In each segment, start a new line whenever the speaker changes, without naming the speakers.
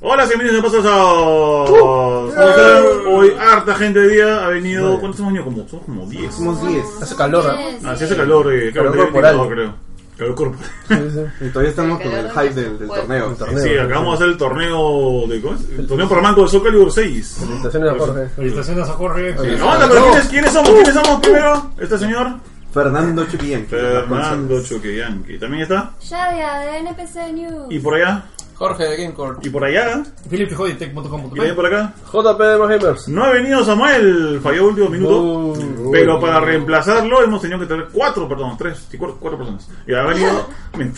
Hola, bienvenidos a Pasos a... ¿Cómo están? Hoy harta gente de día ha venido... ¿Cuántos hemos venido? Como, somos como 10.
Somos 10.
Hace calor, ¿no?
Ah, sí hace calor, eh, creo
Calor
que-
corporal.
no, creo. Calor corporal.
Y todavía estamos con el hype del, del torneo.
Sí, acabamos de hacer el torneo de ¿cómo es? El torneo para manco de Soul Calibur 6.
Felicitaciones a Jorge.
Felicitaciones a Jorge.
Hola, pero ¿quiénes, quiénes somos? ¿Quiénes somos primero? Este señor
Uh. Fernando Chuquillán.
Fernando Choqueyanqui. También está.
Shadia de NPC News.
Y por allá.
Jorge de Gamecore.
Y por allá.
Philip Fijó de
Y también por acá.
JP de Más Gamers.
No ha venido Samuel, falló último minuto.
Uh,
pero para reemplazarlo hemos tenido que tener cuatro, perdón, tres, sí, cuatro, cuatro personas. Y ha venido. men-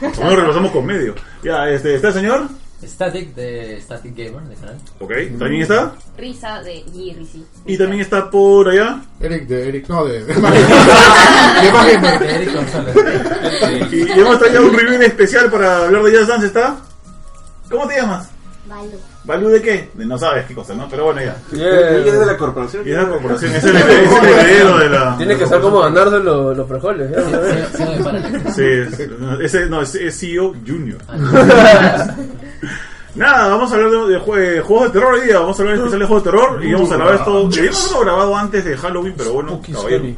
Nos reemplazamos con medio. Ya, este, está el señor.
Static de Static Gamer de canal.
Ok, también está.
Risa de Girisi.
Y también está por allá.
Eric de Eric, no, de, de Magen. de Magen.
De Eric González.
Y, y hemos traído un review especial para hablar de Jazz Dance. ¿Está? ¿Cómo te llamas?
Vale.
¿Valú de qué? De no sabes qué cosa, ¿no? Pero bueno, ya.
Él es de
Yeah.
la corporación.
Y es la corporación, es el es el heredero de la.
Tiene que ser como ganarse los, los frijoles. ¿eh?
Sí, sí, me para.
Sí, es- no, ese no, es, es CEO Junior.
Ah,
Nada, vamos a hablar de, de jue- juegos de terror hoy día. Vamos a hablar en especial de juegos de terror y vamos a grabar
Uh.
esto. Debíamos haberlo grabado antes de Halloween, pero bueno,
Spooky,
caballero.
scary.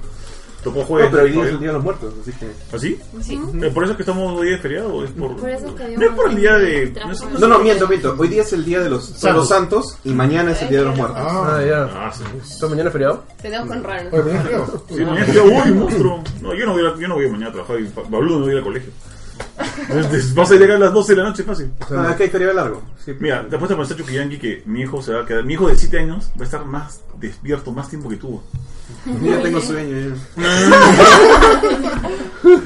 Tocó
No,
jueves.
pero hoy día es el
caballero.
Día de los Muertos, así que...
¿Así?
Sí.
Eh, Por eso es que estamos hoy de feriado. Es por,
Por eso es que
no es por el día de. No, sé-
No, no, miento, miento. Hoy día es el Día de los Santos,
Santos.
santos y mañana es el Día de los Muertos.
Ah,
Ah, ya.
Ah, sí.
¿Esto mañana es feriado?
Tenemos con Ran.
pues,
oye, pero es feo.
Sí, mañana es feriado. Uy, monstruo. No, yo no voy a, yo no voy a mañana a trabajar. y pa- Babludo no voy a ir al colegio. Entonces, Vas a llegar a las 12 de la noche, fácil.
Ah, es que hay feriado largo. Sí.
Mira, te apuesto a pensar Chukiyangi que mi hijo se va a quedar, mi hijo de 7 años va a estar más despierto, más tiempo que tú.
Yo ya tengo sueño. ya.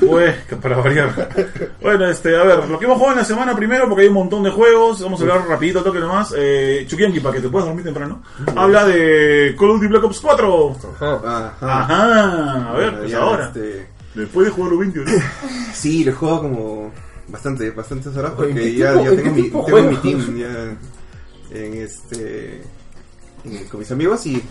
Pues, que para variar. Bueno, este, a ver, lo que hemos jugado en la semana primero, porque hay un montón de juegos, vamos a hablar rapidito, al toque nomás. Eh, Chukiyangi, para que te puedas dormir temprano, habla de Call of Duty Black Ops 4.
Ajá.
Ajá, a ver, pues
Ah. Ya,
ahora.
este,
Después de jugarlo 20 horas.
Sí, lo juego como bastante, bastantes horas
Oye,
porque
¿qué
ya,
tipo-
ya
qué
tengo, mi,
tipo
tengo mi
juegas?
team ya en este en- con mis amigos y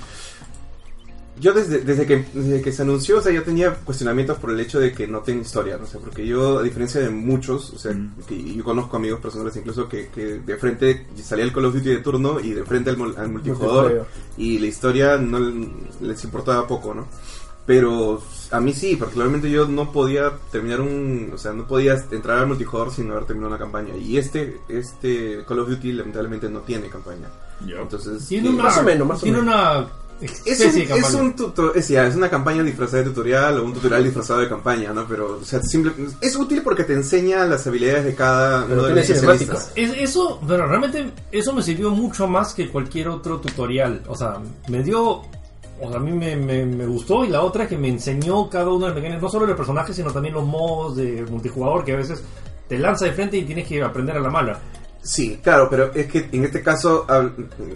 yo desde, desde que desde que se anunció, o sea, yo tenía cuestionamientos por el hecho de que no tengo historia, no sé, porque yo a diferencia de muchos, o sea,
Mm.
que- y yo conozco amigos personales incluso que, que de frente salía el Call of Duty de turno y de frente al, mul- al multijugador
Multijugador.
y la historia no l- les importaba poco, ¿no? Pero a mí sí, particularmente yo no podía terminar un. O sea, no podía entrar al multijugador sin haber terminado una campaña. Y este, este Call of Duty lamentablemente no tiene campaña.
Ya.
Entonces.
Tiene
eh,
una.
Más o menos, más o
tiene
menos.
una.
Es
especie
un,
de campaña.
es un tuto- es, ya, es una campaña disfrazada de tutorial o un tutorial disfrazado de campaña, ¿no? Pero, o sea, simple- es útil porque te enseña las habilidades de cada
Pero
uno de
tiene
los especialistas.
Es- eso, pero realmente eso me sirvió mucho más que cualquier otro tutorial. O sea, me dio. O sea, a mí me, me- me gustó y la otra es que me enseñó cada uno de los mecánicos, no solo los personajes, sino también los modos de multijugador que a veces te lanza de frente y tienes que aprender a la mala.
Sí, claro, pero es que en este caso, ah,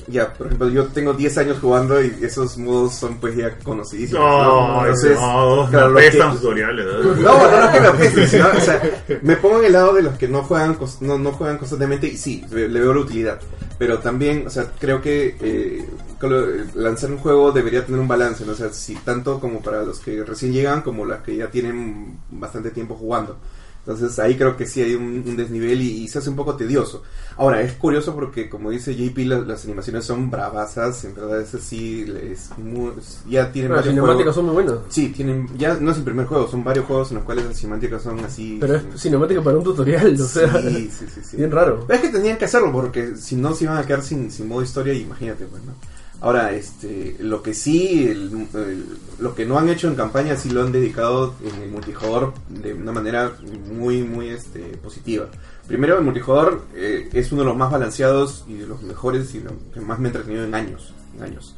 ya, por ejemplo, yo tengo 10 años jugando y esos modos son pues ya conocidísimos. ¿no?
No,
Entonces,
no,
claro,
no
los que-
prestan tutoriales. ¿eh?
No, no, no que me apesten, sino, o sea, me pongo en el lado de los que no juegan, cons- no, no juegan constantemente y sí, le le veo la utilidad. Pero también, o sea, creo que eh, colo- lanzar un juego debería tener un balance, ¿no? O sea, si tanto como para los que recién llegan como los que ya tienen bastante tiempo jugando. Entonces ahí creo que sí hay un, un desnivel y, y se hace un poco tedioso. Ahora, es curioso porque como dice JP, la- las animaciones son bravasas, en verdad es así, es muy- ya tienen
Las
varios
cinemáticas
juegos.
son muy buenas.
Sí, tienen, ya no es el primer juego, son varios juegos en los cuales las cinemáticas son así.
Pero es cinemática para un tutorial, o sea,
sí, sí, sí, sí.
bien raro.
Pero es que tenían que hacerlo porque si no se iban a quedar sin, sin modo historia, imagínate, pues, ¿no? Ahora, este, lo que sí, el- el- lo que no han hecho en campaña, sí lo han dedicado en el multijugador de una manera muy, muy este, positiva. Primero, el multijugador eh, es uno de los más balanceados y de los mejores y lo que más me ha entretenido en años. En años.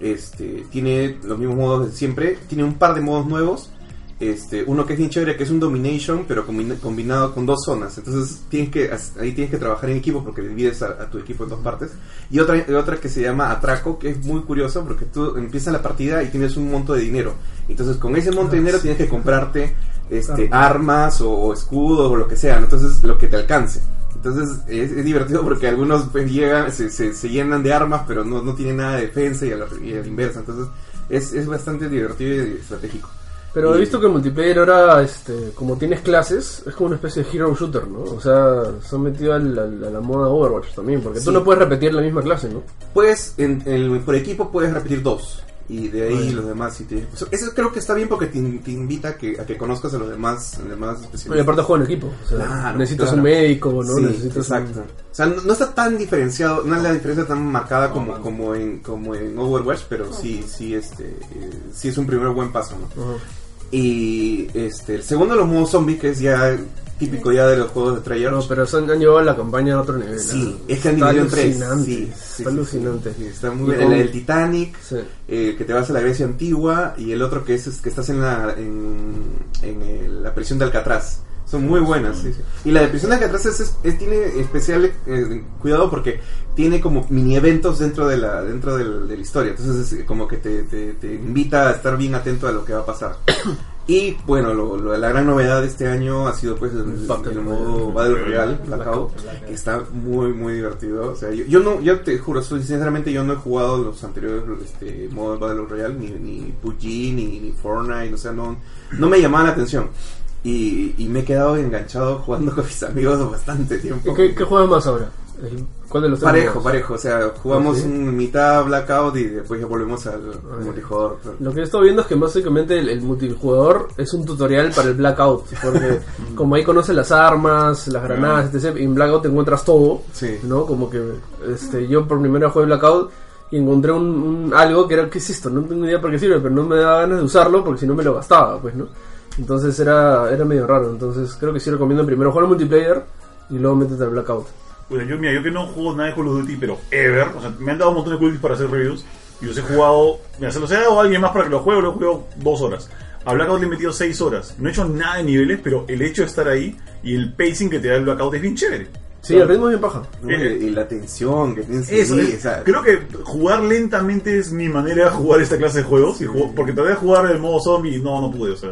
Este, tiene los mismos modos de siempre, tiene un par de modos nuevos. Este, uno que es bien chévere, que es un domination, pero combina- combinado con dos zonas. Entonces tienes que, as- ahí tienes que trabajar en equipo porque divides a, a tu equipo en dos partes. Y otra, y otra que se llama atraco, que es muy curioso porque tú empiezas la partida y tienes un monto de dinero. Entonces con ese monto de dinero tienes que comprarte este, armas o, o escudos o lo que sea. ¿no? Entonces lo que te alcance. Entonces es, es divertido porque algunos pues, llegan, se, se- se llenan de armas, pero no, no tienen nada de defensa y a la, y a la inversa. Entonces es, es bastante divertido y estratégico.
Pero he visto que el multiplayer ahora, este, como tienes clases, es como una especie de hero shooter, ¿no? O sea, se han metido al- al- a la moda Overwatch también, porque tú
Sí.
no puedes repetir la misma clase, ¿no?
Puedes, en, en- por equipo puedes repetir dos. Y de ahí los demás sí te... Eso eso creo que está bien porque te, in- te invita a que, a que conozcas a los demás, a los demás
Y
especialistas.
aparte juega en equipo. o sea,
Claro,
necesitas
claro.
un médico, ¿no?
Sí,
necesitas un-
exacto. O sea, no, no está tan diferenciado, no es la diferencia tan marcada como, como, en, como en Overwatch, pero sí, sí, este, eh, sí es un primer buen paso, ¿no?
Ajá.
Y este, el segundo de los modos zombies, que es ya típico ya de los juegos de Treyarch.
No, pero se han, han llevado la campaña a otro nivel. ¿eh?
Sí, este
¿no?
es que han
Está
dividido en tres.
alucinante,
Sí, sí, sí, sí.
está alucinante.
Sí, está muy
Y
bien.
con-
El, el Titanic,
Sí.
eh, que te vas a la Grecia antigua, y el otro que es, es que estás en la, en, en el- la prisión de Alcatraz. Son muy buenas. sí, sí. Y la de prisión de Alcatraz es, es- es- tiene especial eh, cuidado porque tiene como mini eventos dentro de la dentro del- de la historia. Entonces es como que te, te- te invita a estar bien atento a lo que va a pasar. Y bueno, lo- lo- la gran novedad de este año ha sido pues el,
Battle
el modo Battle Royale, Blackout, que está muy muy divertido. O sea, yo, yo no, yo te juro, soy- sinceramente yo no he jugado los anteriores este, modos Battle Royale, ni, ni PUBG, ni, ni Fortnite, o sea, no, no me llamaba la atención. Y, y me he quedado enganchado jugando con mis amigos bastante tiempo.
¿Qué, qué juegas más ahora? El- ¿Cuál de los tres?
Parejo,
juegas?
parejo, o sea, jugamos
¿Sí?
un mitad Blackout y después ya volvemos al multijugador.
Lo que he estado viendo es que básicamente el, el multijugador es un tutorial para el Blackout, porque como ahí conoces las armas, las granadas, etc. Y en Blackout te encuentras todo,
Sí.
¿no? Como que este, yo por primera vez jugué Blackout y encontré un, un algo que era, ¿qué es esto? No tengo idea para qué sirve, pero no me daba ganas de usarlo porque si no me lo gastaba, pues, ¿no? Entonces era, era medio raro, entonces creo que sí recomiendo primero jugar al multiplayer y luego métete al Blackout.
Oye, yo, mira, yo que no juego nada de Call of Duty, pero ever. O sea, me han dado un montón de Call of Duty para hacer reviews. Y los he jugado. Mira, se los he dado a alguien más para que los juegue, lo he jugado dos horas. A Blackout le he metido seis horas. No he hecho nada de niveles, pero el hecho de estar ahí y el pacing que te da el Blackout es bien chévere.
Sí, el ritmo es bien paja.
¿no? Y, y la tensión que tienes
Eso,
ahí,
es-
o sea,
creo que jugar lentamente es mi manera de jugar esta clase de juegos. y ju- porque traté de jugar el modo zombie y no, no pude. O sea,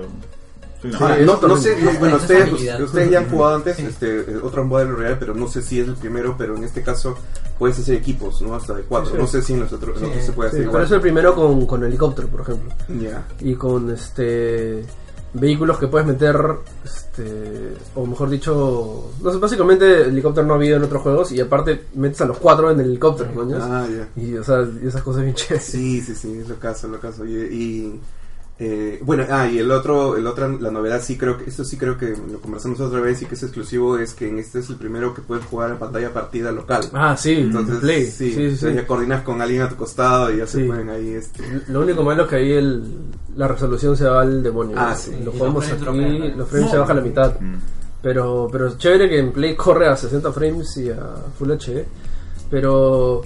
soy una-
Ahora,
Sí,
no,
eso
no
también.
sé, no, bueno,
Esa
ustedes,
habilidad.
ustedes ya han jugado antes este, eh, otro Battle Royale, pero no sé si es el primero, pero en este caso puedes hacer equipos, ¿no? Hasta de cuatro. No sé si en los otros en
Sí,
otros se puede hacer
Sí, por
igual.
eso el primero con, con helicóptero, por ejemplo.
Ya.
y con este vehículos que puedes meter este o mejor dicho no sé básicamente helicóptero no ha habido en otros juegos y aparte metes a los cuatro en el helicóptero coño
Ah, ya.
y o sea y esas cosas bien chéveres
Sí, sí, sí, es lo caso, lo caso. Y, y, eh, bueno, ah, y el otro, el otra, la novedad sí creo que, esto sí creo que lo conversamos otra vez y que es exclusivo, es que en este es el primero que puedes jugar en pantalla partida local.
ah sí
Entonces,
play
sí,
sí sí,
entonces
sí.
ya coordinas con alguien a tu costado y ya se
Sí.
pueden ahí, este,
lo único malo es que ahí el, la resolución se va al demonio
Ah,
¿no?
sí. Mm.
lo
Y
jugamos
los
aquí
frames dropean, ¿no?
los frames se baja a la mitad Pero, pero es chévere que en Play corre a 60 frames y a Full HD. Pero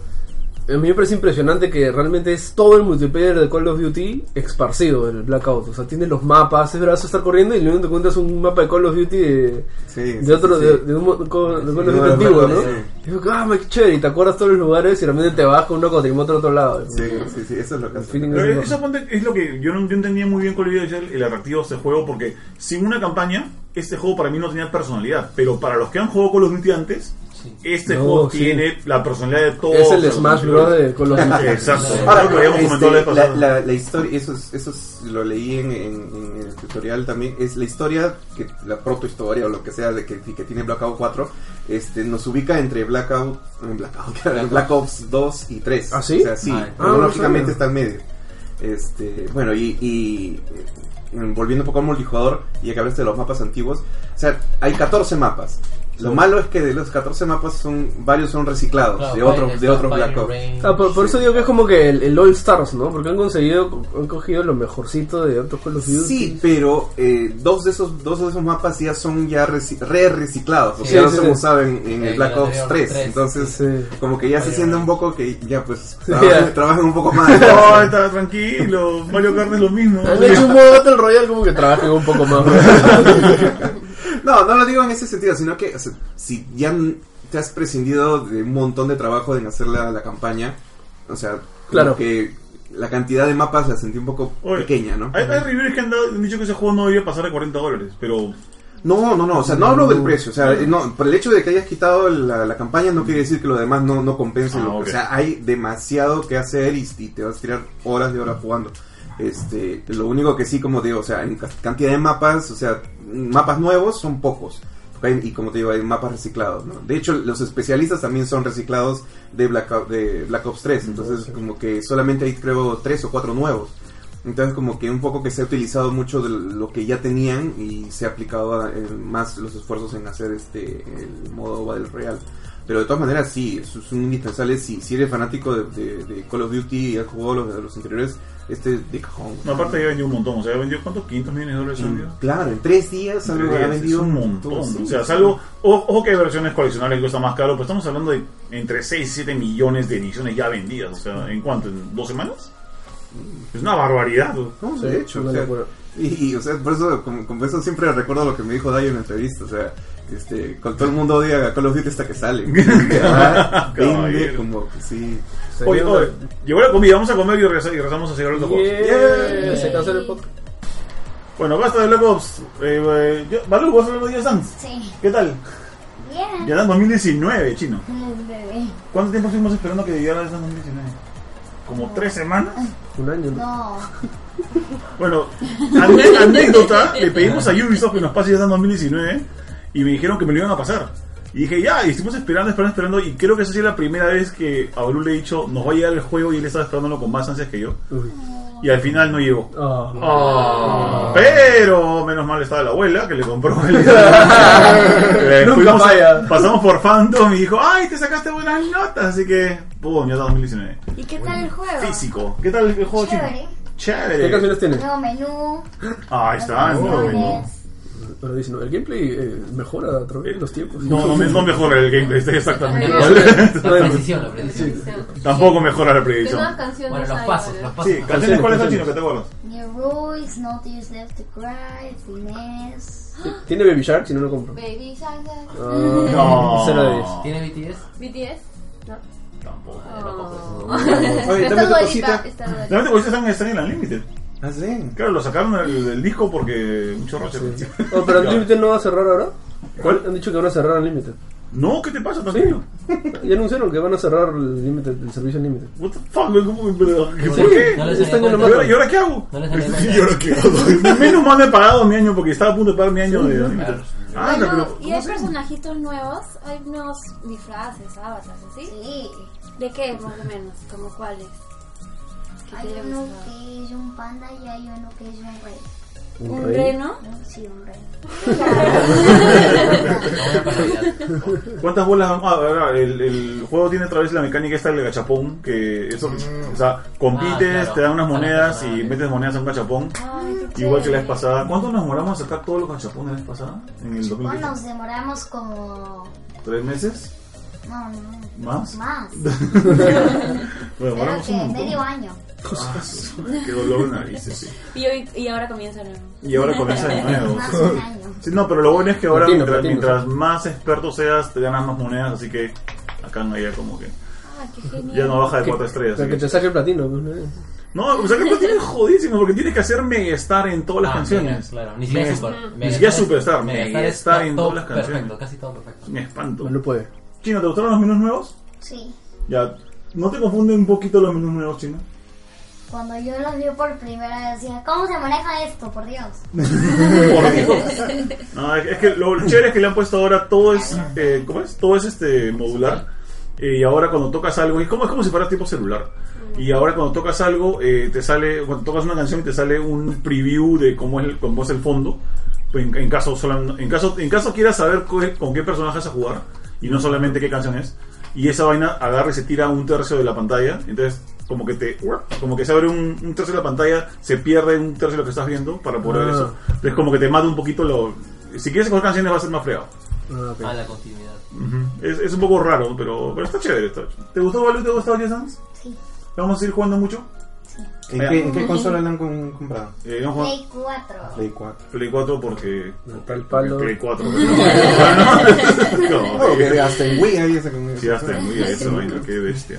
a mí me parece impresionante que realmente es todo el multiplayer de Call of Duty esparcido el Blackout. O sea, tiene los mapas, es verdad, eso estar corriendo y luego te encuentras un mapa de Call of Duty de,
sí,
de
sí,
otro,
sí,
De,
sí.
de un mo- co- de Call
no,
of Duty
de
antiguo,
verdad,
¿no?
sí.
Y digo, ah, qué chévere, y te acuerdas todos los lugares y realmente te vas con una cuatrimoto a otro lado.
Sí, sí, sí, eso es lo que
El
hace.
feeling
Pero
es-
eso ponte, es lo que yo no yo entendía muy bien cuál iba a ser el atractivo de este juego, porque sin una campaña, este juego para mí no tenía personalidad. Pero para los que han jugado Call of Duty antes, este
No,
juego
sí.
tiene la personalidad de todos.
es el
los
Smash Bros. de Call of Duty.
Exacto.
Ahora,
Creo que lo habíamos
este,
comentado la vez
la,
pasada.
la- la historia, eso, es- eso es- lo leí en, en- en el tutorial también, es la historia, que la protohistoria o lo que sea de que, que tiene Blackout 4, este, nos ubica entre Blackout, en Blackout, en Black Ops 2 y 3.
¿Ah, sí?
O sea, sí,
Ah,
cronológicamente
no
está en medio. Este, bueno, y, y, eh, volviendo un poco al multijugador, y que hablaste de los mapas antiguos, o sea, hay 14 mapas. Lo malo es que de los 14 mapas son varios son reciclados
Claro,
de otros
Fire-
de otros
Fire
Black Ops.
Rain.
Ah, por, por
Sí.
eso digo que es como que el, el All Stars, ¿no? Porque han conseguido, han cogido lo mejorcito de otros Call of Duty.
Sí, pero eh, dos de esos dos de esos mapas ya son ya reci- re reciclados, porque
Sí,
ya no
sí,
se
sí.
usaban en el
Sí,
Black
ya
Ops
tenían
3,
tres.
entonces
Sí.
como que ya se
Vale,
siente
vale.
un poco que ya pues
Sí,
trabajan,
ya.
trabajan un poco más. ¿no?
No, está tranquilo. Mario Kart es lo mismo.
Han hecho un modo Battle Royale como que trabajen un poco más. ¿no?
No, no lo digo en ese sentido, sino que o sea, si ya n- te has prescindido de un montón de trabajo en hacer la, la campaña, o sea, como
Claro.
que la cantidad de mapas la sentí un poco
Oye,
pequeña, ¿no?
Hay, hay reviews que han, dado- han dicho que ese juego no debía pasar de 40 dólares, pero
No, no, no, o sea, no hablo del precio, o sea, eh, no, por el hecho de que hayas quitado la, la campaña no quiere decir que lo demás no, no compense,
Mm. Ah,
lo-
ok.
o sea, hay demasiado que hacer y, y te vas a tirar horas y horas jugando. Este, lo único que sí, como digo, o sea, en ca- cantidad de mapas, o sea, mapas nuevos son pocos. Porque hay- Y como te digo, hay mapas reciclados, ¿no? De hecho, los especialistas también son reciclados de Black, Ops- de Black Ops 3. Entonces, como que solamente hay, creo, tres o cuatro nuevos. Entonces, como que un poco que se ha utilizado mucho de lo que ya tenían y se ha aplicado a- en más los esfuerzos en hacer este el modo Battle Royale. Pero de todas maneras, sí, es, es un indispensable. Si, si eres fanático de, de- de Call of Duty y has jugado los, los anteriores, este es de cajón. Mm,
No, aparte ya vendió un montón. O sea, ya vendió ¿cuántos? 500 millones de dólares ha vendido.
Claro, en tres días ha- ha
Es
vendido
un montón.
sí.
O sea, salvo. o- Ojo que hay versiones coleccionables que cuestan más caro, pero estamos hablando de entre 6 y 7 millones de ediciones ya vendidas. O sea, ¿en cuánto? ¿En dos semanas? Es una barbaridad.
No,
Sí,
de hecho,
una
o sea,
locura.
y, y, o sea, por eso, como, como eso siempre recuerdo lo que me dijo Dayo en la entrevista, o sea, este, con todo el mundo odia a Call of Duty hasta que sale. Ah, vende
Caballero.
como que sí.
Oye, oye, llegó la comida, vamos a comer y regresa- y regresamos a seguir los juegos.
Yeah, Se cancela el podcast.
Bueno, basta de Black Ops. Eh, eh, yo- Balu, ¿vas a hablar de Just Dance?
Sí.
¿Qué tal?
Bien.
Ya dan 2019, chino.
Como un bebé.
¿Cuánto tiempo estuvimos esperando que llegara Just Dance 2019? ¿Como tres semanas?
Un año, ¿no?
No.
Bueno, ane- anécdota, le pedimos a Ubisoft que nos pase ya en 2019 y me dijeron que me lo iban a pasar. Y dije, ya, y estuvimos esperando, esperando, esperando. Y creo que esa sí es la primera vez que a Blue le he dicho, nos va a llegar el juego y él estaba esperándolo con más ansias que yo.
Uy.
Y al final no llegó.
Ah.
Pero menos mal estaba la abuela que le compró el Eh,
Nunca
fuimos a-
falla.
Pasamos por Phantom y dijo, ay, te sacaste buenas notas. Así que, pum, ya está 2019.
¿Y qué tal el juego?
Físico. ¿Qué tal el
Pues
juego chino?
Chévere.
Chévere.
¿Qué canciones tiene?
Nuevo menú.
Ah, ahí está,
nuevas
no, no, no.
opciones.
Pero dicen, el gameplay eh, mejora a través de los tiempos.
No, no, me- no mejora el gameplay, está exactamente
No,
igual.
La precisión, la precisión.
Tampoco mejora
¿Qué nuevas
la predicción.
canciones
Bueno, los
hay,
pasos,
vale?
los pasos.
Sí, canciones cuáles son chino que te acuerdas.
New rules, no tears left to cry, finesse.
¿Tiene Baby Shark? Si no, no compro.
Baby Shark. Shark.
Ah,
No.
0 de 10.
¿Tiene BTS?
BTS.
Tampoco.
Oh.
Oye,
Está
dame tu
dualita.
cosita.
Está dualita.
Realmente pues están, están en la límite.
Ah, sí.
Claro, lo sacaron del, del disco porque mucho roche.
Oh, pero Unlimited no va a cerrar ahora. ¿Cuál? Han dicho que van a cerrar Unlimited.
No, ¿qué te pasa? Tranquilo.
Ya anunciaron que van a cerrar el, Limited, el servicio Unlimited.
What the fuck, güey, ¿cómo- pero- ¿qué-
Sí,
¿por qué?
no les había
Este año
cuenta.
¿Y ahora, y ahora qué hago?
No les había cuenta.
¿Y ahora qué hago? Menos mal me he pagado mi año porque estaba a punto de pagar mi año de límite. Ah,
Bueno,
pero.
y hay personajitos nuevos, hay nuevos disfraces, avatars, ¿así? Sí. ¿De qué, más o menos? ¿Como cuáles? ¿Qué
Hay
te haya
uno
gustado?
que es un panda y hay uno que es un rey.
¿Un reno?
¿no? Sí, un rey.
¿Cuántas bolas? Ah, ahora, el, el juego tiene otra vez la mecánica esta del gachapón, que eso, o sea, compites,
Ah, claro.
te dan unas monedas y
Ah,
metes monedas en un gachapón,
Ay, qué
igual que
chévere.
la vez pasada. ¿Cuánto nos demoramos a sacar todos los gachapones la vez pasada? En el
Bueno,
2015.
nos demoramos como.
¿Tres meses?
No, no,
¿Más?
más.
Lo
Creo
demoramos
que
un montón.
medio año.
Ah, su- qué dolor de narices, sí.
Y, hoy- y ahora comienza nuevo.
Y ahora comienza de nuevo.
Más de un año.
Sí, no, pero lo bueno es que ahora
Platino,
mientras,
platino.
mientras más experto seas, te ganas más monedas, así que acá no ya como que
Ah, qué genial.
ya no baja de cuatro
O
estrellas.
sea,
así
que
que-
te saque el platino. pues, ¿no?
No, o sea que no tienes jodísimo porque tienes que hacer megastar en todas las
Ah,
canciones.
mega, Claro, ni siquiera
Mega-
super,
Ni siquiera superstar,
mega
megastar
es
en
todo
todas las canciones.
Perfecto, casi todo perfecto.
Me espanto.
Pues no puede.
Chino, ¿te gustaron los menús nuevos?
Sí.
Ya, ¿no te confunden un poquito los menús nuevos, Chino?
Cuando yo los vi por primera vez, decía, ¿cómo se maneja esto? Por Dios.
Por Dios. No, es es que lo chévere es que le han puesto ahora todo es, eh, ¿cómo es? Todo es este modular. Eh, y ahora cuando tocas algo, es como, es como si fuera tipo celular. Y ahora cuando tocas algo, eh, te sale, cuando tocas una canción, te sale un preview de cómo es el, cómo es el fondo. pues En, en caso, solam- en caso en caso quieras saber co- con qué personaje vas a jugar y no solamente qué canción es. Y esa vaina agarra y se tira un tercio de la pantalla. Entonces, como que te como que se abre un, un tercio de la pantalla, se pierde un tercio de lo que estás viendo para poder
Ah.
ver eso. Entonces, como que te mata un poquito lo. Si quieres escoger canciones, va a ser más fregado.
Ah, ok.
A la continuidad.
Ujú. es, es un poco raro, pero, pero está chévere. Está chévere. ¿Te gustó, Balú? ¿Te gustó, Jessans?
Sí.
¿Vamos a ir jugando mucho?
¿En
Ya.
qué, en qué consola la han con- comprado?
Eh, vamos a jugar
Play 4.
Play 4.
Play 4 porque.
Está el palo.
Play 4. pero- No,
No,
sí.
que hasta en Wii hay esa con-
Sí, hasta muy bien eso, vaina, qué bestia.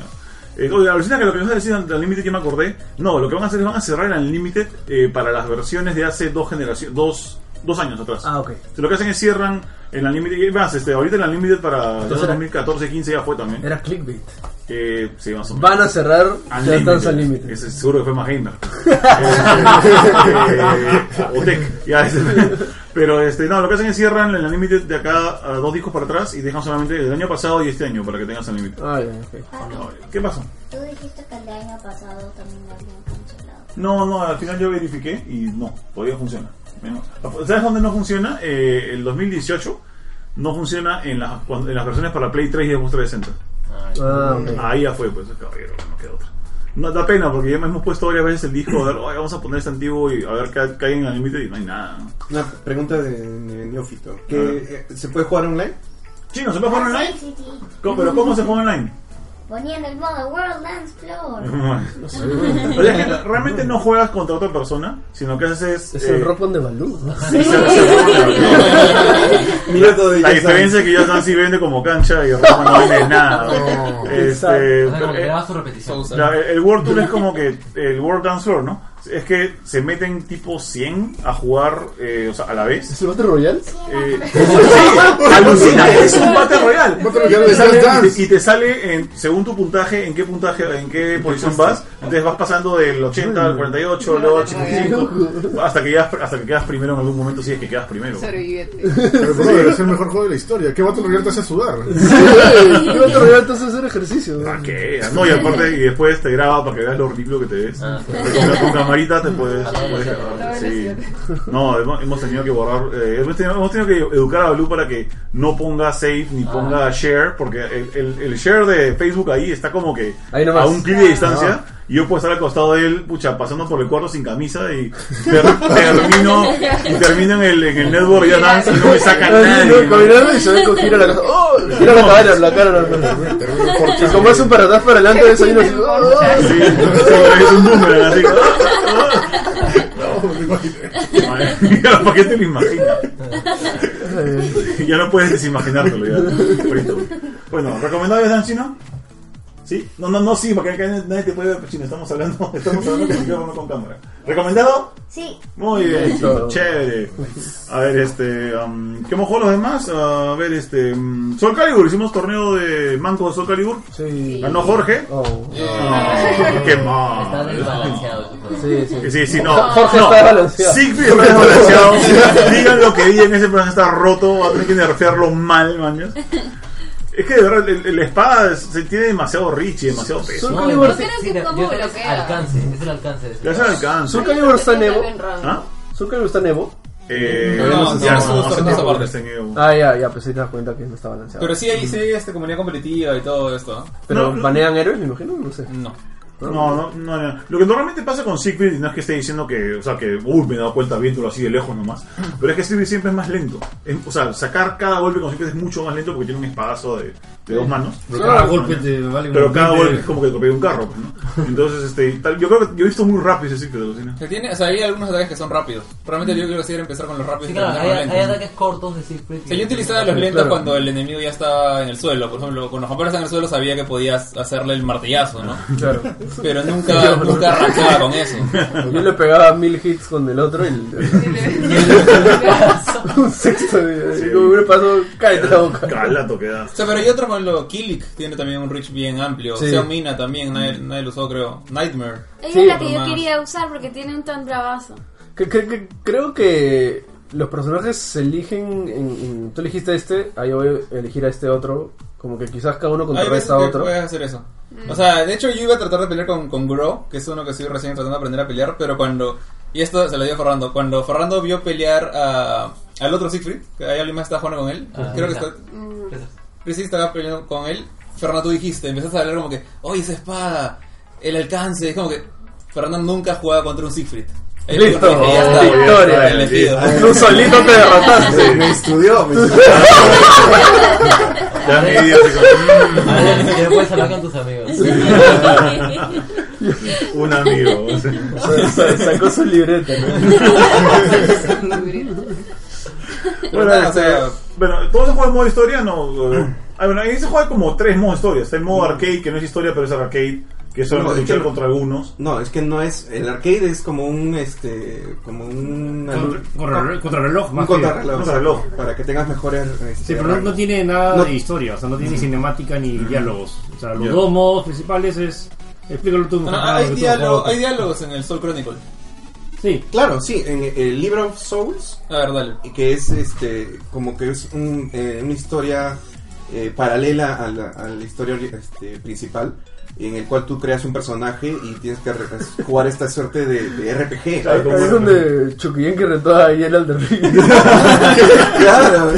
Eh, oye, alucina que lo que vas a decir al límite que me acordé. No, lo que van a hacer es van a cerrar el Unlimited eh, para las versiones de hace dos generaciones, dos, dos años atrás.
Ah, ok.
Entonces, Lo que hacen es cierran el Unlimited. y Más, este, ahorita el Unlimited para
Entonces era-
2014-15 ya fue también.
Era clickbait.
que sí, más o menos.
Van a cerrar Dance al
Unlimited.
límite.
Ese seguro que fue Magenta. Este, eh, o Tech, ya, este, Pero este, no, lo que hacen es cierran el Unlimited de acá a dos discos para atrás y dejan solamente el año pasado y este año para que tengas Unlimited.
Ah, ya, ok.
¿Qué pasó?
Tú dijiste que el de año pasado también lo habían cancelado.
No, no, al final yo verifiqué y no, todavía funciona. Menos- ¿Sabes dónde no funciona? Eh, el 2018 no funciona en las, cuando- en las versiones para Play 3 y Xbox 360.
Ah, ok.
Ahí ya fue, pues, caballero, no queda otra. No da pena porque ya hemos puesto varias veces el disco, de, "Ay, vamos a poner este antiguo y a ver qué cae en el límite y no hay nada. ¿no?
Una pregunta de, de Neófito. ¿Qué,
A ver.
eh, ¿Se puede jugar online?
Chino, ¿se puede jugar online?
Ah, Sí, sí, sí.
¿Cómo- ¿Pero cómo se juega online?
Ponían el modo World Dance Floor.
o sea que realmente no juegas contra otra persona, sino que haces...
Es
eh,
el rock on de Balú. ¿no?
sí, se- se-
Mira todo
La diferencia es que ya Sansi vende como cancha y Roma no vende nada. ¿no? Este,
O sea, como que
eh,
grabas tu repetición.
la- el World Tour es como que el World Dance Floor, ¿no? Es que se meten tipo 100 a jugar eh, o sea, a la vez.
¿Es el Battle Royale?
Eh, sí, alucina, es un Battle Royale.
Battle
Y
Royale
te
de Just
sale-
Dance.
Y te sale en, según tu puntaje, en qué puntaje, en qué posición vas. Entonces vas pasando del 80 al 48, luego al 85, hasta que, llegas- hasta que quedas primero en algún momento, si es que quedas primero.
Sobrevivete.
Pero brother, es el mejor juego de la historia. ¿Qué Battle Royale te hace sudar?
Sí, ¿Qué Battle Royale entonces hacer ejercicio?
¿Para qué? ah, No, y aparte, y después te graba para que veas lo ridículo que te ves.
Ah.
Pero con camarita te puedes, te puedes grabar.
Todo
Sí. No, hemos, hemos tenido que borrar, eh, hemos, tenido, hemos tenido que educar a Blue para que no ponga save ni ponga share, porque el, el- el share de Facebook ahí está como que
Ahí nomás. Ah.
a un clic de distancia. Y yo puedo estar al costado de él, pucha, pasando por el cuarto sin camisa y ter- termino, y termino en el, en el network ya dance y no me saca
Ah, no,
nadie.
Caminando y se ve con gira la cara. ¡Oh! Gira la cara, la cara. la cara.
Terrible corcho.
Y como es un para atrás para adelante, eso ahí no se- ¡Oh!
Sí, es un boomerang así.
No, me imaginé.
¿Para qué te lo imaginas? ya no puedes desimaginártelo ya. Frito. Bueno, ¿recomendado Dan Chino? ¿Sí? No, no, no, sí, porque acá nadie te puede ver Chino. Estamos hablando, estamos hablando con micrófono con cámara. ¿Recomendado?
Sí,
Muy bien, Chino,
Listo.
chévere. A ver, este. am, ¿Qué hemos jugado los demás? A ver, este. mm, Soul Calibur, hicimos torneo de manco de Soul Calibur.
Sí.
Ganó Jorge.
Oh.
No, qué
Está
mal.
desbalanceado tu juego.
Sí, sí.
Sí, sí, no.
Jorge
no.
está balanceado.
Siegfried está desbalanceado. Digan lo que digan, ese personaje está roto. Va a tener que nerfearlo mal, mañas. Es que de verdad, el, el espada se tiene demasiado rich y demasiado peso.
Soul
No,
Calibur,
además,
creo
sí,
que
de-
como
yo creo que
bloquea.
es alcance, es el alcance. de ese.
Le hace alcance.
Soul Calibur está Nebo.
¿Ah?
Soul Calibur está Nebo.
Eh,
No, no,
ya,
no,
hace tiempo
no, no, no,
que
no,
está en Evo.
Ah, ya, ya, pues ahí te das cuenta que no está balanceado.
Pero sí hay sí, hay, este, comunidad competitiva y todo esto.
Pero
No, no.
banean héroes, me imagino, no sé.
No.
No, no, no, no. Lo que normalmente pasa con Siegfried, y no es que esté diciendo que, o sea, que, uy, me he dado cuenta viéndolo así de lejos nomás. Pero es que Siegfried siempre es más lento. Es- o sea, sacar cada golpe con Siegfried es mucho más lento porque tiene un espadazo de, de dos manos. Ah,
Cada golpe te vale
Pero
un
cada
golpe.
golpe es como que te un carro, pues, ¿no? Entonces, este, y tal- yo creo que yo he visto muy rápido ese ciclo de cocina.
Que tiene, o sea, hay algunos ataques que son rápidos. Realmente yo quiero seguir empezar con los rápidos.
Sí,
y
claro,
terminar
hay,
con los
hay
lentos.
ataques cortos de Siegfried.
O sea, yo utilizaba los lentos
Claro.
cuando el enemigo ya estaba en el suelo. Por ejemplo, cuando Juan Pablo estaba en el suelo sabía que podías hacerle el martillazo, ¿no?
Claro.
Pero nunca, nunca arrancaba con eso.
Yo le pegaba mil hits con el otro y el- un sexto de.
Sí.
Y como me pasó, cállate la boca.
Calato que da.
O sea, pero hay otro con lo Kilik, tiene también un reach bien amplio.
Sí. Mm.
Xiao Mina también, nadie, nadie lo usó, creo. Nightmare.
Ella
Sí,
es la que yo
nomás.
quería usar porque tiene un tan bravazo.
Que- que- que- creo que los personajes se eligen. En, en- tú elegiste a este, ahí voy a elegir a este otro. Como que quizás cada uno
Hay veces
contrarresta a
que
otro.
puedes hacer eso.
Mm.
O sea, de hecho yo iba a tratar de pelear con, con Gro, que es uno que estoy recién tratando de aprender a pelear, pero cuando... Y esto se lo dio a Ferrando. Cuando Ferrando vio pelear a, al otro Siegfried, que hay alguien más que está jugando con él,
Ah,
creo que
ya.
está... Chris estaba peleando con él. Fernando, tú dijiste, empezaste a hablar como que, oye, esa espada, el alcance. Es como que Fernando nunca jugaba contra un Siegfried. Ahí
Listo. Oh,
fue cuando dije, ya está,
Victoria.
el elegido.
Tú solito te derrotaste.
Me estudió, me estudió.
Ya me dio así como,
Ya puedes hablar con tus amigos.
mm, un amigo. o sea.
Sa- sa- Sacó su libreta. ¿no?
Bueno,
nada,
este,
o sea-
bueno, ¿todo se juega en modo historia? No. eh, ah, bueno, ahí se juega como tres modos historias. Está el modo arcade, que no es historia, pero es arcade. que son
No,
de
es
luchar
que-
contra algunos.
No, es que no es. El arcade es como un. este Como un.
Contra, contra- contra reloj
Ah. un
más que...
contrarreloj.
un contrarreloj.
Para que tengas mejores. este,
Sí, pero no,
rangos.
no tiene nada
No.
de historia, o sea, no tiene cinemática ni diálogos. O sea, los
Ya.
dos modos principales es... Explícalo tú.
No, no,
Fernando,
hay,
tú,
diálogo-
Juan.
hay diálogos en el Soul Chronicle.
Sí,
Claro, sí, en el libro of Souls, eh,
A ver, dale.
que es este como que es un, eh, una historia eh, paralela a la, a la historia este, principal, en el cual tú creas un personaje y tienes que re- jugar esta suerte de, de RPG.
Claro,
Ahí es donde Chuquillén que retó a Yel al
Claro,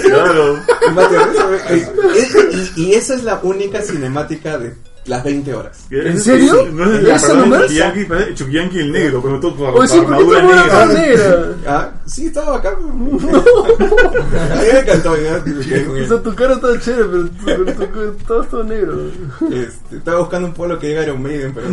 Claro.
Mate, eso, eh, eh, y, y esa es la única cinemática de las 20 horas.
¿En serio?
No es
¿Y eso
perdón,
nomás?
Chukiyanki, parece Chukiyanki el negro, pero todo con
Oye, Pues sí, ¿por qué
armadura
tengo una
negra.
bandera?
Ah, sí, estaba acá. A mí me encantó. ya, me quedé con
O
él.
sea, tu cara está chévere, pero tu, tu- tu- todo está negro.
Este, estaba buscando un pueblo que diga Iron Maiden, pero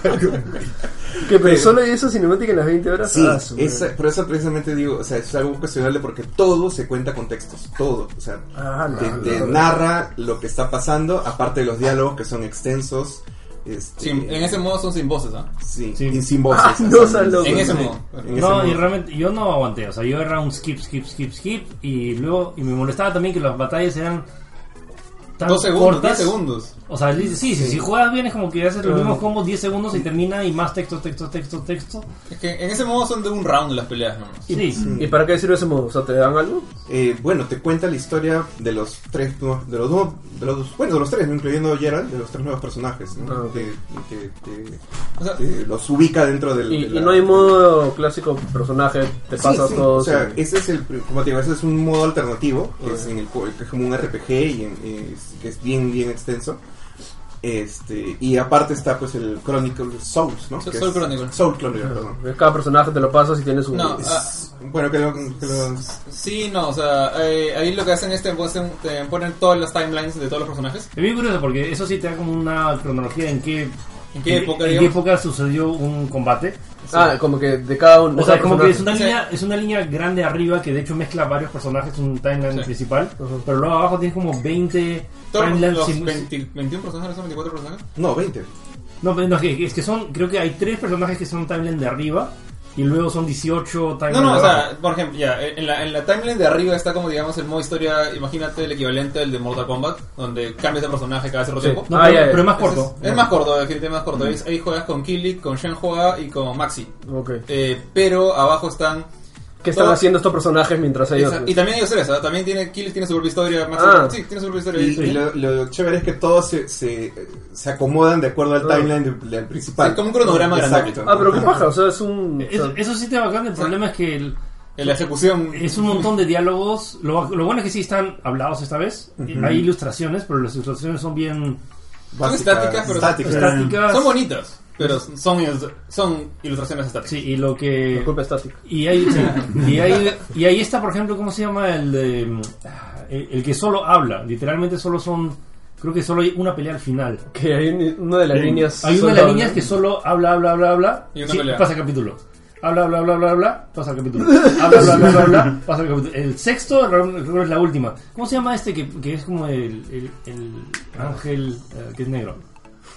Que pero
Pero-
solo hay esa cinemática en las 20 horas.
Sí,
Ah, su madre.
esa- por eso precisamente digo, o sea, es algo cuestionable porque todo se cuenta con textos, todo, o sea,
Ah, no,
te,
no,
te
no.
narra lo que está pasando, aparte de los diálogos que son extensos, este,
Sí, en ese modo son sin voces, ¿ah?
sí,
Sí.
y sin voces.
Ah,
así,
no, o sea, loco.
En ese
Pues, sí,
modo.
en ese
No, y
modo.
realmente yo no aguanté, o sea, yo era un skip, skip, skip, skip y luego y me molestaba también que las batallas eran tan
Dos segundos,
cortas.
diez segundos.
O sea, li- sí, sí, si juegas bien es como que haces los
Ah.
mismos combos 10 segundos y termina y más texto, texto, texto, texto.
Es que en ese modo son de un round las peleas, ¿no?
Sí.
¿Y para qué sirve ese modo? O sea, ¿te dan algo?
Eh, bueno, te cuenta la historia de los tres, nuevos- de los dos, de los dos- bueno, de los tres, ¿no? incluyendo Gerald, de los tres nuevos personajes, ¿no?
Ah, ok.
Te- te- te-
O sea,
te los ubica dentro del.
Y,
de la-
y no hay modo clásico personaje, te
Sí,
pasas
sí,
todo.
O sea,
sí.
ese es el, pri- como te digo, ese es un modo alternativo, que es, en el, cu- que es como un RPG y en- es- que es bien, bien extenso. Este, y aparte está pues el Chronicle Souls, ¿no?
Soul
Que es-
Chronicle.
Soul Chronicle, perdón.
Cada personaje te lo pasas y tienes un.
No, ah,
Es- bueno, que lo, que lo-
sí, no, o sea, eh, ahí lo que hacen es te ponen, te ponen todas las timelines de todos los personajes.
Es bien curioso porque eso sí te da como una cronología en qué,
¿En qué época,
en qué
digamos?
época sucedió un combate.
Ah, como que de cada uno.
O sea, como que es una,
Sí.
línea, es una línea grande arriba que de hecho mezcla varios personajes, un timeline
Sí.
principal,
Ujú.
pero luego abajo tienes como 20
Todos
timelines
los
sin-
20 21 personajes, son 24 personajes.
No, 20.
No, pero no, es que- es que son, creo que hay tres personajes que son timeline de arriba y luego son 18 timeline
No, no,
de
o
abajo.
sea, por ejemplo, ya, en la, en la timeline de arriba está como, digamos, el modo historia, imagínate el equivalente al de Mortal Kombat, donde cambias de personaje cada cierto
Sí.
tiempo.
No,
Ah,
pero,
ya, ya.
pero es más
Ese es-
corto.
Es, más corto, definitivamente más corto. Ahí- Ahí juegas con Killick, con Shenhua y con Maxi.
Ok.
Eh, pero abajo están...
¿Qué están
todo-
haciendo estos personajes mientras ellos.?
Esa- y también ellos tres, ¿ah? también tiene Killick tiene su propia historia, Maxi
Ah.
sí, tiene su propia historia.
Y,
Sí.
y lo, lo chévere es que todos se, se, se acomodan de acuerdo al
Ah.
timeline del, del principal.
Sí, como un cronograma
Exacto.
Ah, pero qué paja, o sea, es un. o sea,
Eso, eso sí te va bacán, el problema es que el-
En la ejecución...
es un montón de diálogos. Lo, lo bueno es que sí están hablados esta vez. Hay ilustraciones, pero las ilustraciones son bien
Básica-
estáticas, pero-
estáticas.
estáticas.
Son bonitas, pero son, son ilustraciones estáticas.
Sí, y lo que...
Disculpa, estática.
Y ahí, sí, y, ahí, y ahí está, por ejemplo, ¿cómo se llama? El, de, mm, el, el que solo habla. Literalmente solo son... Creo que solo hay una pelea al final.
Que hay un- una de las líneas.
Hay una de
solo-
las líneas que solo habla, habla, habla, habla.
Y una
sí,
pelea.
pasa el capítulo. Habla, habla, habla, habla, habla, pasa el capítulo. Habla, habla, habla, habla, habla, pasa el capítulo. El sexto, creo que es la última. ¿Cómo se llama este que, que es como el, el, el ángel eh, que es negro?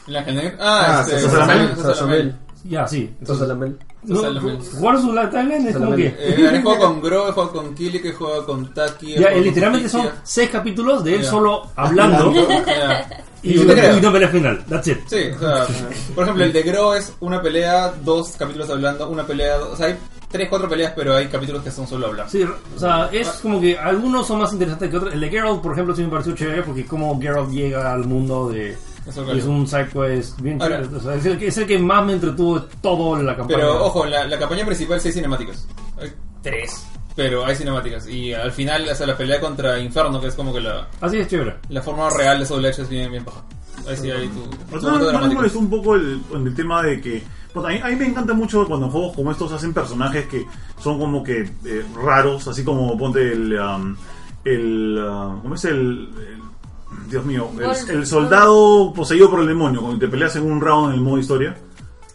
El ángel negro. Ah,
Ah,
este,
Sasamel.
Sasamel, Sasamel.
Sasamel.
Ya, sí. Entonces,
Sasamel.
no,
Salamel.
¿Cuál es su la timeline? Es como
Salamel.
que...
Eh, he jugado con Gro, he jugado con Kili, que he jugado con Taki. he
Ya, eh,
jugado con
literalmente son
Justicia.
seis capítulos de él
Ya.
solo hablando
Ya.
y,
Yo
una,
te creo.
y una pelea final. That's it.
Sí, o sea, por ejemplo, el de Gro es una pelea, dos capítulos hablando, una pelea, o sea, hay tres, cuatro peleas, pero hay capítulos que son solo hablar.
Sí, o sea, es como que algunos son más interesantes que otros. El de Geralt, por ejemplo, sí me pareció chévere porque como Geralt llega al mundo de...
Eso
y es un side quest bien
Ahora-
chévere. O sea, es, el que, es el que más me entretuvo de toda la campaña.
Pero ojo, la, la campaña principal sí hay cinemáticas. Hay tres, pero hay cinemáticas. Y al final, hasta la pelea contra Inferno, que es como que la,
Así es chévere.
la forma real de Soul Edge es bien, bien baja. Ahí sí hay tu.
O
tu
sea, Ah, no,
momento
no les
dramático.
molestó un poco el, en el tema de que. pues, a, mí, a mí me encanta mucho cuando juegos como estos hacen personajes que son como que eh, raros, así como ponte el. um, el ah, ¿Cómo es el.? el- Dios mío, el, el soldado poseído por el demonio, cuando te peleas en un round en el modo historia.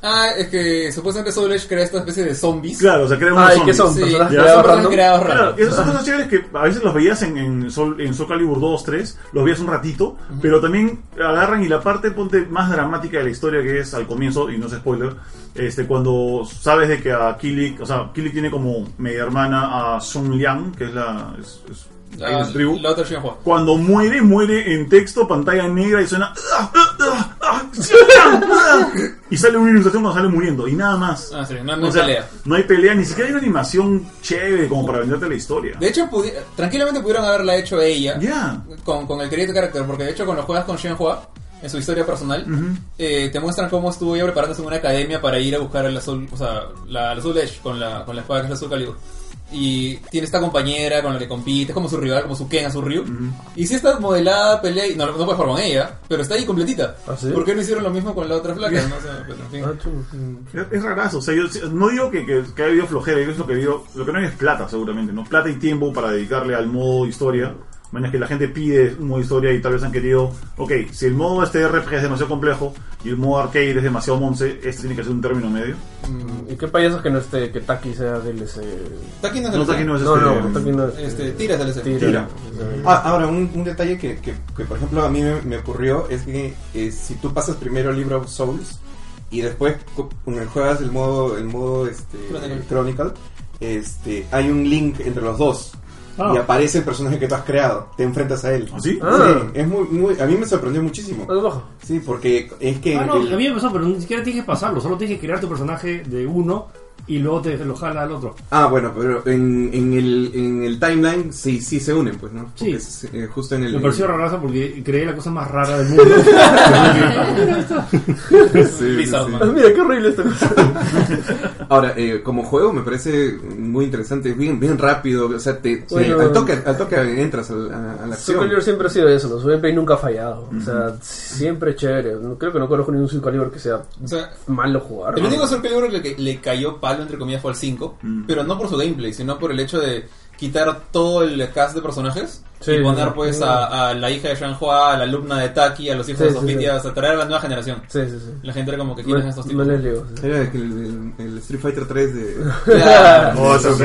Ah, es que supuestamente Soul Edge crea esta especie de zombies.
Claro, o sea, crea unos
Ah, ¿y qué son?
zombies.
Sí,
¿Personas
ya.
creadas
son personas
random?
creadas
Claro,
random.
y esas cosas chéveres que a veces los veías en, en, Soul, en Soul Calibur 2, 3, los veías un ratito, pero también agarran y la parte ponte más dramática de la historia que es al comienzo, y no es spoiler, este, cuando sabes de que a Kilik, o sea, Kilik tiene como media hermana a Sun Liang, que es la... Es, es- hay una
Ah,
tribu.
La otra Shinhua.
Cuando muere, muere en texto, pantalla negra y suena. "Ah, Y sale una ilustración cuando sale muriendo, y nada más.
Ah, sí, no, no
O sea,
pelea.
no hay pelea, ni siquiera hay una animación chévere como para venderte la historia.
De hecho, pudi- tranquilamente pudieron haberla hecho ella
Ya.
con, con el crédito carácter, porque de hecho cuando juegas con Shenhua, en su historia personal,
Ujú.
eh, te muestran cómo estuvo ella preparándose en una academia para ir a buscar el azul, o sea, la, el azul Edge con la, con la espada que es el azul Calibur. Y tiene esta compañera con la que compite, es como su rival, como su Ken a su Ryu. Y si está modelada, pelea, y no, no puedes jugar con ella, pero está ahí completita.
¿Ah, sí?
¿Por qué no hicieron lo mismo con la otra flaca? No sé, pero en fin.
Ah, chulo.
Es, es rarazo, o sea, yo no digo que, que, que haya habido flojera, yo es lo que digo, lo que no hay es plata seguramente, ¿no? Plata y tiempo para dedicarle al modo historia. Menos que la gente pide un modo historia y tal vez han querido, ok, si el modo este RPG es demasiado complejo y el modo arcade es demasiado monce, este tiene que ser un término medio.
Mm, ¿Y qué payaso que no esté, que Taki sea DLC?
Taki no es
No,
DLC.
Taki no es
No,
este,
no, Taki no es.
Este, tira es DLC.
Tira.
Tira. Ah, ahora, un, un detalle que, que- que, por ejemplo, a mí me, me ocurrió es que eh, si tú pasas primero el libro of Souls y después co- con el- juegas el modo, el modo este,
Chronicle.
Chronicle, este, hay un link entre los dos.
Ah.
Y aparece el personaje que tú has creado, te enfrentas a él.
¿Ah, sí?
Ah.
Sí, es muy, muy, a mí me sorprendió muchísimo.
Ah, bajo.
Sí, porque es que
Ah, no,
el-
a mí me pasó, pero ni siquiera tienes que pasarlo, solo tienes que crear tu personaje de uno y luego te lo jala al otro.
Ah, bueno, pero en, en, el, en el timeline sí, sí se unen, pues, ¿no? Porque es,
Sí.
eh, justo en el...
Me pareció rarazo porque creé la cosa más rara del mundo. Porque-
Sí, sí,
Pizarro,
sí.
man.
Ah, mira, qué horrible esta cosa.
Ahora, eh, como juego me parece muy interesante, bien, bien rápido, o sea, te,
Bueno.
te- al, toque, al toque entras al- a, a la
Soul
acción.
Calibur siempre ha sido eso, ¿no? Su gameplay nunca ha fallado. O sea, siempre es chévere. No- Creo que no conozco ningún Soul Calibur que sea
O sea,
malo jugar.
El único Soul Calibur que le, le cayó palo, entre comillas, fue al 5,
Mm.
pero no por su gameplay, sino por el hecho de quitar todo el cast de personajes
Sí,
y poner
sí,
pues
sí.
a, a la hija de Shanhua, a la alumna de Taki, a los hijos
Sí,
de
sí,
Sofitia,
sí.
hasta traer a la nueva generación.
Sí, sí, sí.
La gente era como que
No,
quieren estos
no
tipos.
les leo. sí.
Era Eh, el, el- el Street Fighter 3 de...
Claro.
Oh, eso sí.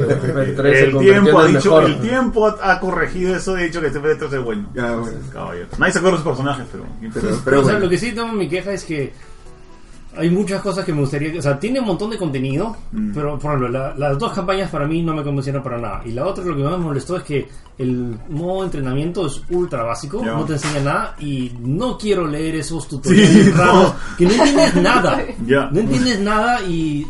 Tres se
El
convirtió en
tiempo ha
el
dicho,
mejor.
el tiempo ha, ha corregido eso, de hecho que este P3 es bueno.
Ah, bueno.
Caballero. Nadie se acuerda de los personajes, pero.
Pero,
Pero,
pero
o sea,
bueno.
lo que sí tengo mi queja es que hay muchas cosas que me gustaría. O sea, tiene un montón de contenido,
Mm.
pero por ejemplo, la- las dos campañas para mí no me convencieron para nada. Y la otra, lo que más me molestó es que el modo de entrenamiento es ultra básico,
Ya.
no te enseña nada. Y no quiero leer esos tutoriales
Sí,
raros
no.
que no entiendes nada.
Ya.
No entiendes nada y.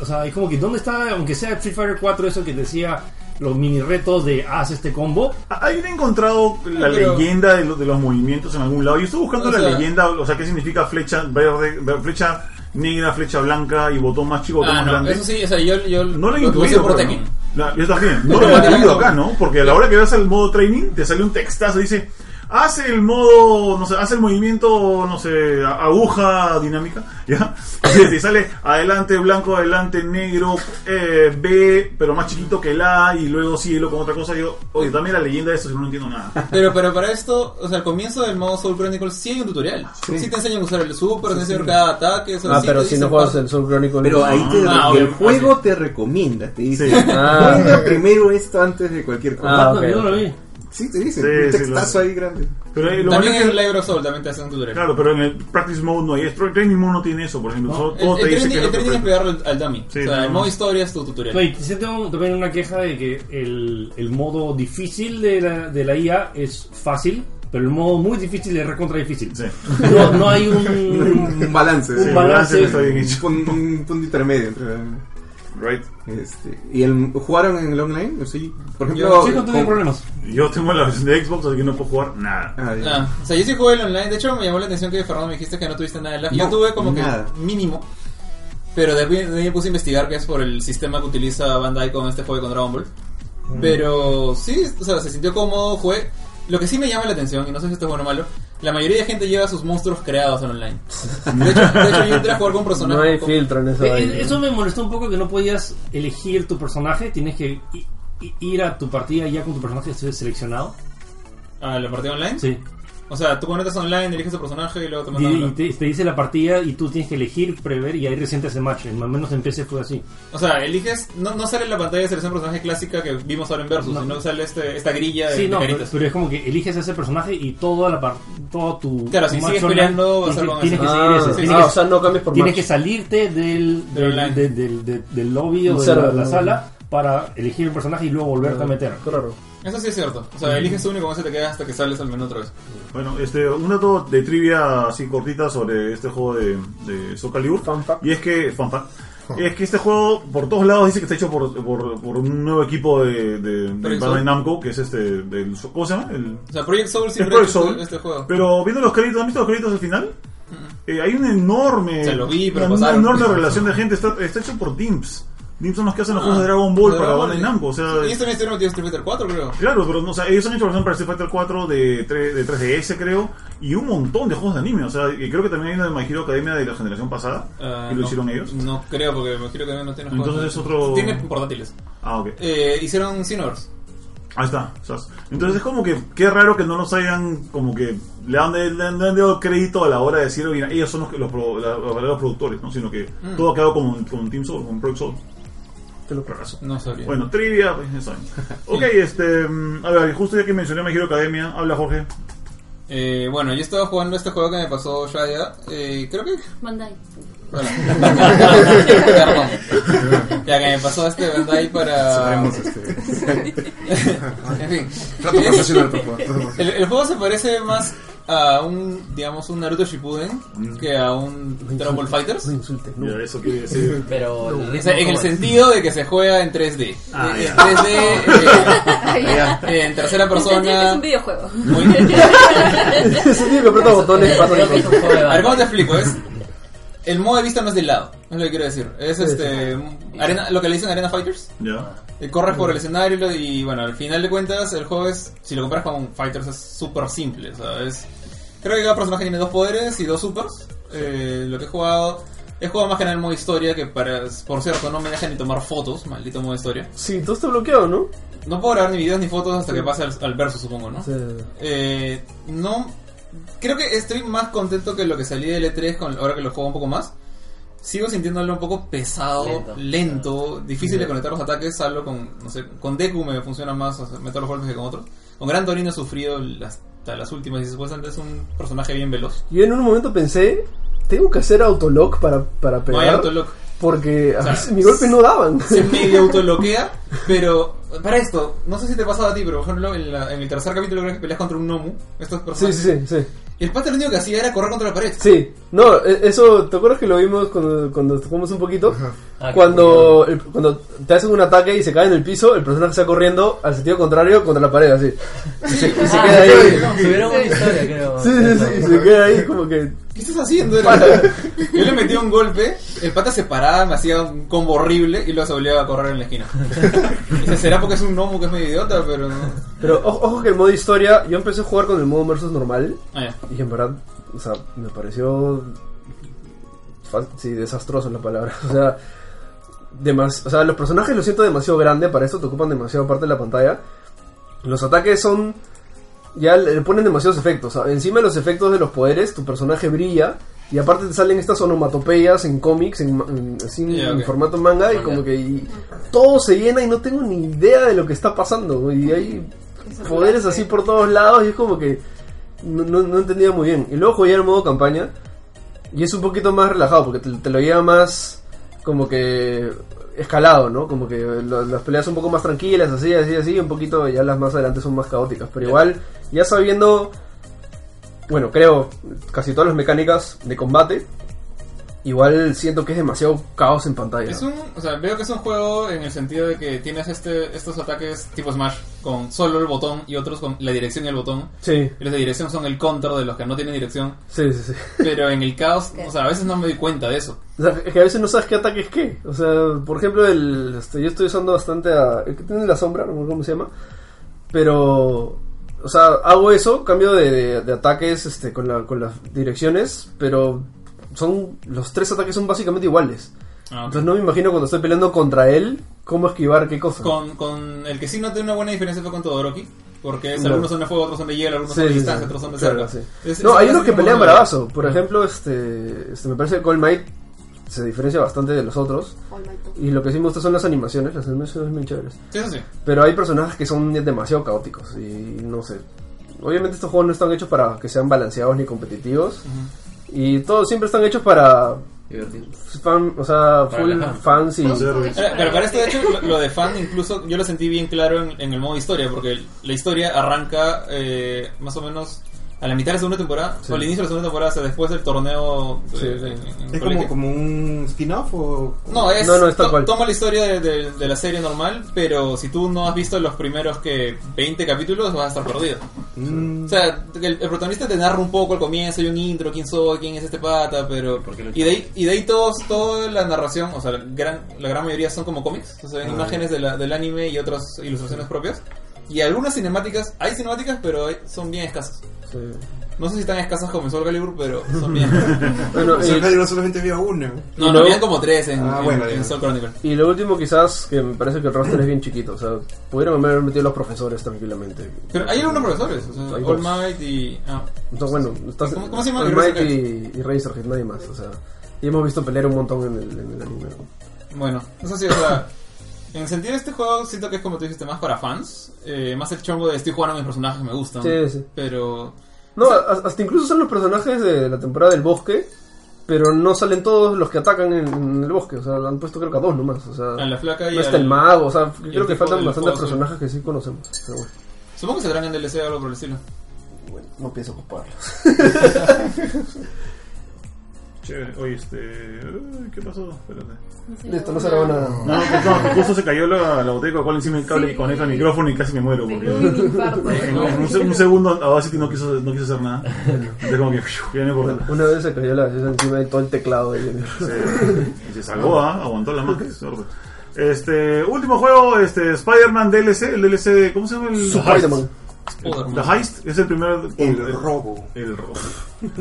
O sea, es como que, ¿dónde está, aunque sea Street Fighter 4, eso que decía los mini retos de haz este combo?
¿Alguien ha encontrado la
Pero-
leyenda de, lo- de los movimientos en algún lado? Yo estoy buscando
O
la
sea-
leyenda, o sea, ¿qué significa flecha verde, ver- flecha negra, flecha blanca y botón más chico, botón
Ah,
más
no,
grande?
eso sí, o sea, yo, yo
No lo he
sé
incluido.
por
creo,
Tekken.
¿no? La- yo también. No lo he incluido acá, ¿no? Porque a la hora que vas al modo training, te sale un textazo. Dice, hace el modo, no sé, hace el movimiento, no sé, a- aguja dinámica. ¿Ya? Y te sale adelante, blanco, adelante, negro, eh, B, pero más chiquito que la A. Y luego síguelo con otra cosa. Yo, oye, dame la leyenda de esto si no, no entiendo nada.
Pero, pero para esto, o sea, al comienzo del modo Soul Chronicle sí hay un tutorial. Sí, te enseñan a usar el super, te enseñan cada ataque. o sea,
Ah,
sí
pero
te
si
dicen
no juegas
cosas.
el Soul Chronicle.
Pero ahí te,
Ah,
el
obvio,
juego te recomienda, te dice,
Sí.
Ah.
juega primero esto antes de cualquier cosa.
Ah,
No,
ok.
yo no lo vi.
Sí, te dice,
Sí,
un
sí,
textazo
lo-
ahí grande.
Pero eh, lo bueno
También
es
en
que-
el Libro Soul también te hacen un tutorial.
Claro, pero en el practice mode no hay. esto. El training mode no tiene eso, por ejemplo.
No,
Solo
El,
todo
el
te dice
training-
que es
el
lo que
training es
aprende.
pegarle al, al dummy.
Sí,
o
no,
sea, el
no.
modo historia es tu tutorial.
Oye, sí tengo también una queja de que el, el modo difícil de la, de la IA es fácil, pero el modo muy difícil es recontra difícil.
Sí.
No, no hay
Un
un...
balance.
Un
sí.
balance.
está bien hecho.
Un, un punto intermedio entre...
Right.
Este, ¿Y el, jugaron en el online? Sí, por ejemplo...
Yo sí no tuve
con-
problemas.
Yo tengo la versión de Xbox, así que no puedo jugar nada.
Ah, ya.
Ah, o sea, yo sí jugué el online. De hecho, me llamó la atención que Fernando me dijiste que no tuviste nada de lag. yo
No,
tuve como
nada.
que mínimo. Pero de ahí de ahí me puse a investigar que es por el sistema que utiliza Bandai con este juego y con Dragon Ball.
Mm.
Pero sí, o sea, se sintió cómodo, jugué. Lo que sí me llama la atención, y no sé si esto es bueno o malo, la mayoría de gente lleva sus monstruos creados en online. De hecho, de hecho, yo entré a jugar con personajes.
No hay
con-
filtro en esa
Eh,
vaina.
eh, Eso me molestó un poco que no podías elegir tu personaje, tienes que i- i- ir a tu partida ya con tu personaje seleccionado.
Ah, la partida online.
Sí.
O sea, tú conectas online, eliges tu personaje y luego te
Y,
mandan.
y te, te dice la partida y tú tienes que elegir, prever y ahí recién te hace match. Más o menos en PC fue así.
O sea, eliges. No, no sale en la pantalla de selección de personaje clásica que vimos ahora en Versus,
No.
sino sale este, esta grilla de,
Sí,
de
no, pero,
caritas.
pero es como que eliges a ese personaje y toda la par- todo tu.
Claro, si
tu
sigues
match online
peleando, vas a
tienes,
con
tienes
ese.
que
Ah,
seguir ese.
ah,
Tienes, que,
o sea, no cambies por
tienes
match.
que salirte del,
Del
del,
online.
de- del, de- del lobby o
Un
de
server,
la, la
¿no?
sala para elegir el personaje y luego volverte a meter.
Qué raro.
Eso sí es cierto. O sea, eliges uno y con ese te quedas hasta que sales al menú otra vez.
Bueno, este, un dato de trivia así cortita sobre este juego de, de Soul Calibur.
Fun fact.
Y es que, fun fact, es que este juego por todos lados dice que está hecho por, por, por un nuevo equipo de, de, de
Project
Bandai
Soul.
Namco, que es este, del, ¿cómo se llama? El,
O sea, Project Soul
es
siempre
Project
ha hecho
Soul.
este, este juego.
Pero viendo los créditos, ¿han visto los créditos al final? Eh, hay una enorme,
O sea, lo vi, pero
una, una
pasaron.
enorme relación de gente, está, está hecho por Dimps. Dimps son los que hacen los
Ah,
juegos de Dragon Ball
de
para
Dragon
Bandai
Ball.
Namco, o sea...
Y esto me estuvieron metidos en Street Fighter 4, creo.
Claro, pero no, o sea, ellos han hecho versión para Street Fighter 4 de, 3, de 3DS, creo, y un montón de juegos de anime. O sea, y creo que también hay una de My Hero Academia de la generación pasada,
Ah,
y lo
no,
hicieron ellos.
No creo, porque me imagino que no tiene
Entonces
juegos.
es otro-
Tiene portátiles.
Ah, ok.
Eh, hicieron Sinners.
Ahí está. o sea, entonces es como que, qué raro que no nos hayan, como que, le han, le han- le han dado crédito a la hora de decir, oye, ellos son los, que- los, pro- la- los verdaderos productores, ¿no? Sino que
Mm.
todo ha quedado con, con Team Soul, con Project Soul.
Qué loco.
Rarazo.
No sabía.
Bueno, trivia, pues, ya saben. Ok, este, mm, a ver, justo ya que mencioné My Hero Academia, habla Jorge.
Eh, bueno, yo estaba jugando este juego que me pasó Shaya. Eh, creo que.
Bandai.
Bueno. Perdón. ya que me pasó este Bandai para.
Sabemos este.
en fin.
Trato profesional, por favor. trato profesional.
El, el juego se parece más a un, digamos, un Naruto Shippuden
Mm.
que a un Dragon Ball Fighters.
No insultes, no.
Mira, eso quiere decir...
Pero el
O
ritmo
sea, en el
como es.
sentido de que se juega en 3D.
Ah,
Eh,
ya.
en 3D,
Ya.
eh, en tercera
Entendí que es
persona.
un videojuego.
Muy-
Ese tío que aprieta botones pasa
Creo que es un juego de
A ver, ¿cómo
banda.
te explico? Es, el modo de vista no es de lado, es lo que quiero decir. Es este. Arena, lo que le dicen Arena Fighters.
Ya.
Eh, Corres por el escenario y bueno, al final de cuentas el juego es, si lo comparas con Fighters es súper simple, o sea, es- Creo que cada personaje tiene dos poderes y dos supers. Eh, lo que he jugado, he jugado más que nada en modo historia, que para, por cierto no me dejan ni tomar fotos, maldito modo historia.
Sí, todo está bloqueado, ¿no?
No puedo grabar ni videos ni fotos hasta que pase al, al verso, supongo, ¿no?
O sea,
Eh, no. Creo que estoy más contento que lo que salí del E3 con, ahora que lo juego un poco más. Sigo sintiéndolo un poco pesado, lento,
Lento.
difícil de conectar los ataques, salvo con, no sé, con Deku me funciona más o sea, meter los golpes que con otros. Con Gran Torino he sufrido hasta las últimas y supuestamente es un personaje bien veloz.
Yo en un momento pensé, tengo que hacer autolock para, para
No hay
pegar.
autolock.
porque a
sea,
veces mis golpes no daban.
Se medio autoloquea, pero para esto, no sé si te ha pasado a ti, pero por ejemplo en, la- en el tercer capítulo creo que peleas contra un Nomu, estos
Sí,
personajes.
sí, sí, sí.
El pata lo único que hacía era correr contra la pared.
Sí, no, e- eso, ¿te acuerdas que lo vimos cuando, cuando jugamos un poquito?
Ah, qué
Cuando, el- cuando te hacen un ataque y se cae en el piso, el personaje está corriendo al sentido contrario contra la pared, así. Y se, y
Ah,
se queda ahí.
Tuvieron una historia, creo.
Sí, sí, sí, y se queda ahí como que...
¿Qué estás haciendo? Era- Yo le metí un golpe, el pata se paraba, me hacía un combo horrible y lo obligaba a correr en la esquina. Dice, será porque es un gnomo que es medio idiota, pero no.
Pero ojo, ojo que el modo historia, yo empecé a jugar con el modo versus normal
Ah, ya.
y en verdad, o sea, me pareció... fa- Sí, desastroso es la palabra. O sea, demas- o sea, los personajes los siento demasiado grande, para eso te ocupan demasiado parte de la pantalla. Los ataques son... Ya le le ponen demasiados efectos. o sea, Encima de los efectos de los poderes, tu personaje brilla. Y aparte te salen estas onomatopeyas en cómics, en, ma- en- así en-
Ya, ok.
en formato manga. Y
Manga.
como que y todo se llena y no tengo ni idea de lo que está pasando. Y hay poderes así por todos lados y es como que no, no, no entendía muy bien. Y luego jugué al modo campaña y es un poquito más relajado porque te, te lo lleva más como que escalado, ¿no? Como que lo- las peleas son un poco más tranquilas, así, así, así, un poquito ya las más adelante son más caóticas, pero igual ya sabiendo, bueno, creo casi todas las mecánicas de combate, igual siento que es demasiado caos en pantalla.
Es un, o sea, veo que es un juego en el sentido de que tienes este, estos ataques tipo Smash con solo el botón y otros con la dirección y el botón.
Sí,
Y los de dirección son el contra de los que no tienen dirección.
sí, sí, sí.
Pero en el caos, o sea, a veces no me doy cuenta de eso.
O sea, es que a veces no sabes qué ataque es qué. O sea, por ejemplo, el, este, yo estoy usando bastante a... El que tiene la sombra, no me acuerdo cómo se llama. Pero... O sea, hago eso, cambio de, de- de ataques este, con, la- con las direcciones, pero son los tres ataques son básicamente iguales.
Ah, ok.
Entonces no me imagino cuando estoy peleando contra él cómo esquivar qué cosa.
Con, con el que sí noté una buena diferencia fue con Todoroki. Porque es-
Claro.
algunos son de fuego, otros son de hielo, algunos
Sí,
son de
sí,
distancia,
sí.
otros son de
Claro,
cerca.
sí.
Es-
No,
es-
hay
es
unos que
como-
pelean bravazo. Por ejemplo, este, este me parece que All Might se diferencia bastante de los otros. Y lo que sí me gusta son las animaciones, las animaciones son bien chéveres.
Sí, eso sí.
Pero hay personajes que son demasiado caóticos y no sé. Obviamente estos juegos no están hechos para que sean balanceados ni competitivos. Y todos siempre están hechos para
Divertido.
fan, o sea,
Para
full
relajar.
fans y...
Pero, Eh, pero para esto, de hecho, lo, lo de fan incluso yo lo sentí bien claro en, en el modo historia, porque la historia arranca eh, más o menos a la mitad de la segunda temporada, o al inicio de la segunda temporada, o sea, después del torneo. eh,
Sí, sí.
en- en- en
¿Es
colegio.
como, como un spin-off o...?
No, es,
No, no, es tal
to-
cual.
toma la historia de, de- de la serie normal, pero si tú no has visto los primeros que 20 capítulos vas a estar perdido.
Mm.
O sea, el, el protagonista te narra un poco al comienzo, hay un intro, quién soy, quién es este pata, pero... Y de ahí, y de ahí todos, toda la narración, o sea, la gran, la gran mayoría son como cómics, o sea,
Ah.
ven imágenes de la- del anime y otras ilustraciones propias. Y algunas cinemáticas, hay cinemáticas, pero hay- son bien escasas.
sí.
No sé si tan escasas como en Soul Calibur, pero son bien escasas.
Bueno,
Soul
y-
Calibur solamente había uno.
No,
luego-
no, habían como tres en,
Ah,
en-
bueno,
en
ya.
Soul Chronicle.
Y lo último quizás, que me parece que el roster es bien chiquito, o sea, pudieron haber metido los profesores tranquilamente.
Pero hay algunos profesores, o sea,
Hay
All
dos.
Might y... Ah,
Entonces, bueno, estás
¿Cómo- cómo se llama?
el
Eraserhead.
Mighty y, y Razorhead, nadie más, o sea, y hemos visto pelear un montón en el, en el anime.
bueno, eso sí, o sea... En el sentido de este juego siento que es como tú dijiste, más para fans. eh, más el chongo de estoy jugando a mis personajes que me gustan.
Sí, sí.
Pero...
No, a- hasta incluso son los personajes de la temporada del bosque, pero no salen todos los que atacan en, en el bosque, o sea, han puesto creo que a dos nomás, o sea,
A la flaca y
no está
al-
el mago, o sea,
y
creo
el
que
tipo
faltan
del
bastantes
pozo.
personajes que sí conocemos, pero bueno,
Supongo que se traen en DLC o algo por el estilo.
bueno no pienso ocuparlos.
Chévere. Oye, este. uy, ¿Qué pasó? Espérate.
Listo, no se grabó nada.
No, no, no, justo se cayó la, la botella de Coca-Cola encima del cable que conecta el micrófono y casi me muero.
Me
Porque,
dio un infarto.
en, en un, se- un segundo, Audacity no quiso, no quiso hacer nada. Entonces, como que. fiu, Ya me acordé.
Una vez se cayó la belleza encima de todo el teclado de Jennifer.
Se, y se salvó, ¿ah? aguantó la máscara. sordo. Este, último juego, este, Spider-Man DLC, el DLC de, ¿cómo se llama? El,
Spider-Man.
The Heist, es el primer...
El robo.
El robo.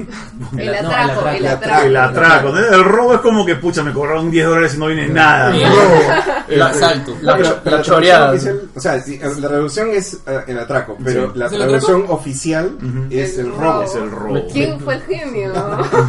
El
No,
atraco,
el
el
atraco.
atraco.
El atraco. ¿no? El robo es como que, pucha, me cobraron 10 dólares y no viene nada. ¿no?
El
Eh,
asalto.
eh, La,
Pero
cho- la
traducción
choreada.
oficial- o sea, sí, la revolución es eh, el atraco, pero
Sí.
la
¿Es el
traducción oficial
Ujú.
es el,
El
robo.
robo.
Es el robo.
¿Quién fue el genio?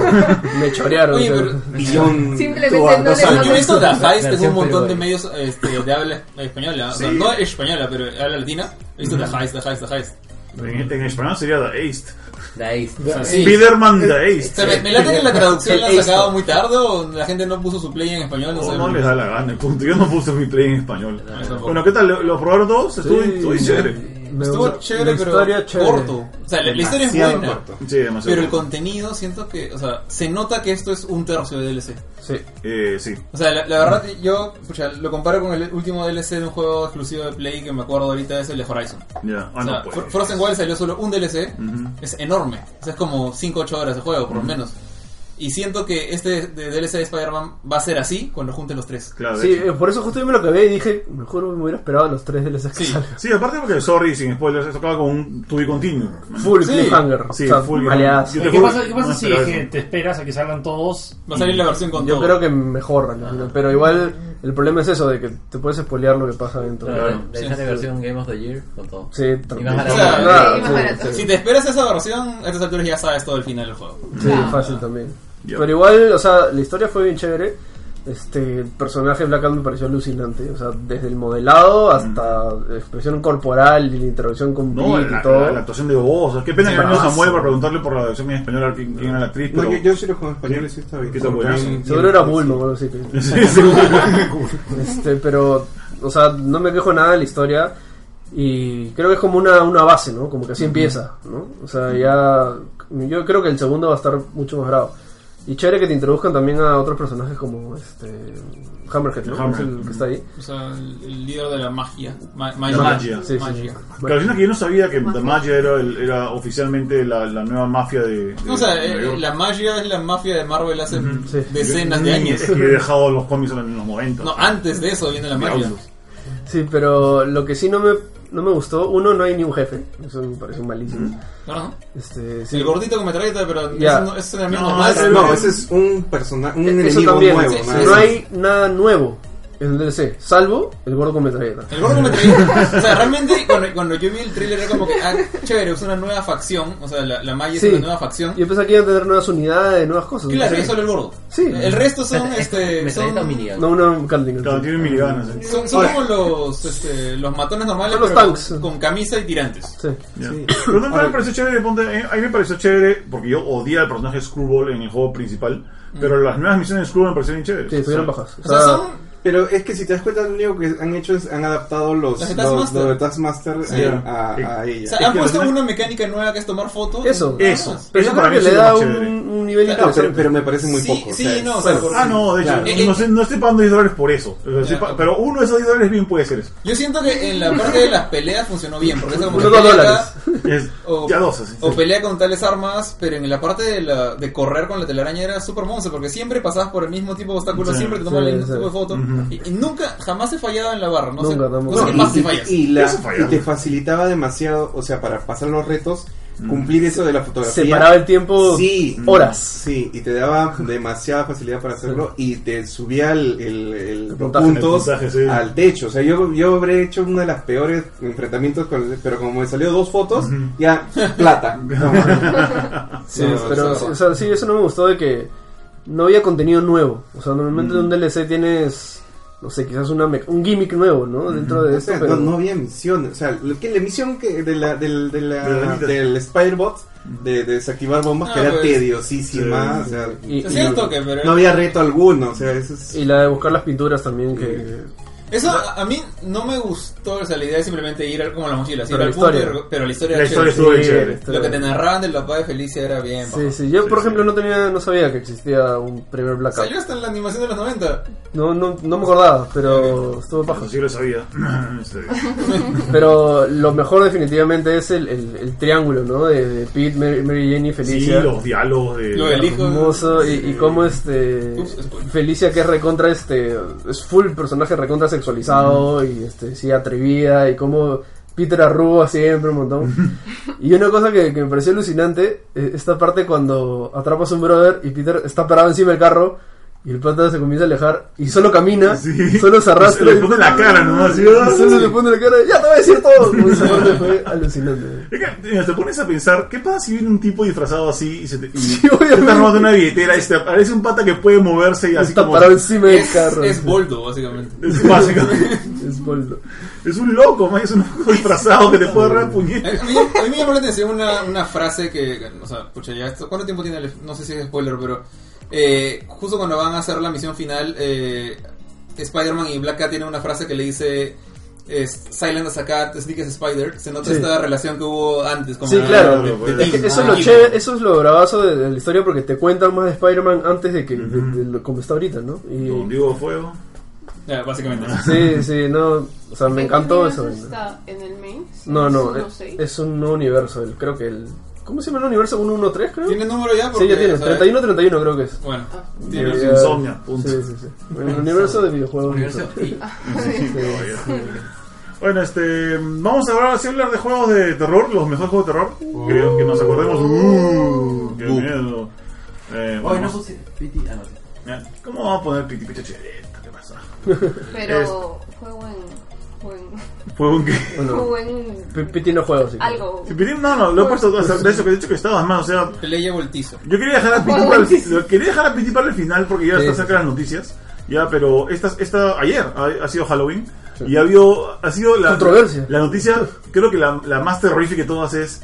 Me chorearon.
Oye,
o sea.
pero-
Billón.
Simplemente
Tuba,
no le
O sea,
no
yo he
le-
visto The Heist en
Versión
un montón de
peruana.
medios este, de habla española. O sea,
Sí.
no española, pero habla latina. He visto The Heist, The Heist, The Heist.
En, en español sería The Heist.
De ahí.
O sea, sí.
Spider-Man The
O
Heist.
sea, me, me late que la traducción la han sacado muy tarde o la gente no puso su play en español. No
O
sé.
no les da la gana, punto. Yo no puse mi play en español.
tampoco.
Bueno, ¿qué tal? ¿Lo, lo probaron todos? Estuvo,
Sí.
estuvo chévere.
Me
Estuvo
gusta.
chévere,
La
pero
historia chévere.
corto. O sea, la, la historia es
Demasiado
buena.
corto.
Sí, demasiado.
Pero el contenido siento que, o sea, se nota que esto es un tercio de DLC.
Sí.
Eh, sí.
O sea, la, la verdad yo, pucha, lo comparo con el último DLC de un juego exclusivo de Play que me acuerdo ahorita es el de Horizon.
Ya. Ah,
O sea,
no, Mm. pues.
Fro- Frozen Wild salió solo un DLC,
Ujú.
es enorme, o sea, es como 5 8 horas de juego
Mm.
por lo menos. Y siento que este de DLC de Spider-Man va a ser así cuando junten los tres.
Claro, de
Sí,
hecho.
eh, por eso justo yo me lo acabé y dije, mejor me hubiera esperado a los tres DLCs que
Sí.
salgan.
Sí, aparte porque, sorry, sin spoilers, eso acaba con un to be continued.
Full
Sí.
cliffhanger.
Sí,
o sea,
full
maleadas.
cliffhanger.
¿Qué pasa, qué pasa
No
si
esperaba
que
eso.
te esperas a que salgan todos?
Va a salir la versión con
Yo
todo.
creo que mejoran, al final, pero igual el problema es eso, de que te puedes spoilear lo que pasa dentro.
Claro.
De
Sí,
esa
sí.
versión Game of the Year con todo.
Sí, también.
más
barato.
Nada,
O sea,
y más barato.
sí,
Si
sí.
te esperas esa versión, a estas alturas ya sabes todo el final del juego.
Sí,
Claro.
fácil también.
Ya.
Pero igual, o sea, la historia fue bien chévere. Este el personaje Black Adam me pareció alucinante. O sea, desde el modelado hasta expresión corporal y la interacción con
Mm. No,
Pete
la,
y todo.
la- la actuación de voz. Qué pena que
Sí,
no vino
bravazo.
Samuel para preguntarle por la versión en español a quién quién era la actriz.
No,
Pero...
yo, yo sí lo juego en español y sí está bien.
Que está buenazo.
Bien-
Seguro
bien-
era Bulma o algo así. que-
Sí, sí.
Este, pero, o sea, no me quejo nada de la historia. Y creo que es como una, una base, ¿no? Como que así empieza, ¿no? O sea, ya. Yo creo que el segundo va a estar mucho más bravo. Y chévere que te introduzcan también a otros personajes como este. Hammerhead, ¿no?
Hammerhead,
Es el que está ahí.
O sea, el, el líder de la magia. Ma- ma-
La magia.
Sí, sí,
Magia.
sí.
Que al final que yo no sabía que The Magia era, el- era oficialmente la, la nueva mafia de. de
No, o sea,
de
eh,
Nueva York.
la magia es la mafia de Marvel hace
sí.
decenas de años.
Es que he dejado los cómics en los 90.
No, antes de eso viene la magia.
Diablos.
Sí, pero lo que sí no me, no me gustó, uno, no hay ni un jefe. Eso me pareció malísimo.
¿No, no?
Este, sí.
El gordito con metralleta, pero
Ya. E-,
eso no, eso también
No,
normal.
ese-
No, ese es un personaje, un
Eso
enemigo
también.
nuevo.
sí,
nada
no
más.
hay nada nuevo. Es el DLC, salvo el gordo con metralleta.
El gordo con metralleta. O sea, realmente cuando, cuando yo vi el tráiler era como que, ah, chévere, es una nueva facción. O sea, la, la Maya es
Sí.
una nueva facción.
Yo pensaba que iban a tener nuevas unidades, nuevas cosas.
Claro,
Sí.
es solo el gordo.
Sí.
El resto son, este,
Metralleta o
son,
minigun.
No, no, Calding.
Claro, tiene miliganas. ¿eh?
son, son como los, este, los matones normales,
Son los
pero
tanks.
con camisa y tirantes.
Sí.
Ya. Pero también me pareció chévere, ponte, eh, a mí me pareció chévere porque yo odiaba el personaje Screwball en el juego principal, pero las nuevas misiones de Screwball me parecieron bien chéveres.
Sí, estuvieron
O sea,
bajas.
O sea, son,
Pero es que si te das cuenta, lo único que han hecho es han adaptado los,
Las de
los,
Taskmaster.
los de Taskmaster
Sí.
a, a-
Sí.
a
o
ella.
sea,
Es
han
que
puesto
además-
una mecánica nueva que es tomar fotos.
ah, Eso.
y nada
Eso.
más.
Pero yo
Eso para
creo
mí
que
es
le
lo
da
más
un,
chévere.
un nivel
Claro,
No, pero,
interesante.
pero me parece muy
Sí,
poco.
sí,
o sea,
no, o
es-
sea,
bueno,
por-
Ah, no, de hecho,
Claro. Eh,
no, sé- no estoy pagando 10 dólares por eso. O sea, sí
Ya.
pa- pero uno de esos 10 dólares bien puede ser eso.
Yo siento que en la parte de las peleas funcionó bien, porque es como que
Uno, dos
pelea acá,
dólares.
Es-
O,
ya dos, así.
o pelea con tales armas, pero en la parte de, la, de correr con la telaraña era súper monstruo, porque siempre pasabas por el mismo tipo de obstáculo,
Sí,
siempre te tomaban el
sí,
mismo
sí.
tipo de foto. y, y nunca, jamás he fallado en la barra, no
Nunca,
sé.
tampoco.
cosa que
no,
más
y,
te fallas.
y la-
Eso fallaba.
y te facilitaba demasiado, o sea, para pasar los retos, cumplir eso de la fotografía.
Separaba el tiempo
Sí.
horas.
Sí, y te daba demasiada facilidad para hacerlo y te subía el, el- el- los
puntaje,
puntos
el puntaje, sí.
al techo. O sea, yo, yo habré hecho uno de los peores enfrentamientos, con- pero como me salió dos fotos, ya plata. No,
Sí,
No,
pero
o sea,
o sea, sí, eso no me gustó de que no había contenido nuevo. O sea, normalmente
Mm.
en un DLC tienes, no sé, quizás una me- un gimmick nuevo, ¿no? Dentro de
o
esto,
sea,
pero...
Mm. no, no había misiones. O sea, lo que, la misión que de la, del, de la-
De la lista.
del Spirebot de, desactivar bombas, que
Ah,
era
pues.
tediosísima. O sea,
Y-
Es cierto que, pero-
no había reto alguno. O sea, eso es-
Y la de buscar las pinturas también, que...
Eso a, a mí no me gustó, o sea, la idea es simplemente ir al- como la mochila, así,
Pero
ir al
la
punto y
historia.
re- pero la historia
La
era
historia
chévere.
estuvo bien
Sí,
chévere.
estuvo-
Lo que te narraban del papá de Felicia era bien,
Sí,
bajo.
sí. Yo, por
Sí,
ejemplo,
sí.
no tenía no sabía que existía un primer blackout.
Salió hasta en la animación de los 90.
No, no, no me acordaba, pero estuvo bajo.
Eso sí lo sabía. Este,
Pero lo mejor definitivamente es el, el, el triángulo, ¿no? De, de Pete, Mary, Mary Jane y
Sí,
Felicia.
los diálogos de.
Lo del hijo.
hermoso y, y cómo este
Ups, spoiler.
Felicia que es recontra este es full personaje recontra sexualizado y este sí atrevida y cómo Peter arruga siempre un montón y una cosa que, que me pareció alucinante eh, esta parte cuando atrapas a un brother y Peter está parado encima del carro y el pata se comienza a alejar y solo camina
Sí.
solo se arrastra
Le
y-
pone la cara nomás, así,
y solo le pone la cara ya te voy a decir todo Como esa parte fue alucinante
Es que, mira, te pones a pensar, ¿qué pasa si viene un tipo disfrazado así y se te, y
Sí,
te
obviamente.
está robando una billetera? Este, aparece un pata que puede moverse y así
está
como.
parado encima del
Es,
carro
es Boldo, básicamente.
Es básicamente.
es boldo
Es un loco, man, es un loco disfrazado que te puede agarrar puñetes.
A mí, a mí me llamó la atención una, una frase que, o sea, pucha, ya esto, ¿cuánto tiempo tiene? el- No sé si es spoiler, pero eh, justo cuando van a hacer la misión final, eh, Spider-Man y Black Cat tienen una frase que le dice, es, Silent as a cat, sneak as a spider, se nota
Sí.
esta relación que hubo antes. Como
Sí,
de-
claro.
de- Ah, de- de-
Es que
de-
eso es
de-
lo
de-
chévere, eso es lo bravazo de, de la historia porque te cuentan más de Spider-Man antes de que de- de lo- como está ahorita, ¿no?
Con
Y,
Diego Fuego.
Ya, Ah, básicamente.
sí, sí, no, o sea, me encantó eso.
¿Está en el main?
No, no,
no
es, es un nuevo universo, el- creo que el ¿Cómo se llama el universo 113, creo?
¿Tiene número ya?
Sí,
Ah, Porque,
ya tiene,
o sea,
31 31 creo que es.
Bueno,
Tiene
Sí,
los
ya.
insomnia, punto.
Sí, sí, sí. El universo de videojuegos.
Universo y
Oh, Bueno, este. Vamos ahora a hablar de juegos de terror, los mejores juegos de terror. Creo que nos acordemos. Uh, ¡Qué miedo! Eh,
Hoy no
bueno,
puse Piti. Ah, no.
¿Cómo vamos a poner Piti Picho Chireta? ¿Qué pasa?
Pero fue buen. buen-
Fue un que.
Fue
Bueno,
buen.
P- Piti no juega así. que-
Algo.
Si Pitín- No, no, lo he puesto todo hasta- de eso que he dicho que estabas más, o sea.
le llevo el tizo.
Yo quería dejar a Piti para el, lo- quería dejar a Piti para el final porque ya está cerca de las noticias. Ya, pero esta, esta, ayer ha, ha sido Halloween y ha, habido, ha sido la,
Controversia.
la noticia, creo que la, la más terrorífica de todas es,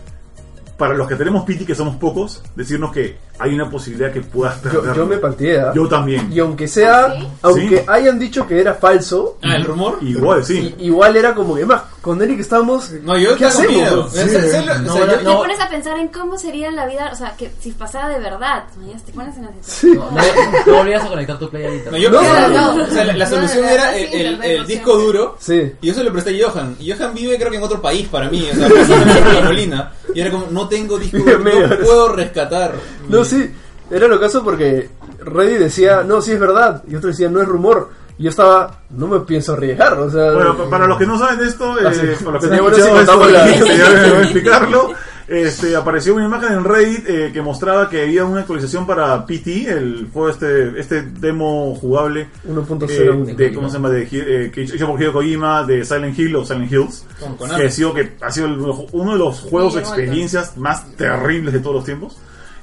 para los que tenemos Piti, que somos pocos, decirnos que hay una posibilidad que puedas
Yo,
perder.
yo me partí ¿ah?
Yo también.
Y aunque sea,
¿Sí?
aunque
Sí.
hayan dicho que era falso,
Ah, el rumor.
Igual, sí.
i- igual era como que más, con Eric estábamos
No, yo
¿Qué
tengo
hacemos?
miedo.
Sí.
Es- es- es- o sea, yo-
Te pones a pensar en cómo sería la vida, o sea, que si pasara de verdad, ¿no? Ya te pones en la situación.
Sí.
No, no, no volvías a conectar tu play al
No,
internet.
yo
No,
pensaba-
no,
no.
o sea, la, la
No,
solución
de verdad,
era el,
sí,
el-
internet
el
no
disco
sirve.
duro.
Sí.
Y yo se lo presté a Johan. Y Johan vive, creo que en otro país para mí. O sea, precisamente en la Molina. Y era como, no tengo disco duro,
Media
no
hora.
puedo rescatar.
No, sí, era lo caso porque Reddy decía, no, sí es verdad, y otro decía, no es rumor. Y yo estaba, no me pienso arriesgar, o sea. Ah,
Bueno, pa- para los que no saben de esto, eh,
sí.
para los que
Sería
no
bueno
han
si
escuchado esto,
contamos la-
sería bueno explicarlo. este, apareció una imagen en Reddit eh, que mostraba que había una actualización para PT, el juego este, este demo jugable
1.0
eh, de cómo se llama de Hi- eh, que hecho por Hideo Kojima de Silent Hill o Silent Hills,
Con Konami.
que ha sido que ha sido el- uno de los juegos
Sí, llegó
experiencias más terribles de todos los tiempos.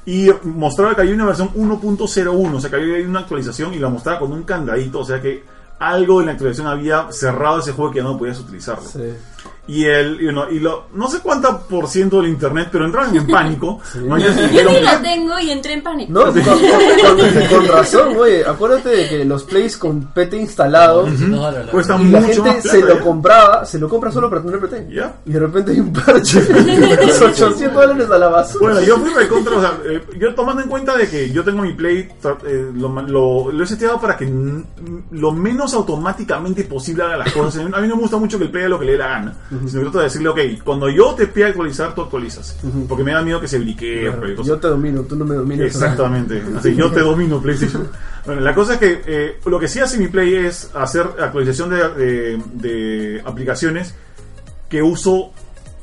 Y mostraba que había una versión 1.01, o sea que había una actualización y la mostraba con un candadito, o sea que algo en la actualización había cerrado ese juego que ya no podías utilizarlo.
Sí.
Y el, y uno- y lo, no sé cuánta por ciento del internet, pero entraron en pánico. ¿no? Y
Yo
dijeron,
sí lo tengo y entré en pánico.
No, con, con- con razón, oye, acuérdate de que los plays con PT instalado
No, no, no.
cuesta
y la
mucho
gente
más
se
plata,
lo
ya".
compraba, se lo compra solo para tener PT.
Ya.
Y de repente hay un parche de 800 dólares a la basura.
Bueno, yo fui recontra, o sea, eh, yo tomando en cuenta de que yo tengo mi play, tra- eh, lo, ma- lo- lo he seteado para que n- lo menos automáticamente posible haga las cosas. A mí no me gusta mucho que el play haga lo que le dé la gana, sino que trato de decirle, ok, cuando yo te pida actualizar, tú actualizas, porque me da miedo que se bliquee. porque hay cosas
Yo te domino, tú no me dominas.
Exactamente. Así, yo te domino PlayStation. Bueno, la cosa es que eh, lo que sí hace mi Play es hacer actualización de, de- de aplicaciones que uso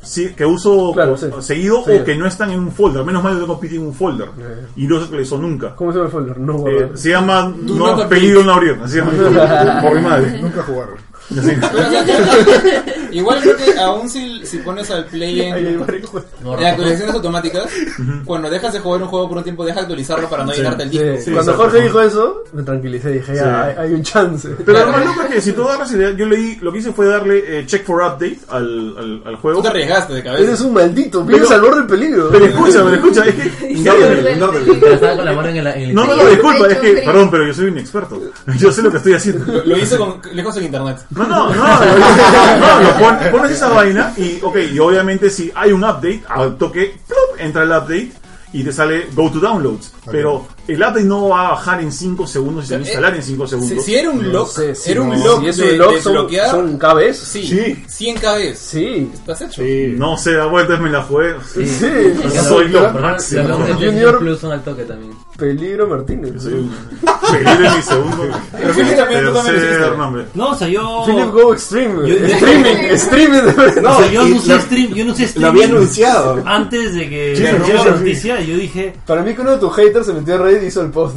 sí, que uso
Claro,
o-
sí.
seguido
Sí.
o que no están en un folder. Menos mal yo tengo PT en un folder y no se actualizó nunca.
¿Cómo se llama el folder? No,
Eh,
guarda.
se llama
Do
No
not
has
update.
pedido una abrión. Así se llama. Por mi madre.
Nunca jugaron.
Así.
Pero, o sea, Igual creo que aún si, si pones al play en,
Ahí hay varios juegos.
No,
en actualizaciones automáticas, cuando dejas de jugar un juego por un tiempo, dejas de actualizarlo para no llenarte el disco.
Sí,
Sí,
Cuando
exacto.
Jorge dijo eso, me tranquilicé dije, ya,
Sí.
hay, hay un chance.
Pero lo más loco es que si tú agarras idea, yo leí, lo que hice fue darle eh, check for update al, al, al
Tú
juego.
te arriesgaste de cabeza.
Eres un maldito, vives
Pero-
al borde del peligro.
Pero escucha, pero escucha, es que
pero estaba con la mano en el. en el
No, no, no,
interior.
disculpa, es que, perdón, pero yo soy un experto. Yo sé lo que estoy haciendo.
Lo- Lo hice con, lejos en internet.
No, no, no, no, no, pon- pones esa vaina y, ok, y obviamente si hay un update, al toque, plop, entra el update y te sale go to downloads. Pero el update no va a bajar en 5 segundos y se va a instalar en 5
Eh, Si,
segundos.
si era un
No
lock,
sé, sí,
era un
no,
lock
si es
de,
un lock,
de
son,
bloquear.
son KBs.
Sí,
Sí.
100 KBs.
Sí.
Estás hecho.
No sé, da vueltas, me la jugué.
Sí.
Soy lo
Por ejemplo,
máximo.
Los logos de
Junior-
Junior Plus son al toque también.
Peligro Martínez.
Soy un peligro en mi segundo.
Pero Philip también, tú también lo
Tercer
hiciste.
nombre.
No, o sea, yo.
Philip Go Extreme.
Yo-
streaming, streaming.
o sea, yo
y
anuncié
lo-
stream, yo anuncié stream.
Lo había anunciado.
Antes de que
Sí,
se
sí,
la
sí.
noticia, y yo dije.
Para mí que uno de tus haters se metió a Reddit y hizo el post.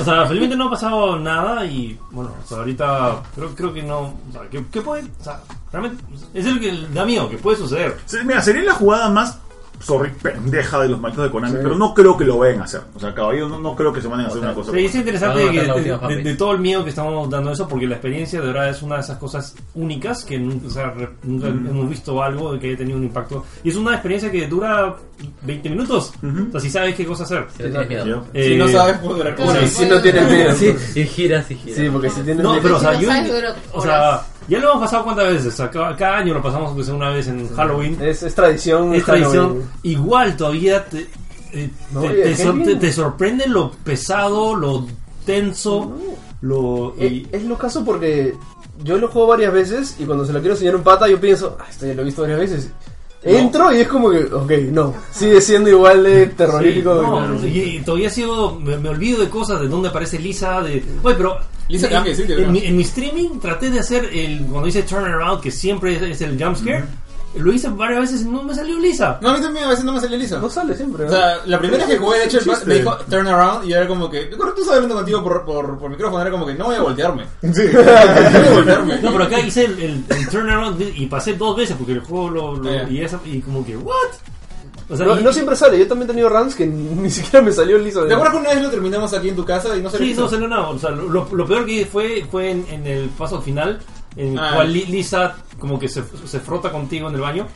O sea, felizmente no ha pasado nada y bueno, o sea, ahorita creo, creo que no. O sea, ¿qué, qué puede? O sea, realmente es el que da miedo, que puede suceder.
Sí, Mira, sería la jugada más sorry, pendeja de los malditos de Konami, pero no creo que lo vayan a hacer. O sea, caballero, no, no creo que se vayan a hacer una cosa.
Sí, es interesante
Vamos a
que
matar la
de,
última
de-
fanbase.
de todo el miedo que estamos dando a eso, porque la experiencia de verdad es una de esas cosas únicas que nunca, o sea, re- nunca hemos visto algo de que haya tenido un impacto. Y es una experiencia que dura 20 minutos. O sea, si sabes qué cosa hacer.
Si no tienes
Ya.
miedo.
Si
Eh,
no sabes, puede durar como
Claro.
una-
si no tienes miedo.
Sí, y giras y giras.
Sí, porque si tienes
No,
miedo-
pero o sea,
Si
yo,
no sabes, dura
o sea,
horas.
ya lo hemos pasado cuántas veces. O sea, cada, cada año lo pasamos aunque sea una vez en Halloween.
es, es tradición.
Es
Halloween.
tradición. Igual todavía te, eh,
No,
te,
oye,
te sor-
Halloween.
te- te sorprende lo pesado, lo tenso, lo...
Eh,
y-
Es lo caso porque yo lo juego varias veces y cuando se lo quiero enseñar a un pata yo pienso, ah, esto ya lo he visto varias veces. Entro y es como que, ok, no, sigue siendo igual de terrorífico.
Sí, no,
que-
y, y todavía sigo, me, me olvido de cosas, de dónde aparece Lisa, de... Oye, pero...
Lisa
en-
cambia, sí, de
en,
verdad.
mi, en mi streaming traté de hacer el... Cuando dice turnaround, que siempre es, es el jumpscare, lo hice varias veces y no me salió Lisa.
No, a mí también a veces no me salió liso.
No sale siempre.
O
¿no?
sea, la primera que jugué, de hecho, el
Chiste.
me dijo turn around y yo era como que. Yo correcto, estaba hablando contigo por, por, por micrófono, era como que no voy a voltearme.
Sí.
No voy a voltearme.
No, pero acá hice el, el- el turnaround y pasé dos veces porque el juego lo... lo-
Ah, ya.
y, esa- y como que, ¿what? O sea,
no,
y-
no siempre sale, yo también he tenido runs que ni siquiera me salió liso.
¿Te acuerdas que una vez lo terminamos aquí en tu casa y no salió
Sí,
liso?
no salió nada. O sea, lo, lo- lo peor que hice fue, fue en, en el paso final, en
Ah.
cual Li- Lisa como que se, se frota contigo en el baño.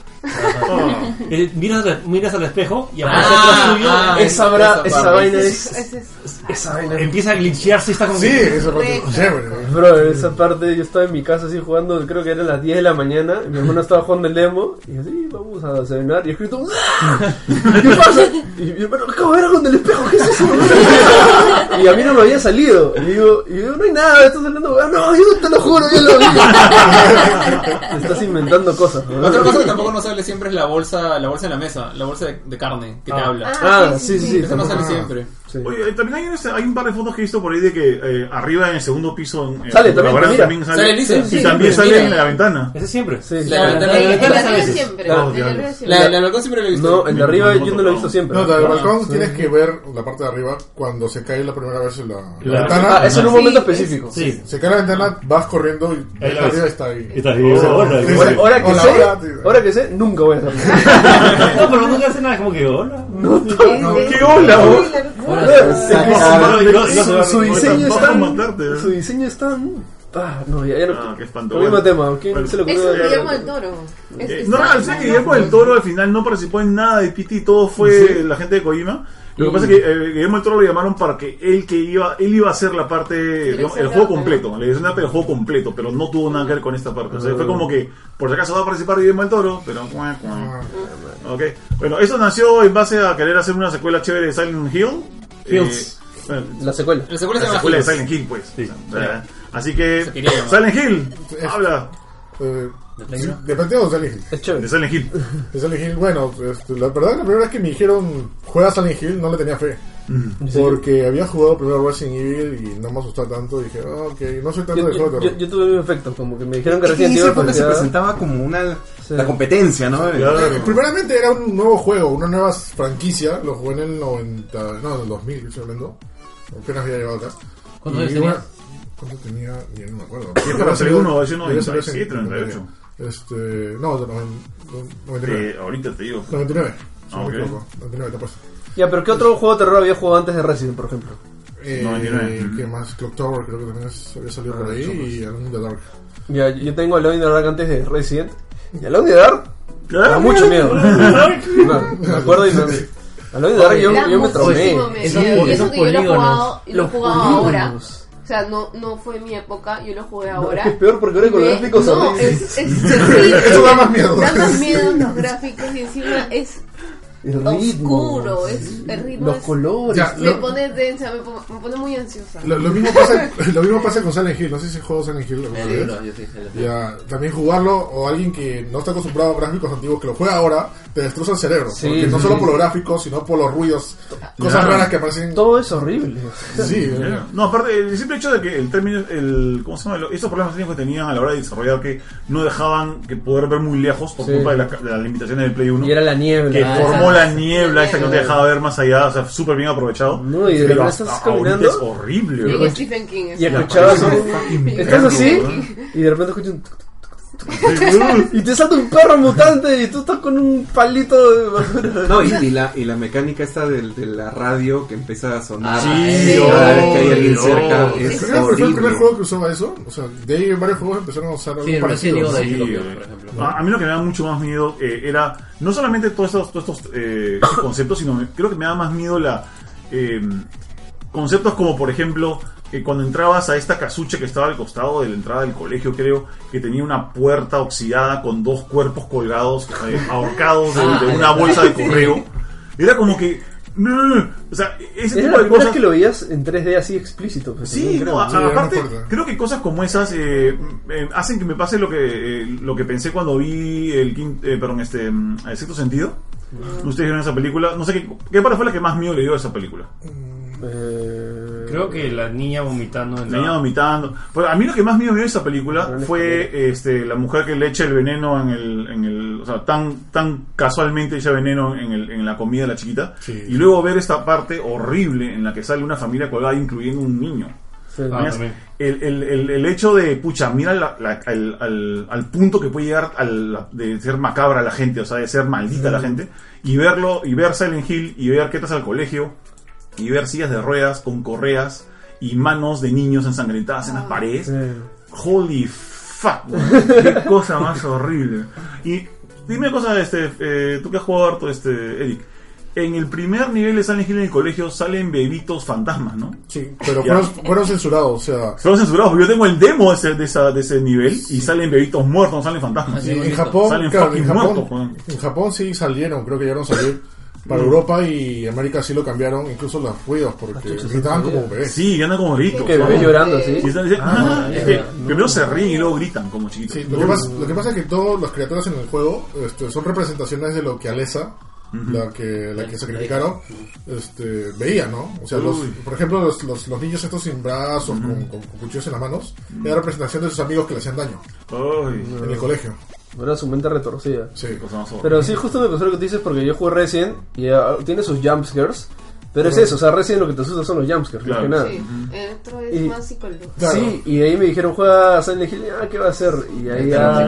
Eh, miras, al- miras al espejo y aparece atrás tuyo.
ah,
Esa, bra-
esa
esa
parte.
vaina
Es,
es...
es eso.
Esa vaina es...
Empieza a glitchearse y está como
Sí,
que-
esa parte es chévere. güey.
Bro, esa parte yo estaba en mi casa así jugando, creo que eran las 10 de la mañana, y mi hermano estaba jugando el demo, y yo, sí, vamos a cenar, y he escrito, "¡Ah! ¿qué pasa? Y mi hermano, acabo de ver con el espejo, ¿qué es eso? Y a mí no me había salido, y digo, y yo, no hay nada, estás hablando, "Ah, no, yo te lo juro, yo lo vi. Te estás inventando cosas, bro.
Otra cosa que tampoco no sale siempre es la bolsa, la bolsa en la mesa, la bolsa de, de carne que te
Ah.
habla.
Ah, sí, sí, sí.
Eso no
tampoco.
sale siempre.
Oye, eh, también hay, unas- hay un par de fotos que he visto por ahí de que eh, arriba en el segundo piso. En, en
Sale
la
también,
baranda
mira.
sale.
Sale Lisa.
y
Sí, sí,
también
mira.
sale en la ventana. Oh,
Ese siempre.
Sí,
La-
sí.
la- la-
El
la-
de
la-
arriba
veces.
siempre.
Claro,
El de arriba
claro.
siempre.
La la del balcón siempre la he visto.
No, el de arriba yo no lo he visto siempre.
No, del
Ah,
balcón
sí.
tienes que ver la parte de arriba cuando se cae la primera vez en la, la
Claro.
ventana.
Ah, eso en un
Sí,
momento
es-
específico.
Sí.
Se cae la ventana, vas corriendo y
Ahí la
la
ves.
arriba está ahí. Oh,
Está ahí, esa hora.
Sí, sí.
Oh, Ahora, ahora que
Hola,
sé,
hola, sí.
ahora que sé, nunca voy a hacerlo.
No, pero nunca hace nada, es como que hola. No,
¿Qué onda, vos?
Su, su diseño es
Vas a
tan.
matarte, ¿eh?
Su diseño es tan. Ah, no, ya, ya no.
Ah, qué espanto.
Mismo
Bueno.
tema, ¿quién
Bueno.
se le
Es
ocurrió?
un Guillermo del Toro. Es-
Eh,
es-
no, al ser que Guillermo del Toro al final no participó en nada de Piti, todo fue la gente de Kojima. Lo que pasa es que eh, Guillermo del Toro lo llamaron para que él que iba, él iba a hacer la parte, digamos, el juego completo, le dicen el juego completo, pero no tuvo nada que ver con esta parte. O sea,
Ah.
fue como que, por si acaso va a participar Guillermo del Toro, pero cuá, cuá.
Ah.
Ok. Bueno, eso nació en base a querer hacer una secuela chévere de Silent Hill.
Hills.
Eh, bueno,
La secuela.
La secuela se
la
llama
secuela de
Hills.
Silent Hill, pues.
Sí.
O sea, Así que,
Se quería llamar.
Silent Hill, habla
Eh, sí, ¿De planteo o Silent Hill?
Es
de
chévere.
Silent Hill.
De Silent Hill, bueno, este, la verdad la primera vez que me dijeron juega Silent Hill no le tenía fe. Porque había jugado primero Resident Evil y no me asustaba tanto. Dije, ah, ok, no soy tanto
Yo,
de juego de
yo- yo-
terror.
yo tuve el mismo efecto, como que me dijeron que pues
Sí,
recién
sí,
iba
porque se
a
presentaba como una
Sí.
la competencia, ¿no?
Claro.
Primeramente era un nuevo juego, una nueva franquicia. Lo jugué en el 90, no, en el 2000, estoy hablando. Apenas había llegado acá.
¿Cuántos
Y
años tenías?
una- ¿Cuánto tenía? Ni no me acuerdo.
pero
Había salido-
31, yo no,
había salido
97,
en-
98.
Este, no, de noven-
Eh,
99.
ahorita te digo.
99. si no
Ah,
me
ok.
equivoco. 99, te apuesto.
Ya, pero ¿qué otro juego de terror había jugado antes de Resident, por ejemplo?
Pues- Eh,
99.
¿Qué más? Clock Tower creo que también es- había salido por ahí y Alone in the Dark.
Ya, yo tengo Alone in the Dark antes de Resident. Y Alone in the Dark, me da
Ah,
mucho miedo. No, me acuerdo y me. Alone in the Dark yo,
Da
yo me traumé.
muchísimo miedo.
Esos-
Y eso
esos
que yo lo he jugado,
polígonos.
lo he jugado ahora.
polígonos.
O sea, no, no fue mi época, yo lo jugué
No,
ahora.
es que es peor porque ahora con los
Me-
gráficos
No,
horribles.
es, es, sí,
Eso da más miedo.
Da más miedo los gráficos y encima es
El ritmo.
oscuro, es, el ritmo
Los
es-
colores.
Ya,
me
lo,
pone densa, me, pone- me pone muy ansiosa.
lo- lo mismo pasa, lo mismo pasa con Silent Hill. No sé si juego Silent Hill alguna
El
vez.
libro, yo sí, el libro.
Ya, también jugarlo o alguien que no está acostumbrado a gráficos antiguos que lo juega ahora, te destroza el cerebro.
Sí,
porque no
sí.
solo por los gráficos, sino por los ruidos, cosas
Claro.
raras que aparecen.
Todo es horrible.
Sí, eh,
Ya. No, aparte, el simple hecho de que el término, el, ¿cómo se llama? Lo- Esos problemas técnicos que tenían a la hora de desarrollar que no dejaban que poder ver muy lejos por
Sí.
culpa de, la, de las limitaciones del Play 1.
Y era la niebla.
que
Ah,
formó
esa-
la niebla esta que no te
Sí.
dejaba ver más allá, o sea, súper bien aprovechado.
No, y de
Pero
verdad
hasta
estás
ahorita
caminando.
es horrible,
Y
¿verdad?
Stephen King es
Y escuchabas
parece
un-
fucking
Estás así
mecánico,
y de repente escuchas un... tuc, tuc, tuc, tuc, Y te salta un perro mutante y tú estás con un palito de basura.
No, y, y la, y la mecánica esta del- de, la radio que empieza a sonar
Sí,
cada vez que hay
oh,
alguien
Dios.
cerca es
creo que fue el primer
horrible.
juego que usaba eso. O sea, de ahí varios juegos empezaron a usar algo
Sí, el
parecido.
Resident Evil de
¿no?
ahí
Sí,
lo copió, por
eh.
ejemplo.
A, a mí lo que me da mucho más miedo eh, era no solamente todos estos, todos estos eh, conceptos, sino me- creo que me da más miedo la eh, conceptos como por ejemplo eh, cuando entrabas a esta casucha que estaba al costado de la entrada del colegio, creo que tenía una puerta oxidada con dos cuerpos colgados, eh, ahorcados de,
Ah,
de una bolsa de correo. Era como que, "No", o sea, e-, ese tipo de
Era la primera vez
cosas
que lo veías en 3D así explícito. pues,
Sí,
también,
no,
creo.
a-
sí, era
aparte,
una puerta.
creo que cosas como esas eh, eh, hacen que me pase lo que eh, lo que pensé cuando vi el quin- eh, perdón, este, mm, el sexto sentido. Ustedes vieron esa película, no sé qué, qué parte fue la que más miedo le dio a esa película.
Eh,
Creo que la niña vomitando en
La niña
la...
vomitando. Pero a mí lo que más miedo me dio esa película
Pero no
fue
escalera.
este, la mujer que le echa el veneno en el, en el o sea, tan, tan casualmente echa veneno en, el- en la comida de la chiquita.
Sí.
Y luego ver esta parte horrible en la que sale una familia colgada incluyendo un niño.
sí.
Ah,
Mías,
también.
el, el, el, el hecho de, pucha, mira la- la- al, al- al punto que puede llegar al- la- de ser macabra la gente, o sea, de ser maldita
Mm.
la gente, y verlo, y ver Silent Hill, y ver que estás al colegio, y ver sillas de ruedas con correas y manos de niños ensangrentadas en las
Ah,
paredes.
Sí.
Holy fuck, weón. qué cosa más horrible. Y dime una cosa, este, eh, tú que has jugado harto, este, Eric. En el primer nivel de Silent Hill en el colegio salen bebitos fantasmas, ¿no?
Sí, pero
Ya.
fueron, fueron censurados. O sea,
Son censurados, porque yo tengo el demo de ese, de esa- de ese nivel y salen bebitos muertos, no salen fantasmas.
y en Japón,
Ah, Salen
claro, en
fucking muertos,
Japón,
Juan.
en Japón sí salieron, creo que llegaron a salir. Para Europa y América sí lo cambiaron, incluso los ruidos, porque
chucha,
gritaban
sabía.
como bebés.
Sí, y andan como bebitos.
Que
Juan.
bebé llorando así.
Y están diciendo,
Ah,
"Ah",
no,
es
ya,
que
no.
primero se ríen y luego gritan como chiquitos.
Sí, lo, que pasa, lo que pasa es que todas las criaturas en el juego este, son representaciones de lo que Alessa
Ujú.
la que, la que sacrificaron, este, veía, ¿no? O sea, los,
Uy.
por ejemplo, los, los, los niños estos sin brazos, con, con, con cuchillos en las manos, era representación de sus amigos que le hacían daño en el colegio.
Era su mente retorcida.
Sí.
Pero sí, pues justo me pasó lo que tú dices porque yo jugué Resident y ah, tiene sus jumpscares. Pero es eso, o sea, Resident lo que te asusta son los jumpscares, más que nada.
Sí, el otro es
Y-
más psicológico.
Sí, y ahí me dijeron, juega Silent Hill, y, ah, ¿qué va a hacer? Y ahí ya...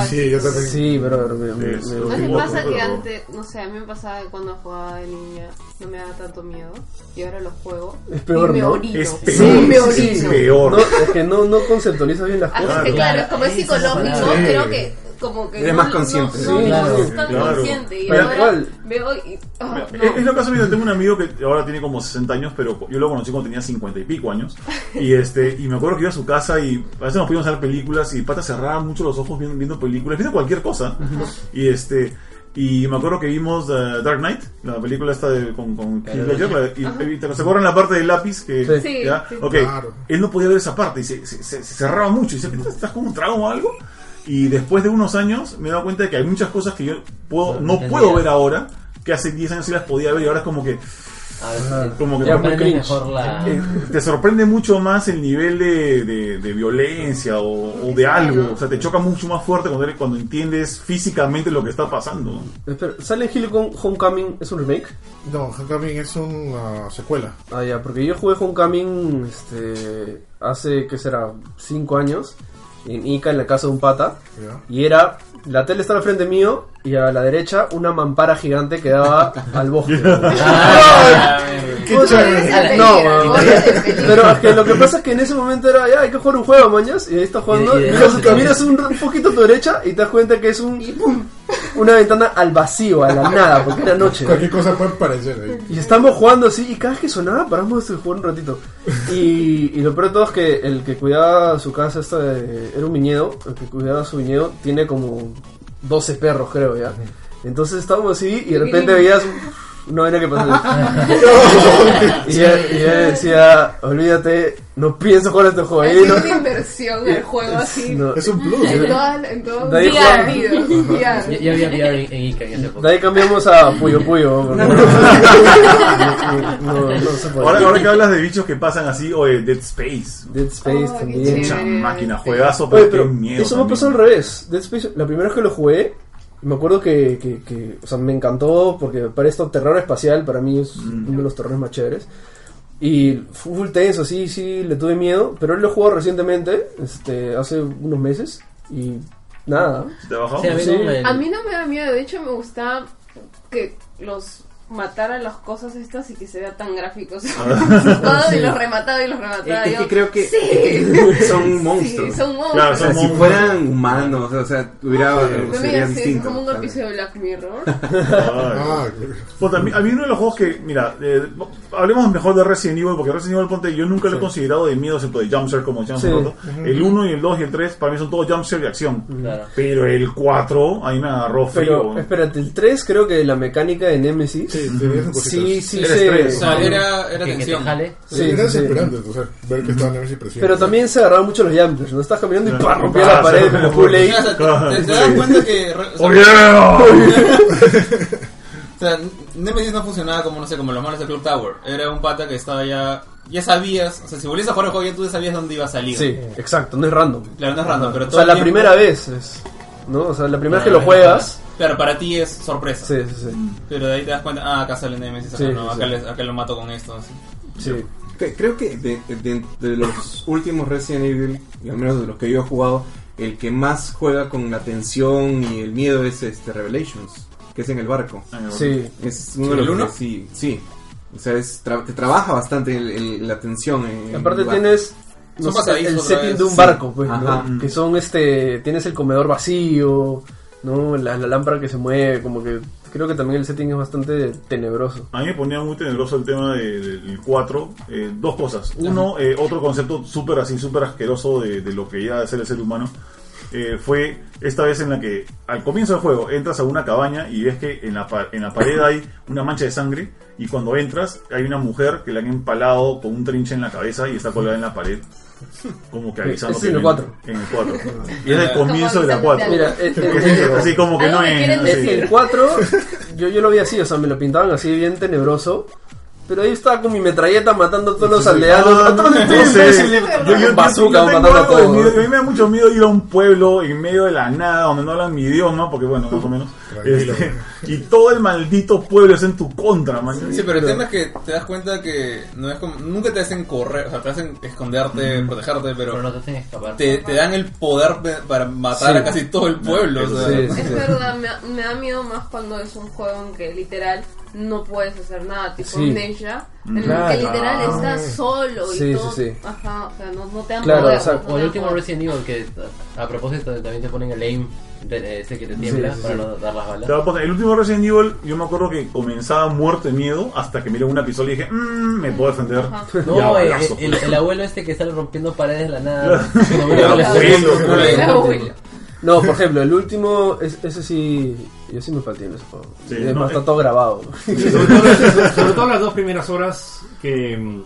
Ah, sí, yo también.
Sí, pero me, me, me-
¿No les pasa que antes, no sé, a mí me pasaba que cuando jugaba de niña no me daba tanto miedo y ahora lo juego
Es peor,
y me
¿no?
orino.
Es
Sí,
peor,
me
es
orino.
peor.
No, es que no, no conceptualizas bien las
Ah,
cosas.
es que claro, es como es psicológico,
Sí.
creo que como que
Eres
no-
más
no-
consciente.
No, no,
Sí, claro.
es tan
Claro.
consciente y
Pero
ahora
igual.
veo y oh, no.
Es, es lo que hace, mira, tengo un amigo que ahora tiene como 60 años, pero yo lo conocí cuando tenía 50 y pico años. Y este y me acuerdo que iba a su casa y a veces nos pudimos ver películas y pata cerraba mucho los ojos viendo, viendo películas, viendo cualquier cosa. Y este y me acuerdo que vimos eh, Dark Knight, la película esta de, con, con Heath
Claro.
Ledger, la- y, y te se acuerdan la parte del lápiz que
Sí. Sí,
¿ya?
sí.
Ok,
Claro.
él no podía ver esa parte y se, se- se- se cerraba mucho y dice, "Puta, ¿estás con un trago o algo? Y después de unos años me he dado cuenta de que hay muchas cosas que yo puedo, no
entendía.
puedo ver ahora, que hace 10 años sí las podía ver y ahora es como que...
Ahora sí.
Como que
Ya
como
aprendes
cringe.
mejor la-
Eh, Te sorprende mucho más el nivel de, de- de violencia o, o de algo. O sea, te choca mucho más fuerte cuando, eres- cuando entiendes físicamente lo que está pasando.
Espera, ¿Silent Hill con Homecoming es un remake?
No, Homecoming es una secuela.
Ah, ya, porque yo jugué Homecoming este, hace, ¿qué será? 5 años, en Ica, en la casa de un pata.
Ya.
Y era, la tele estaba al frente mío y a la derecha una mampara gigante que daba al bosque.
Ah, qué
Puta,
chévere.
No,
Era
man.
hora de
pero es que lo que pasa es que en ese momento era, ya, hay que jugar un juego, mañas, y ahí estás jugando,
Y- y de-
miras,
de-
miras un, un poquito a tu derecha y te das cuenta que es un una ventana al vacío, a la nada, porque era noche.
Cualquier cosa puede aparecer ahí.
Y estamos jugando así, y cada vez que sonaba paramos de jugar un ratito. Y, y lo peor de todo es que el que cuidaba su casa, esta de- era un viñedo, el que cuidaba su viñedo tiene como 12 perros, creo ya. Entonces estábamos así y de repente veías un- una vaina que pasaba. y ya y ya decía, olvídate, no pienso jugar este juego.
Hay
Y no-
una inversión al juego así.
no. Es un plus. ¿eh?
En todas en todas
De ahí
las
jugamos.
vidas, vidas.
Ya ya había VR en, en Ica en esa época.
De ahí cambiamos a Puyo Puyo. porque- No, no, no se puede.
Ahora, ahora que hablas de bichos que pasan así, o de Dead Space.
Dead Space también.
Mucha máquina, juegazo,
Oye,
pero, qué miedo.
eso me
también.
pasó al revés. Dead Space, la primera vez que lo jugué, me acuerdo que, que- que, o sea, me encantó porque para esto terror espacial para mí es
Mm.
uno de los terrores más chéveres. Y fue full tenso, sí, sí, le tuve miedo, pero él lo jugó recientemente, este, hace unos meses y nada.
¿Te bajó?
Sí, a mí no me-
A mí no me da miedo, de hecho me gustaba que los mataran las cosas estas y que se vea tan gráficos.
Ah.
Todo y
Sí.
los remataba y los remataba.
Es- es
yo,
que creo que-
"Sí".
es que son monstruos.
Sí, son monstruos.
Claro, o sea, si fueran humanos, o sea, hubiera
No me
sería
digas eso, es
distinto.
como un episodio de Black Mirror.
Ay. Puta, a mí- a mí uno de los juegos que, mira, eh, hablemos mejor de Resident Evil, porque Resident Evil, ponte, yo nunca lo he considerado de miedo, excepto de Jumpscare, como decíamos hace
Sí.
rato.
Ujú.
El 1 y el 2 y el 3, para mí son todos Jumpscare de acción.
Claro.
Pero el 4, ahí me agarró frío.
Pero, espérate, el 3 creo que la mecánica de Nemesis. Sí,
tenías cositas.
sí, sí,
Era
se-
estrés. O sea,
era- era Que- que tensión. te jale.
Sí,
era
sí.
desesperante, o sea, ver que estaban en ese presidente.
Pero también se agarraban mucho los jumpers, ¿no? Estás caminando y
Claro.
pa, rompía
Ah,
la
sí,
pared
sí,
con el
sí. ¡Oh,
pulley.
O sea, te-
¿Te das cuenta que... re-
¡Oh,
o sea, o sea, Nemesis no funcionaba como, no sé, como los malos de Club Tower. Era un pata que estaba ya... Ya sabías, o sea, si volvías a jugar el juego ya tú ya sabías dónde iba a salir.
Sí, exacto, no es random.
Claro, no es random, pero
O
todo
sea,
el
la
tiempo-
primera vez es. ¿No? O sea, la primera vez que
Claro,
lo juegas.
Claro, para ti es sorpresa.
Sí, sí, sí.
Pero de ahí te das cuenta, ah, acá sale Nemesis, acá
Sí,
no,
sí,
acá,
sí.
les- acá lo mato con esto. así.
Cre- Creo que de, de- de los últimos Resident Evil, y al menos de los que yo he jugado, el que más juega con la tensión y el miedo es este Revelations, que es en el barco.
Ah, en el barco. Sí.
Es
¿Sí,
uno de
el
los
uno?
que sí, sí. O sea, es tra- te trabaja bastante el- el- la tensión.
Mm,
En, en
Aparte
el barco.
tienes no sé, el setting de un
Sí.
barco, pues,
Ajá.
¿no? Que son este. Tienes el comedor vacío, ¿no? La, la lámpara que se mueve, como que. Creo que también el setting es bastante tenebroso.
A mí me ponía muy tenebroso el tema de- del 4. eh, dos cosas. Uno, eh, otro concepto súper así, súper asqueroso de, de lo que llega a ser el ser humano. eh, fue esta vez en la que al comienzo del juego entras a una cabaña y ves que en la, pa- en la pared hay una mancha de sangre y cuando entras hay una mujer que la han empalado con un trinche en la cabeza y está colgada en la pared. Como que
Sí,
avisando
es
que
en el
viene-
cuatro.
En el 4. Y es el
Como
comienzo de la
avisándote
4.
algo. Mira, este, el- el-
así como que
algo
no
que
es.
quieren
así.
decir. El 4, yo, yo lo vi así, o sea, me lo pintaban así bien tenebroso. Pero ahí estaba con mi metralleta matando a todos los aldeanos.
Ah,
a todos
no
los
sé.
imbéciles.
Yo- yo- yo-
Con bazooka,
yo tengo
matando a
algo de
todos.
miedo. A mí me da mucho miedo ir a un pueblo en medio de la nada donde no hablan mi idioma, porque bueno, más o menos.
Tranquilo.
Este, y todo el maldito pueblo es en tu contra, man.
Sí, pero el tema es que te das cuenta que no es como, nunca te hacen correr, o sea, te hacen esconderte,
Ujú.
protegerte, pero,
Pero no te hacen escapar.
Te, te dan el poder pe- para matar
Sí.
a casi todo el
No,
pueblo.
eso
o sea.
sí, sí,
Es verdad, me, me da miedo más cuando es un juego en que literal no puedes hacer nada, tipo
Sí.
Amnesia, en el
Claro.
que literal
Ah.
estás solo y
Sí, sí,
todo.
sí.
Ajá, o sea, no, no te dan
Claro,
poder,
o sea,
no te
O el
dan
último
poder.
Resident Evil que a propósito también te ponen el aim de- ese que te tiembla
Sí, sí.
para no dar las
Te voy a
balas.
poner- El último Resident Evil, yo me acuerdo que comenzaba muerto de miedo hasta que miré una pistola y dije, "Mm, me puedo defender. Y a
No, eh,
balazo.
el, el abuelo este que sale rompiendo paredes de la nada.
Claro.
Como mira,
El
la-
abuelo,
la-
claro.
la-
No, por ejemplo, el último, es- ese sí, yo sí me partí en ese juego.
Sí,
Y además
no,
está
eh.
todo grabado.
Sobre todo, sobre todo las dos primeras horas que. mm,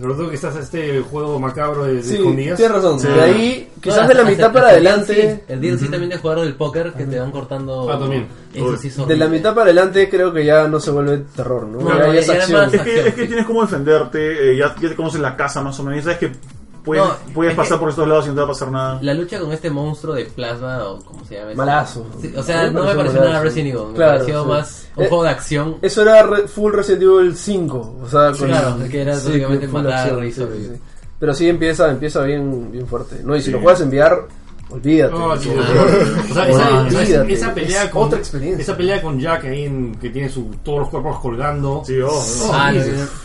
Sobre todo que estás a este juego macabro de, de
Sí,
escondidas.
tienes razón.
Sí.
De ahí, quizás
No,
de la
hasta-
mitad
hasta
para
el
adelante.
DLC, El DLC también de jugador del póker que te van cortando.
Ah, también.
Eso sí son.
De la mitad para adelante creo que ya no se vuelve terror, ¿no?
No,
ya,
no,
ya es
ya era
acción.
más-
Es que, es que tienes cómo defenderte, eh, ya, ya te conoces la casa más o menos, y sabes que puedes,
No,
puedes
es
pasar
que-
por estos lados y no te va a pasar nada.
La lucha con este monstruo de plasma o como se llama. ese-
Malazo.
Sí, o sea,
A mí
no me pareció
malazo.
nada Resident Evil. Me
Claro,
pareció
sí.
más un
Eh,
juego de acción.
Eso era re- full Resident Evil 5. O sea,
Sí, claro, que era básicamente
full
matar
acción,
y
sí,
sobrevivir.
sí, sí. Pero sí empieza, empieza bien, bien fuerte. No, y si
Sí.
lo puedes enviar, olvídate.
No, sí,
Olvídate.
o sea, esa, esa-
Olvídate.
esa pelea
Es
con,
otra experiencia.
Esa pelea con Jack ahí en- que tiene su, todos los cuerpos colgando.
Sí, oh, oh.
Ah,
no,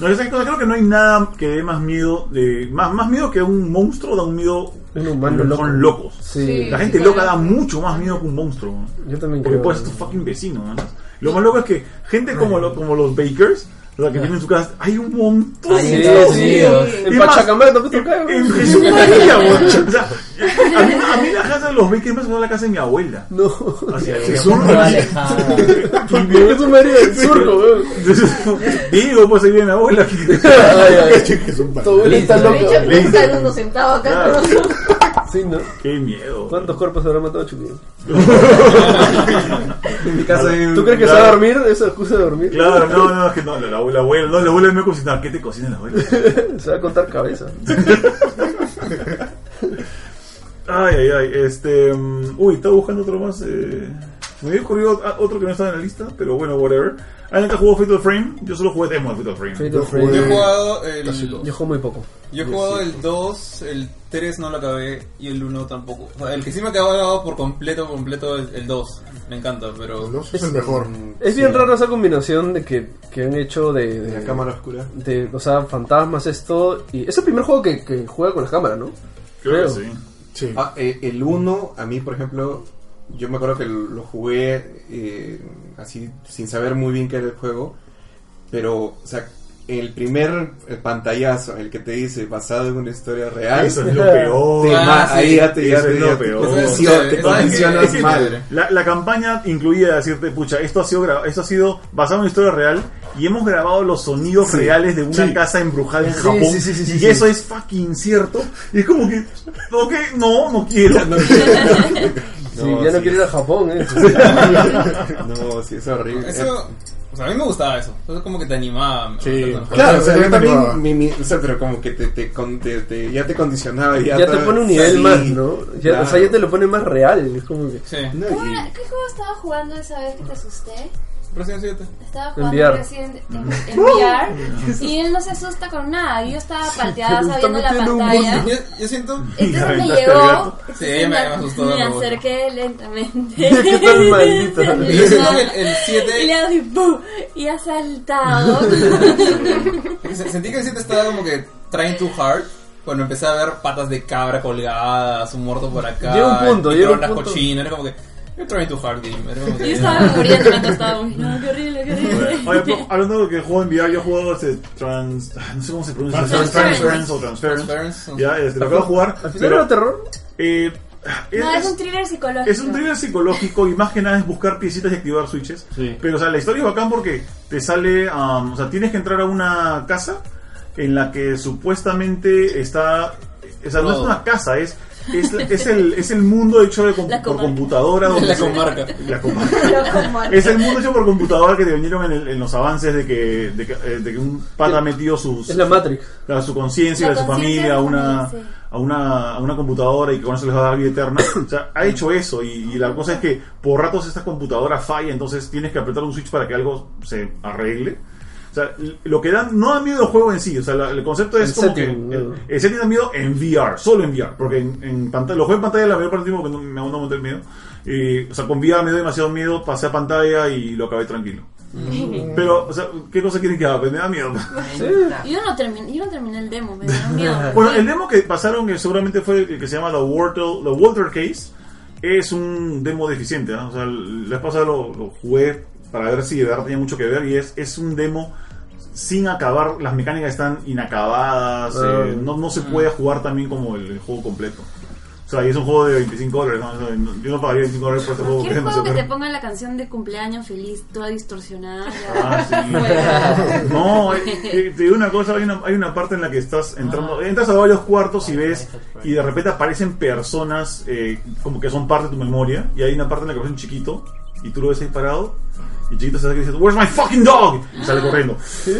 yo sé que- creo que no hay nada que dé más miedo, de, más, más miedo que un monstruo da un miedo.
Un humano
son
loco.
locos.
Sí.
la gente loca da mucho más miedo que un monstruo. ¿no?
Yo también
Porque
creo.
puedes ser tu fucking vecino. ¿no? Lo más loco es que gente como, lo- como los Bakers, o sea, que tienen en su casa, hay un montón
Ay,
de
Dios mío.
En
Y más,
Pachacamac tampoco te cae, güey.
en- Es un maravilla, weón. O sea, a mí, a mí la casa de los Bakers me pasó la casa de mi abuela.
No.
Así,
Pero
es un-
muy alejado.
Es un marido del surco, weón.
Digo, pues ahí viene mi abuela.
Ay, ay.
Es un
Tu abuelo está
De
loco.
hecho, me están uno sentado acá
Claro.
con nosotros.
Sí, ¿no?
Qué miedo.
¿Cuántos cuerpos habrá matado Chuquín?
En mi caso hay un-
¿Tú crees que se va a
Claro.
dormir? ¿Esa excusa de dormir?
Claro, no, no, es que no, la, la abuela, abuela, no, la abuela me cocina, ¿qué te cocina la abuela?
Se va a contar cabeza.
Ay, ay, ay, este, mm, uy, estaba buscando otro más, eh, se me había ocurrido ah, otro que no estaba en la lista, pero bueno, whatever. Aneta jugó Fatal Frame, yo solo jugué demo de Fatal Frame.
Fate
Yo
of Frame.
Yo he
jugué-
jugado el.
eh, Yo juego muy poco.
Yo he jugado el 2, el 3 no lo acabé y el 1 tampoco. O sea, el que sí me acabó acabado por completo, por completo el, el 2. Me encanta, pero.
No es el mejor.
Es bien raro esa combinación de que, que han hecho de, de-
La cámara oscura.
de, o sea, fantasmas, esto. y Es el primer juego que, que juega con la cámara, ¿no?
Creo que sí.
Sí.
Ah, eh, el 1, a mí, por ejemplo, yo me acuerdo que lo jugué eh, así sin saber muy bien qué era el juego. Pero, o sea, el primer eh, pantallazo, el que te dice basado en una historia real,
Eso es lo peor.
te ma-
Ah, sí.
ahí ya te, ya
Eso
te,
es lo
ya te
peor.
Eso
convenció-
es-
te
eso es-
convencionas
es que-
mal.
La, la campaña incluía decirte, pucha, esto ha sido gra- esto ha sido basado en una historia real y hemos grabado los sonidos reales de una casa embrujada en Japón.
sí, sí, sí, sí,
y
sí.
eso es fucking cierto. Y es como que, ok, no, no quiero.
sí, ya no
sí.
quiero ir a Japón, ¿eh?
No, sí, es horrible.
Eso. O sea, a mí me gustaba eso. Eso como que te animaba.
Sí.
O sea,
Claro, o sea,
Pero
yo
no.
también, mi- mi- o sea, pero como que te, te, con- te- te- ya te condicionaba. Ya,
Ya te pone un nivel
sí,
más, ¿no? Ya, O sea,
claro.
ya te lo pone más real. Es como que.
Sí.
No,
¿Cómo
y-
era- ¿Qué juego estaba jugando esa vez que te asusté?
Resident 7.
Estaba
En
jugando
VR.
Resident en, en VR y él no se asusta con nada. Yo estaba palteada
pero está
sabiendo la
metiendo un
pantalla.
Yo, yo siento.
La
Entonces me
ventaja del
llegó.
gato.
Sí, ella me- me asustó,
Me
me asustó.
acerqué lentamente.
Es que está el maldito.
Yo siento que el- el
Y le
7.
hago así, ¡pum! Y ha saltado.
se- Sentí que el 7 estaba como que trying too hard. Cuando empecé a ver patas de cabra colgadas, un muerto por acá.
Llega un punto,
y
llega un
tronas
punto.
cochinas, Era como que. You're trying too hard, game. Era
Yo
como que-
estaba muriendo cuando estaba. "Uy, No, qué horrible, qué
Oye,
horrible.
pero hablando de que juego en VR, yo he jugado este trans. No sé cómo se pronuncia.
Transference.
Transference o Transference.
Transference, no sé.
Ya, este, lo acabo de jugar.
¿Al final
pero-
era terror?
Eh,
No, es un thriller psicológico.
Es un thriller psicológico y más que nada es buscar piecitas y activar switches. Pero, o sea, la historia es bacán porque te sale. am, o sea, tienes que entrar a una casa en la que supuestamente está. O sea, no es
Todo.
una casa, es. Es, es el, es el mundo hecho de com- por computadora. Donde
La
se-
comarca.
La comarca. Es el mundo hecho por computadora que te vinieron en, el- en los avances de que, de que, eh, de que un pata ha metido sus,
es la Matrix.
a su conciencia, y
La
a su
conciencia
familia,
de
a
la
una,
familia,
a, una, a una computadora y que con eso les va a dar vida eterna. O sea, ha hecho eso y, y la cosa es que por ratos esta computadora falla, entonces tienes que apretar un switch para que algo se arregle. O sea, lo que da, no da miedo el juego en sí, o sea, la- el concepto es
El
como
setting,
que... el-
¿no?
el setting da miedo en VR, solo en VR, porque en, en pantalla, lo juego en pantalla la mayor parte del tiempo que no, me aguanta mucho el miedo. Y, o sea, con VR me dio demasiado miedo, pasé a pantalla y lo acabé tranquilo. Pero, o sea, ¿qué cosa quieren que haga? Pues me da miedo.
Yo no terminé, yo no terminé el demo, me dio miedo.
Bueno, el demo que pasaron que seguramente fue el que se llama The Walter, The Walter Case. Es un demo deficiente. ¿no? O sea, la vez pasada lo, lo jugué para ver si de verdad tenía mucho que ver. Y es, es un demo sin acabar. Las mecánicas están inacabadas.
Ah.
eh, no, no se puede jugar también como el, el juego completo. O sea, y es un juego de 25 dólares. ¿no? O sea, no- Yo no pagaría 25 dólares por este juego. que
Cualquier juego
es
que
demasiado
te
caro.
ponga la canción de cumpleaños feliz, toda distorsionada.
Ah, sí. No, eh, te digo una cosa, hay una, hay una parte en la que estás entrando, entras a varios cuartos y ves, y de repente aparecen personas eh, como que son parte de tu memoria, y hay una parte en la que aparece un chiquito, y tú lo ves ahí parado, y chiquito se acerca y dice, Where's my fucking dog? Y sale corriendo.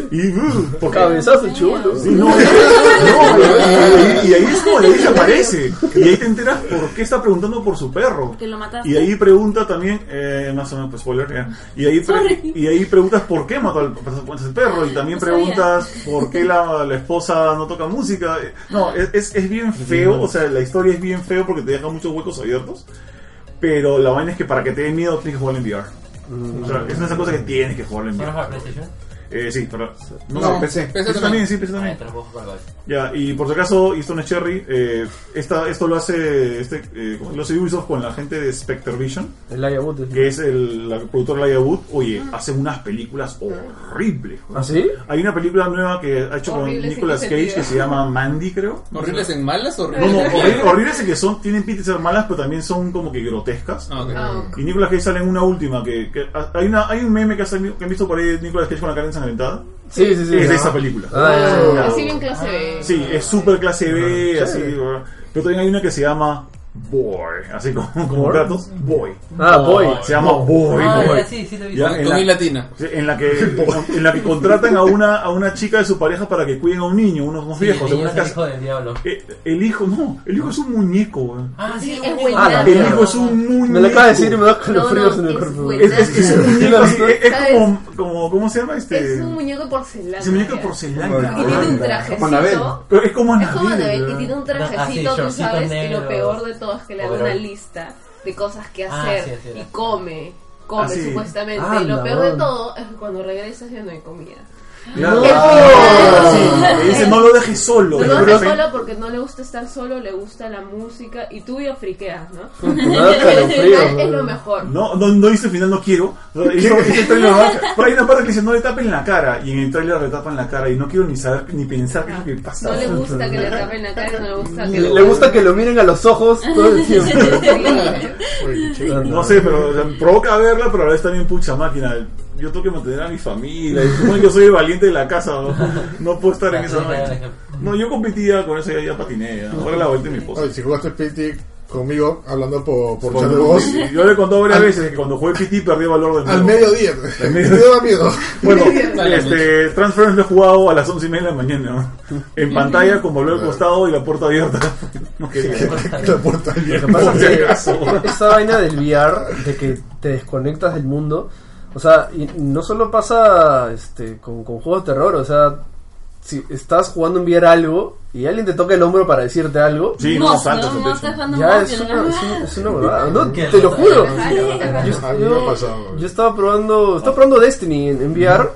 Y, uh, porque-
Cabezazo chulo.
Sí, no, no, y, y ahí es como de ahí se aparece. Y ahí te enteras por qué está preguntando por su perro.
Que lo mataste.
Y de ahí pregunta también, eh, más o menos, pues, spoiler, ya. Y ahí, pre-
Sorry.
y ahí preguntas por qué mató al al perro. Y también
No
preguntas por qué la, la esposa no toca música. No, es, es, es bien feo. O sea, la historia es bien feo porque te deja muchos huecos abiertos. Pero la vaina es que para que te dé miedo tienes que jugar en VR. O sea, es una de esas cosas que tienes que jugar en VR.
¿Para PlayStation?
Eh, sí, pero. No,
No,
sé,
PC.
PC también, sí, PC también.
Ah, te lo puedo jugar, vale.
Ya, y por si acaso, Easton Cherry, eh, esta, esto lo hace, este, eh, ¿cómo? lo hace Ubisoft con la gente de Spectre Vision.
El Aya Wood, sí.
Que es el, la productora Laia Wood. Oye, hacen unas películas horribles. ¿no?
¿Ah, sí?
Hay una película nueva que ha hecho con
Horribles, ¿en
Nicolas
qué
Cage que
sentido?
se llama Mandy, creo.
¿Horribles en malas?
No,
¿Horribles
no,
en
horrible-
bien?
horribles en que son, tienen pinta de ser malas, pero también son como que grotescas.
Ah, ok. Ah, ok.
Y Nicolas Cage sale en una última, que, que- hay, una, hay un meme que, ha salido- que han visto por ahí de Nicolas Cage con la cara ensangrentada.
Sí, sí, sí,
Es de
ya.
esa película.
Ah, ya, ya, ya.
Así bien clase B.
Sí, es super clase B,
Ah,
así.
chévere.
¿verdad? Pero también hay una que se llama Boy, así como, como
¿Boy?
gatos. Boy.
Ah, Boy.
Se llama Boy.
Ah,
Boy.
ya, sí, sí lo he visto.
Ya,
Con-
en
con
la-
I latina.
sí, En la que, en la que contratan a una, a una chica de su pareja para que cuiden a un niño, unos, unos
Sí,
viejos, en
ella
una
es el
casa.
hijo del diablo.
Eh, El hijo, no, el hijo es un muñeco. güey.
Ah, sí,
es
un-
buenazo.
la
el
mierda.
hijo es un muñeco.
Me lo acaba de decir y me da
No,
calofríos
no,
en el
es
cuerpo.
buena.
Es, es- es un muñeco, así, es, es
¿Sabes?
como, como, ¿cómo se llama? Este,
Es un muñeco de porcelana.
es un muñeco de
ya.
porcelana.
Y tiene un trajecito.
Anabel.
Pero es como
Es como
Anabel,
Anabel, y
¿verdad?
tiene un
Ah, sí,
trajecito, tú
shortcito
sabes, y
negro.
lo peor de todo es que le dan
Overall.
una lista de cosas que
Ah,
hacer
sí, así era.
y come, come
Ah, sí.
supuestamente.
Anda,
y lo peor de
bueno.
todo es que cuando regresas ya no hay comida.
Claro.
final.
Ah, Sí, dice, no lo dejes solo.
No
Y
lo
de
hace
repente-
solo porque no le gusta estar solo, le gusta la música y tú ya friqueas, ¿no?
Me da
El final
calofríos.
es lo mejor.
No, no, no dice al final no quiero. O sea, hizo- hizo el trailer nomás. Pero hay una parte que dice no le tapen la cara. Y en el trailer le tapan la cara. Y no quiero ni saber ni pensar qué es lo que pasa.
No le gusta que le tapen la cara, no le gusta que
Le le gusta que lo miren a los ojos todo el tiempo.
Oye, che,
No sé, pero o sea, provoca verla, pero a la vez también pucha máquina. Yo tengo que mantener a mi familia. Y supone que yo soy el valiente de la casa. No, No puedo estar en esa vaina. No, yo competía con eso ya, ya patiné. ya. Ahora la vuelta de mi esposa.
Oye, si jugaste PT conmigo, hablando por, por chat de voz,
Porque Yo le he contado varias
Al-
veces que cuando jugué PT perdí valor de nuevo.
al mediodía. pues.
Al
Me
mediodía.
daba miedo.
Bueno, este, Transference lo he jugado a las 11 y media de la mañana. ¿no? En pantalla, con volver al costado y la puerta abierta. No quería.
La puerta abierta.
Pasa
Por si
que
acaso.
esa vaina del VR, de que te desconectas del mundo, o sea, y no solo pasa este, con, con juegos de terror, o sea, si estás jugando en VR algo y alguien te toca el hombro para decirte algo,
Sí, no,
no,
saltas al
no,
techo.
estás jugando
ya
Monster,
es
¿no?
una, es una, es una huevada, ¿no?
Qué
Te lo
loca.
juro.
A mí me ha pasado.
Yo estaba probando, estaba probando Destiny en, en VR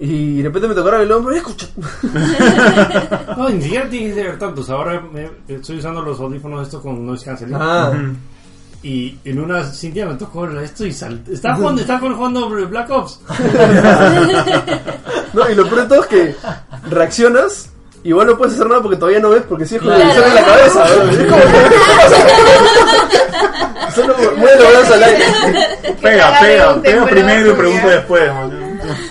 y de repente me tocaron el hombro y escucha.
No, ni siquiera tienes que ver tantos. Ahora me- estoy usando los audífonos estos con noise canceling.
Ah,
Y en una Cintia me tocó esto y salté. Estaba jugando, estaba jugando Black Ops.
no, y lo peor de todo es que reaccionas Igual no puedes hacer nada porque todavía no ves, porque sigues con el
Claro.
visor en la cabeza. ¿no? Es como- Solo mueve los brazos al aire.
Pega, pega, pega primero y pregunta después.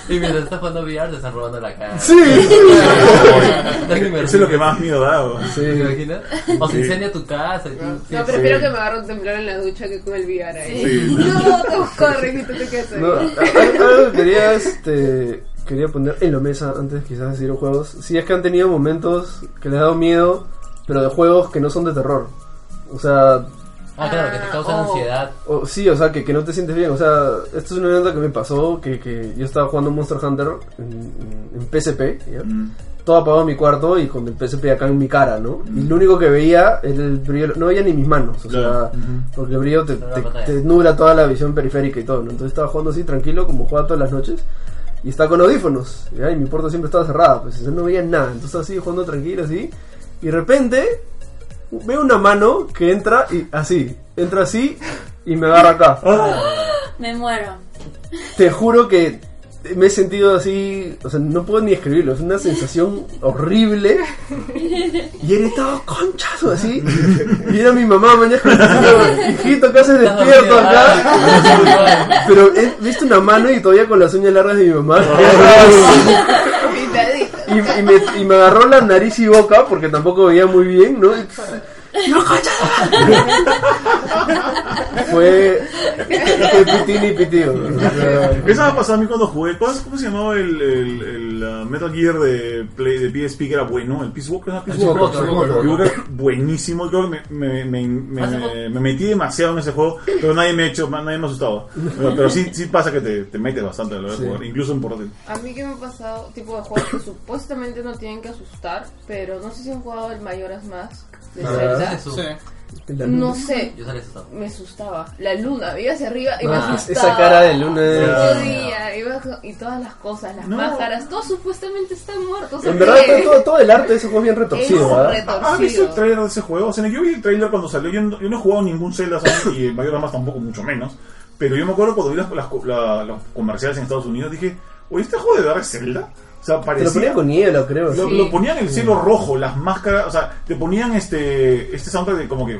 Y mientras estás jugando VR te están robando la cara.
Sí. Eso
Eso
es lo que más miedo da. bro.
¿Te imaginas? O se
Sí.
incendia tu casa. y tú- sí.
No, prefiero que me agarre un temblor en la ducha que con el VR ahí.
Sí.
No, tú corres y tú te quedas ahí.
No, a- a- algo que quería, este, quería poner en la mesa antes quizás de seguir los juegos. Si es que han tenido momentos que les ha dado miedo, pero de juegos que no son de terror. O sea...
Ah, claro, que te causan
o-
ansiedad.
o- sí, o sea, que, que no te sientes bien. O sea, esto es una anécdota que me pasó, que, que yo estaba jugando Monster Hunter en, en- en PSP. ¿ya? Todo apagado en mi cuarto y con el PSP acá en mi cara, ¿no? Y lo único que veía era el brillo, no veía ni mis manos. O sea,
Claro.
porque el brillo te,
Solo la
te-
pantalla.
te nubla toda la visión periférica y todo, ¿no? Entonces estaba jugando así tranquilo, como jugaba todas las noches, y estaba con audífonos, ¿ya? y mi puerta siempre estaba cerrada, pues entonces no veía nada, entonces estaba así jugando tranquilo, así, y de repente veo una mano que entra y así, entra así y me agarra acá.
Ah. Me muero.
Te juro que me he sentido así, o sea, no puedo ni escribirlo, es una sensación horrible. Y él estaba conchazo así. Y era mi mamá mañana. Hijito, ¿qué haces despierto acá? Pero he visto una mano y todavía con las uñas largas de mi mamá. Y, y me, y me agarró la nariz y boca porque tampoco veía muy bien, ¿no? Y Fue. fue pitín y pitío. ¿no? O sea,
Eso me ha pasado a mí cuando jugué. ¿Cuál es- ¿Cómo se llamaba el, el- el, uh, Metal Gear de, Play, de PSP que era bueno? El Peace Walker, ¿no? Peace
El
Walker.
Peace Walker,
Peace
Walker.
Walker, buenísimo. Creo que me, me, me, me-
Hace
me-
poco-
me metí demasiado en ese juego, pero nadie me ha hecho, nadie me ha asustado. Pero, pero sí, sí pasa que te, te metes bastante a la hora de
Sí.
jugar, incluso en portátil.
A mí que me ha pasado tipo de juegos que supuestamente no tienen que asustar, pero no sé si han jugado el Mayoras Mask de
Ah,
Zelda.
eso. Sí. La luna.
No sé.
Yo salí asustado.
Me asustaba. La luna, iba hacia arriba y me
Ah,
asustaba.
esa cara de luna es- Ah.
Yo veía, iba con- y todas las cosas, las pájaras, todos supuestamente están muertos.
En verdad, todo- todo, todo el arte de ese juego es bien retorcido,
Es
¿verdad?
retorcido.
¿Has visto el trailer de ese juego? O sea, yo vi el trailer cuando salió. Yo no, yo no he jugado ningún Zelda ¿sabes? y el Mayor más tampoco, mucho menos. Pero yo me acuerdo cuando vi las, las- la- los comerciales en Estados Unidos, dije, oye, ¿este juego de verdad es Zelda? O sea,
Te
parecía...
lo ponía con hielo, creo.
Lo,
sí.
lo ponían el cielo rojo, las máscaras, o sea, te ponían este este soundtrack de como que...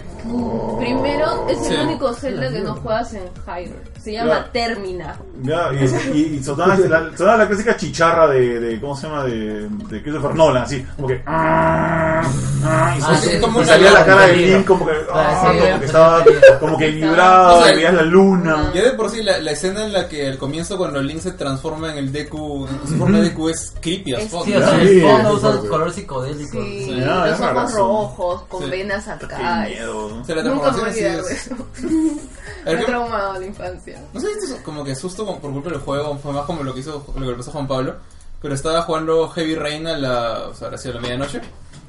Primero, es
Sí.
el único Zelda que no juegas en Hyrule. Se
Claro.
llama Termina.
Ya, y, y- y sonaba, la, sonaba la clásica chicharra de, de- ¿cómo se llama? De, de Christopher Nolan, así, como que... ah, ah, y
Ah,
se-
sí,
y
como un
salía la
avión,
cara
un
de
peligro.
Link como que... ah,
Ah, sí,
como
ya,
que
pues,
estaba como que vibraba,
O sea,
y veías la luna.
Ya de por sí, la, la escena en la que al comienzo, cuando Link se transforma en el Deku, en su forma de Deku, es creepy as fuck.
Sí, o sea, el fondo usa el color psicodélico.
Sí,
Sí, ah,
los
es raro,
ojos
sí.
rojos, con
Sí.
venas acá.
Qué miedo.
Es-
Se la
Nunca me
transformación
olvidé de
así es.
eso.
A ver,
Me ha
¿qué-
traumado la infancia.
No sé si esto es como que susto con- por culpa del juego, fue más como lo que hizo lo que le pasó a Juan Pablo, pero estaba jugando Heavy Rain a la, o sea, habrá sido la medianoche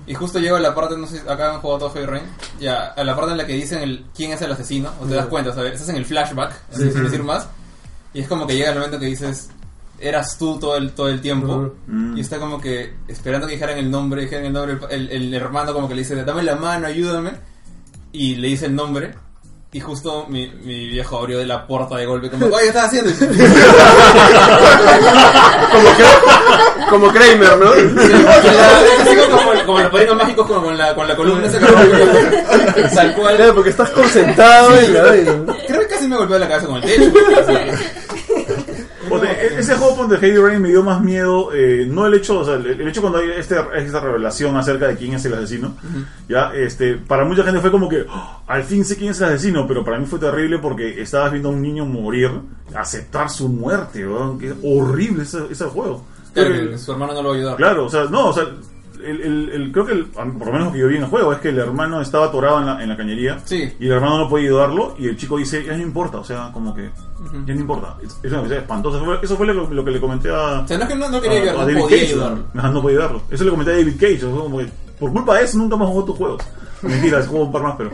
y justo llego a la parte, no sé, acá han jugado todo Heavy Rain, ya a la parte en la que dicen el, quién es el asesino, o te das cuenta, ¿sabes? Estás en el flashback,
Sí.
sin decir más. Y es como que llega el momento que dices eras tú todo el todo el tiempo y está como que esperando que dijeran el nombre, dijeran el nombre, el, el hermano como que le dice, "Dame la mano, ayúdame." y le dice el nombre. Y justo mi, mi viejo abrió de la puerta de golpe, como, oye, ¿qué estás haciendo?
Como Kramer, ¿no?
Así como, como, como los padrinos mágicos, como con la, con la columna esa que- Tal cual.
Claro, porque estás concentrado
Sí.
y la vaina.
Creo que casi me golpeó la cabeza con el techo.
Ponte, e- ese juego ponte Heavy Rain me dio más miedo, eh, no el hecho, o sea, el, el hecho cuando hay este, esta revelación acerca de quién es el asesino, ya, este, para mucha gente fue como que, "Oh, al fin sé quién es el asesino, pero para mí fue terrible porque estabas viendo a un niño morir, aceptar su muerte, weón, que es horrible ese, ese juego.
Claro,
Creo que-
que su hermano no lo va a ayudar.
Claro, o sea, no, o sea, el, el- el- creo que, el- a mí, por lo menos lo que yo vi en el juego, es que el hermano estaba atorado en la, en la cañería y el hermano no podía ayudarlo y el chico dice, ya no importa, o sea, como que, ya no importa. Es, es una cosa espantosa, Eso fue- eso fue lo, lo que le comenté a...
O sea, no es que no- no quería
a-
ayudar,
a
no
Ah, David
podía
Cage,
ayudarlo.
¿no? Ajá, no podía ayudarlo. Eso le comenté a David Cage, o sea, como que, por culpa de eso nunca más jugó tus juegos. Mentira, jugó un par más, pero...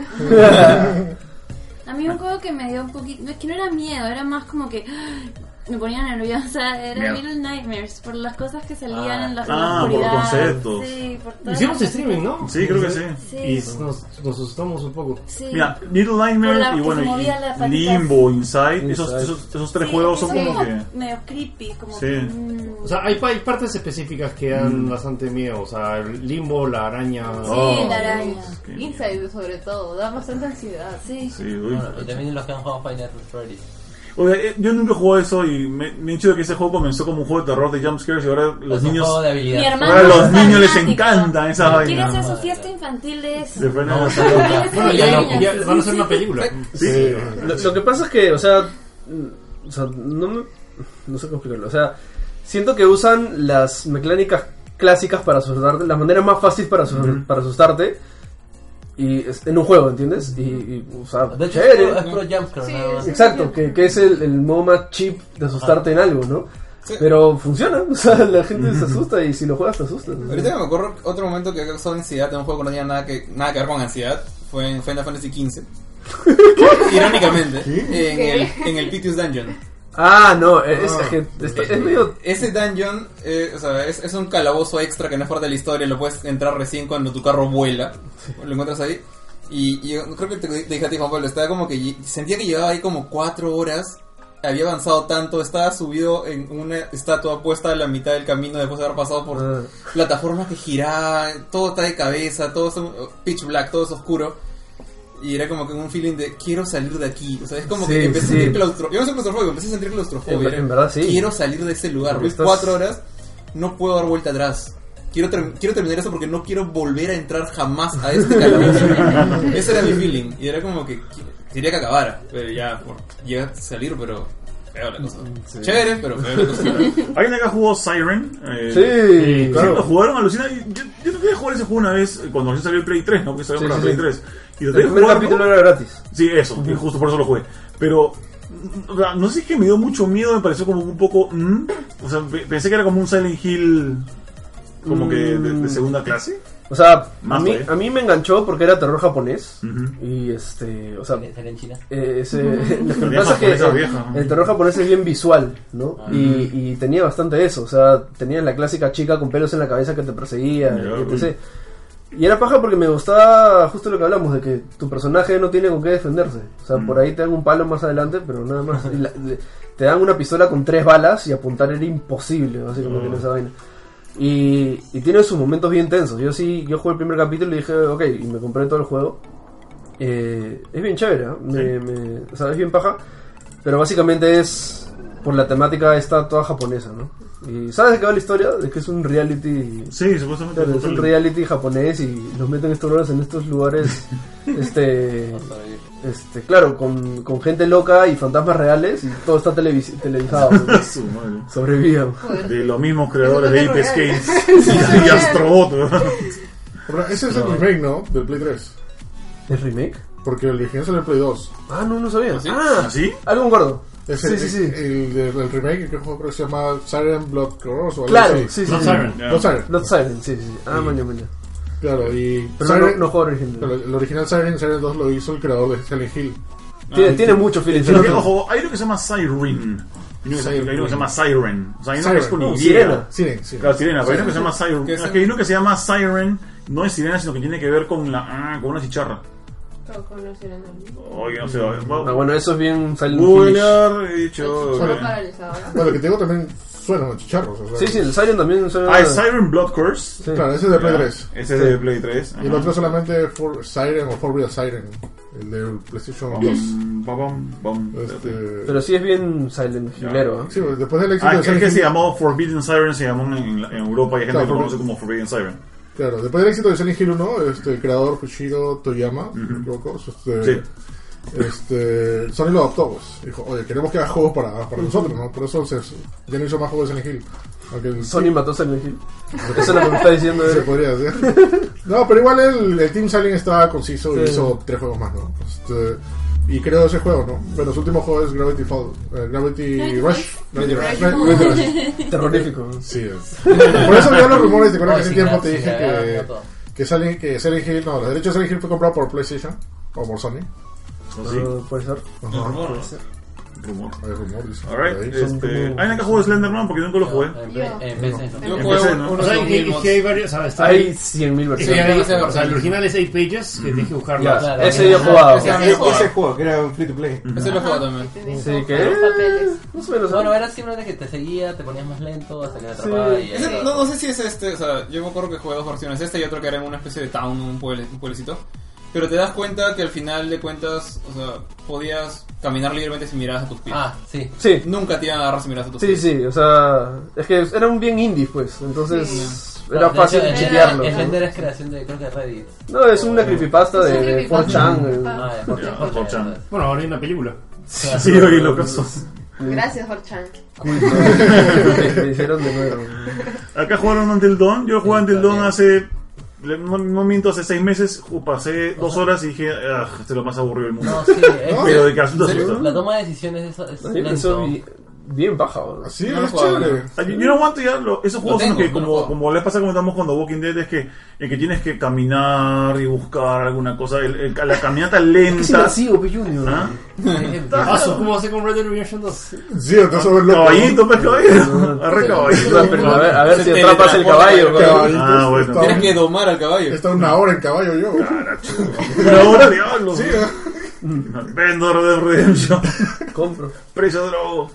A mí un juego que me dio un poquito, no, es que no era miedo, era más como que ¡ah!
me ponía nerviosa. Era
Mierda.
Little Nightmares por las cosas que salían en la
Ah, por
oscuridad.
conceptos.
Sí, por todo.
Hicimos streaming, ¿no?
Sí, creo que sí.
Y nos, nos asustamos un poco.
Sí.
Mira, Little Nightmares
Por la-
y
que
bueno,
se movía la
y
patita.
Limbo, Inside, Esos,
Inside.
esos, esos tres
Sí,
juegos son
eso es
como que...
medio creepy, como
Sí.
que, mm.
O sea, hay, pa- hay partes específicas que dan
Mm.
bastante miedo. O sea, el limbo, la araña.
Sí, la araña. Inside, sobre todo. Da bastante ansiedad.
Sí.
Sí, uy.
pues,
y también los que han jugado Final Freddy.
Oye, eh, yo nunca jugué eso y me, me he dicho que ese juego comenzó como un juego de terror de jumpscares y ahora los
un
niños...
juego de habilidad.
Mi hermano
ahora a los
es
niños les
fanático.
encanta esa
Quiere hacer
vaina.
su fiesta infantil de eso.
De Fernández
Quiere
Salud.
hacer
Bueno, ya
arañas.
no, ya
van a hacer una película.
Mm.
Sí. Lo, lo que pasa es que, o sea, mm, o sea, no, me- no sé cómo explicarlo. O sea, siento que usan las mecánicas clásicas para asustarte, la manera más fácil para, asus- para asustarte. Y es- en un juego, ¿entiendes? Y, y, o sea,
De hecho,
chévere.
es puro- es puro jumpscare, Sí, nada más. sí,
Exacto,
sí.
que, que es el, el modo más cheap de
Ah.
asustarte en algo, ¿no? Pero funciona, o sea, la gente se asusta y si lo juegas te asustas.
Ahorita me ocurre otro momento que causó ansiedad en un juego que no tenía nada que, nada que ver con ansiedad. Fue en Final Fantasy XV. Irónicamente,
¿Qué?
en el, en el Piteous Dungeon.
Ah, no, es, es que está- es
Eh,
medio...
Ese dungeon eh, o sea, es, es un calabozo extra que no es parte de la historia, lo puedes entrar recién cuando tu carro vuela. Lo encuentras ahí. Y, y yo creo que te dije a ti, Juan Pablo, estaba como que lle- sentía que llevaba ahí como cuatro horas. Había avanzado tanto, estaba subido en una estatua puesta a la mitad del camino después de haber pasado por
Ah.
plataformas que giraban, todo está de cabeza, todo es un- oh, pitch black, todo es oscuro. Y era como que un feeling de quiero salir de aquí. O sea, es como
Sí,
que empecé
sí.
a sentir claustrofobia. Yo no soy claustrofóbico, empecé a sentir claustrofobia.
En ver-
Era,
en verdad, sí.
Quiero salir de ese lugar.
Porque
Voy
estás-
Cuatro horas, no puedo dar vuelta atrás. Quiero, ter- quiero terminar eso porque no quiero volver a entrar jamás a este calabozo. Ese era mi feeling. Y era como que qui- quería que acabara. Pero ya, por, llegué a salir, pero feo la cosa. Chévere, pues, pero feo la cosa.
¿Alguien acá jugó Siren? Eh,
Sí, claro.
¿Lo jugaron? Alucina. Yo, yo traté de jugar ese juego una vez eh, cuando recién salió el Play 3, ¿no? Porque salió
Sí,
para
sí,
Play
sí.
3. Y
El
traté de
primer
jugarlo.
capítulo era gratis.
Sí, eso. y Justo por eso lo jugué. Pero... mm, o sea, No sé, es que me dio mucho miedo, me pareció como un poco... mm, o sea, pe- pensé que era como un Silent Hill... Como que de,
Mm.
de segunda clase.
O sea, a
Más
mí,
todavía.
a mí me enganchó porque era terror japonés.
Ujú.
Y este, o sea,
en China?
eh, ese- lo que
Tenía
pasa es que
japonesa
el,
vieja, ¿no?
el terror japonés es bien visual, ¿no?
Ah.
y, y tenía bastante eso. O sea, tenía la clásica chica con pelos en la cabeza que te perseguía,
Ya,
y etc. Y era paja porque me gustaba justo lo que hablamos, de que tu personaje no tiene con qué defenderse. O sea,
Mm.
por ahí te dan un palo más adelante, pero nada más. Y la- le- te dan una pistola con tres balas y apuntar era imposible, básicamente, en
Oh.
esa vaina. Y, y tiene sus momentos bien tensos. Yo sí, yo jugué el primer capítulo y dije, ok, y me compré todo el juego. Eh, es bien chévere, ¿eh? Me- me- o sea, es bien paja. Pero básicamente es por la temática esta toda japonesa, ¿no? ¿Y sabes de qué va la historia? De que es un reality.
Sí, supuestamente.
Claro, es un reality japonés y los meten estos locos en estos lugares. este. Este, claro, con, con gente loca y fantasmas reales y todo está televisi- televisado. ¿no?
Su madre.
Sobrevivan.
De los mismos creadores de Ape Escape
Sí,
y, y
sí.
Astrobot, ¿verdad?
Pero Ese es el
No.
remake, ¿no? Del Play 3.
¿Es remake?
Porque el original salió en el Play 2.
Ah, no, no sabía. Ah,
¿Sí?
Algo me acuerdo.
Es
Sí,
el,
sí, sí.
El, el- el remake el que juego creo que se llama Siren Blood Cross o algo
Claro,
así.
sí, sí.
Blood
sí.
Siren. Blood Siren.
Not Siren, sí, sí. Ah,
Sí.
maña, maña.
Claro, y.
Pero no- no juego original.
Pero el original Siren, Siren 2 lo hizo el creador de Silent Hill.
Tiene- tiene mucho feeling,
Pero que,
Siren.
Ah, ojo, hay uno que se llama Siren. Hay uno que se- hay uno que se llama Siren. O sea, hay uno que es con
Mm. Siren.
Oh,
Y.
Sirena. Siren, sí.
Claro, sirena. Pero hay uno que se
Siren.
llama Siren.
Que es-
Ah, que Hay uno que se llama Siren. No es sirena, sino que tiene que ver con la ah, con una chicharra.
Pero con los sirenas.
Oye, no sé. va-
Ah, bueno, eso es bien Silent
Spoiler, he dicho.
Solo
que-
paralizado.
Bueno, que tengo también suena los chicharros. o sea.
Sí, sí, el Siren también suena.
Ah, es Siren Blood Curse.
Sí.
Claro, ese es de Play
Ya,
3.
Ese es de Play 3.
Y el
ajá.
otro solamente For Siren o For Real Siren, el de PlayStation
Bom,
2.
bom, bom.
Este,
Pero sí es bien Silent Hillero. ¿eh?
Sí, pues, después del éxito
Ah,
de
que,
Silent
que se
Hill-
llamó Forbidden Siren, se llamó en, en Europa y hay gente que
Claro,
lo
Forbidden-
conoce como Forbidden Siren.
Claro, después del éxito de Silent Hill 1, este, el creador Fushiro Toyama, si no me equivoco, este,
Sí.
este, Sony lo adoptó. pues. Dijo, oye, queremos que haga juegos para, para nosotros, ¿no? Por eso se, ya no hizo más juegos de Silent Hill. Aunque el-
Sony mató a Silent Hill. Eso es lo que me está diciendo eh.
Se
él.
podría hacer. No, pero igual el, el Team Silent estaba conciso y
Sí.
hizo tres juegos más, ¿no? Este, y creo ese juego, ¿no? Bueno, su último juego es Gravity Fall. eh, Gravity Rush. Gravity Rush. Gravity Rush.
Terrorífico.
Sí, es. Por eso había los rumores, ¿te acuerdas que
No,
hace
sin
tiempo
nada,
te
sin
dije
nada,
que,
no todo.
que, Silent, que Silent Hill, no, los derechos de Silent Hill fue comprado por PlayStation o por Sony?
¿O sí?
Uh, Puede ser.
Ajá.
Puede ser.
Rumor.
Hay rumores.
Alright.
Son
Este,
como-
¿Alguien acá jugó Slenderman? Porque yo nunca lo jugué.
Yo
En
juego
PC, ¿no?
uno, o sea, que- que hay varios, o sea, está- es que hay- o sea, el original es 8 pages, que dije buscarlo.
Ya,
Claro.
ese yo he jugado.
Ese también
Ese,
jugaba.
ese juego, que era un free to play.
Ese lo juego también.
Sí, que.
Bueno, era simplemente que te seguía, te ponías más lento hasta que te atrapaba y
Ese- no, no sé si es este, o sea, yo me acuerdo que jugué dos versiones, esta y otra este, que era en una especie de town, un, pueble- un pueblecito. Pero te das cuenta que al final de cuentas, o sea, podías caminar libremente sin miradas a tus pies.
Ah, sí.
Sí.
Nunca te iban a agarrar sin miradas a tus
Sí,
pies.
sí, o sea, es que era un bien indie, pues, entonces
Sí.
era
No, de
fácil
hecho, era-
chitearlo.
el
¿no?
Slender es creación de, creo que Reddit.
No, es una creepypasta
Es un
de
creepypasta.
4chan. eh.
Ah, de 4chan, Ya, 4chan.
Bueno, ahora hay una película.
Sí, oye, lo caso.
Gracias, Horchan.
Me
hicieron de nuevo.
Acá jugaron Until Dawn. Yo jugué Until Dawn hace. le- No, no miento, hace seis meses ju- pasé dos horas y dije, ah, este es lo más aburrido del mundo.
No, sí, es-
Pero de que asusta,
¿En serio?
asusta.
La toma de decisiones es, es
A mí me
lento.
pareció bi- bien baja. ¿no?
Sí,
No lo es jugaba, chévere.
Ah, Yo yo no aguanto ya lo- esos
Lo
juegos en los
tengo,
que,
no lo
como, como les pasa comentamos cuando Walking Dead, es que, en que tienes que caminar y buscar alguna cosa. el- el- la caminata lenta.
Es vacío, pe, Junior.
¿Ah?
Ah, su- ¿Cómo hace con Red Dead Redemption 2?
Sí, te vas a ver loco.
Caballito, pues caballito. Arre caballito.
No, pero a ver- a ver
Se
si atrapas el
teletransporta
caballo,
el
cabrón.
caballito. Ah, bueno.
Tienes que domar al caballo.
Está una hora en caballo yo.
Una hora, diablo. Vendo Red Dead Redemption.
Compro.
Precio de drogo.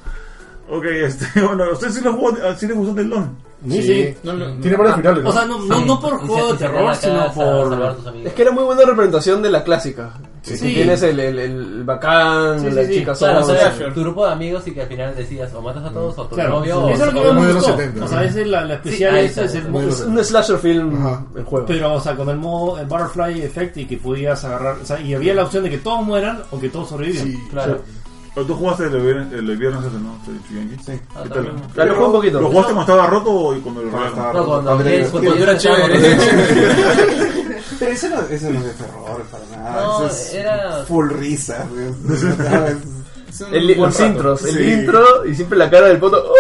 Ok, este, bueno, ¿usted sí lo jugó, sí le gustó Del Don?
Sí, sí.
No, no,
Tiene varios finales, ¿no?
O sea, no, no, no por juego de terror, sino por.
Es que era muy buena representación de la clásica.
Sí.
Que Tienes el, el, el bacán,
Sí, sí,
la
sí.
chica
Claro,
sola.
o sea, tu grupo de amigos y que al final decías o matas a
Mm.
todos o tu
Claro.
novio
Eso
o
es lo que yo me gustó. O sea, esa es la, la especial.
Sí, ahí
esa
está,
es el
muy
modo-
bien.
Es un slasher film en juego.
Pero, o sea, con el modo el Butterfly Effect y que podías agarrar. O sea, y había la opción de que todos mueran o que todos sobrevivan.
Pero tú jugaste el viernes, el viernes ese, ¿no? Chuyanqui. Sí. ¿Qué tal?
también.
Claro, lo jugué un poquito.
¿Lo jugaste cuando estaba roto o cuando lo
Cuando estaba
regalaron?
roto. No, cuando-
Andrés,
cuando
¿qué?
era chévere.
chévere.
Pero eso no, eso no es de terror para nada.
No,
eso es
era-
full risa. pues. Es un
El,
buen
los
rato.
intros, el
Sí.
intro y siempre la cara del poto.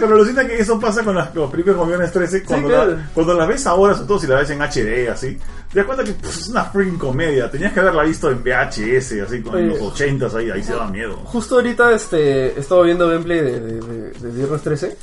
Pero lo siento que eso pasa con las, con los primeros Comiones 13. Cuando,
claro.
la- cuando las ves ahora, sobre todo si las ves en HD, así, te das cuenta que pff, es una freaking comedia. Tenías que haberla visto en VHS, así, con
Oye.
los 80s ahí, ahí se da miedo.
Justo ahorita este, estaba viendo gameplay de, de, de- de Viernes 13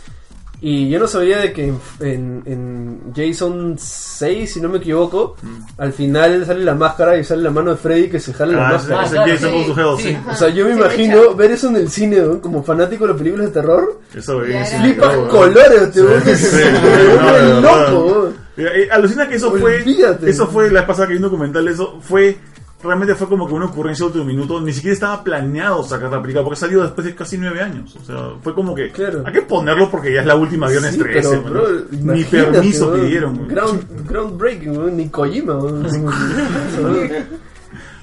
y yo no sabía de que en, en- en Jason 6, si no me equivoco,
Mm.
al final sale la máscara y sale la mano de Freddy que se jala la
Ah,
máscara.
ese- ese Ah, claro, Jason sí, Goes to Hell, sí. sí.
O sea, yo me
Sí,
imagino ver eso en el cine, ¿no? como fanático de las películas de terror.
Eso es.
Flipas colores, te vuelves- te vuelves loco, weón.
Alucina que eso fue. Eso fue la vez pasada que vi un documental. Eso fue. Realmente fue como que una ocurrencia de último minuto. Ni siquiera estaba planeado sacar la película porque salió después de casi nueve años. O sea, fue como que. Hay que ponerlo porque ya es la última de Viernes
Sí,
13.
pero,
mano.
bro,
Ni
imagínate,
permiso
weón.
pidieron. weón.
Ground, groundbreaking, weón, ni Kojima. weón.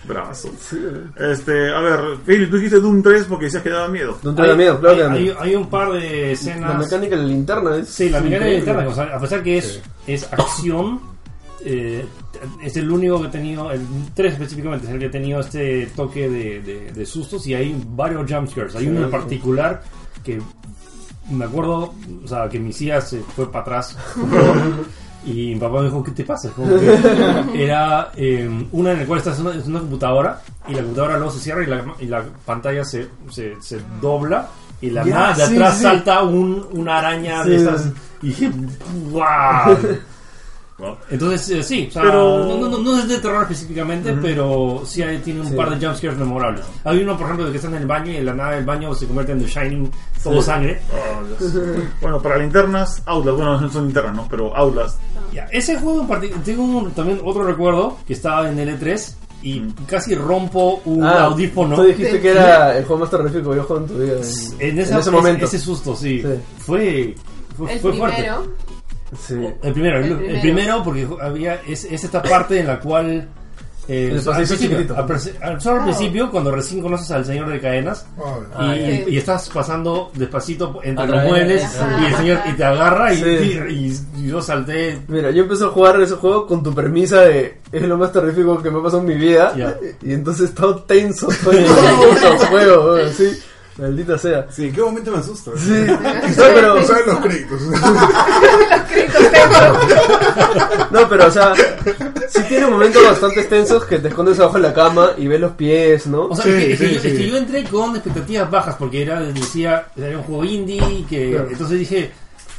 Bravazo. Este, a ver, Phil, tú dijiste Doom 3 porque decías que daba miedo.
Doom 3 da miedo, claro que da
Hay,
miedo.
hay un par de escenas.
La mecánica de la linterna es.
Sí, la mecánica de la
increíble.
linterna, o sea, a pesar que es, es acción, eh, es el único que he tenido, el 3 específicamente, es el que ha tenido este toque de, de- de sustos y hay varios jumpscares. Hay
Sí.
uno en particular que me acuerdo, o sea, que mi tía se fue para atrás y mi papá me dijo, ¿qué te pasa? Es como que era eh, una en la cual estás en una, en una computadora y la computadora luego se cierra y la, y la pantalla se, se, se dobla. Y la
Ya,
nada de
Ah, sí,
atrás
sí.
salta un, una araña
Sí.
de estas y dije, ¡guau! Entonces, eh, sí, o sea,
Pero-
no, no- no es de terror específicamente,
Ujú.
pero sí hay- tiene un
Sí.
par de jumpscares memorables. Hay uno, por ejemplo, de que están en el baño y de la nada del baño se convierte en The Shining, todo
Sí.
sangre.
Oh, Dios. bueno, para linternas, Outlast. Bueno, no son linternas, ¿no? Pero Outlast.
Ya, Ese juego en particular, tengo un- también otro recuerdo que estaba en el E3 y casi rompo un
Ah,
audífono.
Tú dijiste que era el juego más terrorífico que yo juego en tu vida.
En, esa-
ese momento.
Ese susto, sí. Fue, fue,
El
fue fuerte.
primero.
El primero, el,
El
el primero.
primero.
porque había es, es esta parte en la cual eh,
El
o sea, al
pasadizo
principio,
chiquitito.
al, perci- al- solo al
Ah.
principio cuando recién conoces al señor de cadenas y,
Ah, ya.
y estás pasando despacito entre
A
los
través.
muebles
Ajá.
y el señor y te agarra y,
Sí.
y- y yo salté
Mira, yo empecé a jugar ese juego con tu premisa de es lo más terrorífico que me ha pasado en mi vida.
Ya.
Y entonces he estado tenso todo el, todo el juego, weón, sí. Maldita sea.
Sí, ¿en qué momento me asusto?
Sí.
¿Saben, saben los créditos.
No, pero o sea, sí tiene momentos bastante tensos que te escondes abajo de la cama y ves los pies, ¿no?
O sea, es, que, es que yo, es que yo entré con expectativas bajas porque era, decía, era un juego indie, que
Claro.
entonces dije,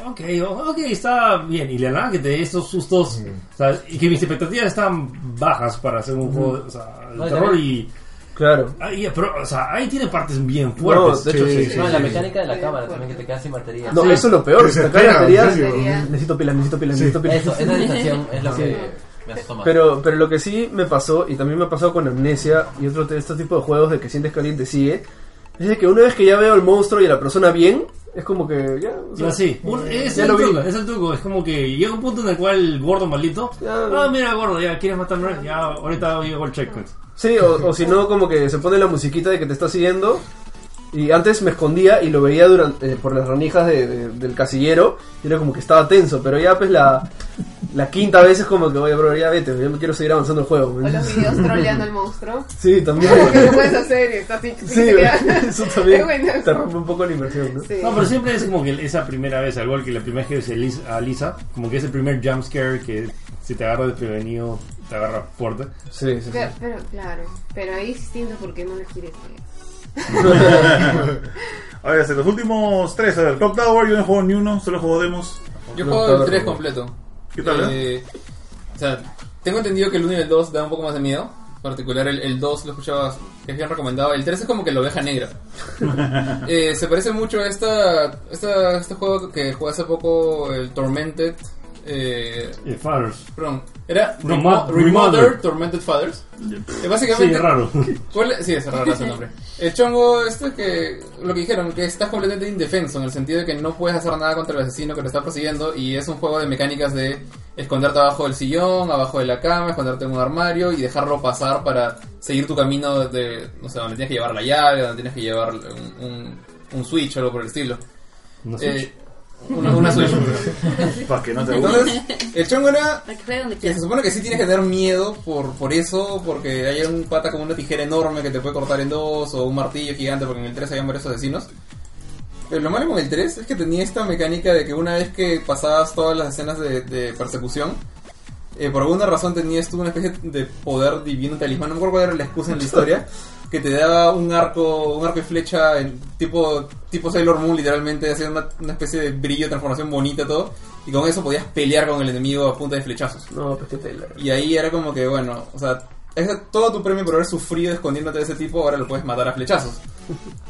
ok, ok, está bien. Y la nada que te dé estos sustos, o sea, y que mis expectativas estaban bajas para hacer un juego, o sea, el
No, y
terror
también-
y...
Claro.
Ahí, pero, o sea, ahí tiene partes bien fuertes.
de hecho, sí, sí,
No,
sí,
la
sí.
mecánica de la cámara también, que te quedas sin batería.
No,
Sí.
eso es lo peor.
Sí,
Sacar baterías.
en serio.
Necesito pilas, necesito pilas, necesito pilas.
Eso, esa sensación es lo
Sí.
que me asoma.
Pero, pero lo que sí me pasó, y también me ha pasado con Amnesia y otro de estos tipos de juegos de que sientes que alguien te sigue, es de que una vez que ya veo al monstruo y a la persona bien, es como que ya. o sea,
Ya, sí. Un- es,
Eh, ya
el
lo vi.
truco, es el truco. Es como que llega un punto en el cual el gordo maldito. Ah, mira, gordo, ya quieres matarme. Ya, ahorita llego al checkpoint.
Sí, o, o si no, como que se pone la musiquita de que te está siguiendo. Y antes me escondía y lo veía durante, eh, por las ranijas de- de- del casillero. Y era como que estaba tenso, pero ya, pues, la, la quinta vez es como que, oye, bro, ya vete, yo me quiero seguir avanzando el juego.
O los videos troleando al monstruo.
Sí, también.
Como que no puedes hacer y está así.
Sí,
te queda-
eso también
Es bueno.
te rompe un poco la inversión, ¿no?
No, pero siempre es como que esa primera vez, al igual que la primera vez que ves a Lisa, como que es el primer jumpscare que si te agarra desprevenido, te agarra fuerte.
Sí,
Pero, pero, claro, pero ahí es distinto porque no lo quieres ver.
a ver, los últimos tres. A ver, Clock Tower, yo no juego ni uno, solo juego demos.
Yo juego el 3 completo.
¿Qué tal,
Eh, o sea, tengo entendido que el 1 y el 2 dan un poco más de miedo. En particular, el, el 2 lo escuchaba que bien recomendado. El 3 es como que la oveja negra. Eh, se parece mucho a esta, esta- este juego que jugué hace poco, el Tormented. Eh,
Eh, Fathers.
Perdón, era Remo-
Remo- Remothered.
Remothered Tormented Fathers. Eh, básicamente,
Sí, es raro.
¿Cuál es? Sí, es raro ese nombre. El chongo, esto es que lo que dijeron, que estás completamente indefenso en el sentido de que no puedes hacer nada contra el asesino que te está persiguiendo y es un juego de mecánicas de esconderte abajo del sillón, abajo de la cama, esconderte en un armario y dejarlo pasar para seguir tu camino de, no sé, donde tienes que llevar la llave, donde tienes que llevar un, un- un switch o algo por el estilo.
¿Una
Eh,
Switch?
una, una Switch.
Pa' que no te
Entonces, el chongo era
Para que juegue donde
que
quiera.
se supone que sí tienes que tener miedo por, por eso, porque hay un pata con una tijera enorme que te puede cortar en dos, o un martillo gigante, porque en el 3 habían varios asesinos. Pero Eh, lo malo con el 3 es que tenía esta mecánica de que una vez que pasabas todas las escenas de, de persecución, eh, por alguna razón tenías tú una especie de poder divino, un talismán, no me acuerdo cuál era la excusa en la historia, que te daba un arco, un arco y flecha en tipo, tipo Sailor Moon, literalmente, hacía una, una especie de brillo, transformación bonita, todo, y con eso podías pelear con el enemigo a punta de flechazos.
No, pues qué tela.
Y ahí era como que, bueno, o sea, ese- todo tu premio por haber sufrido escondiéndote de ese tipo, ahora lo puedes matar a flechazos.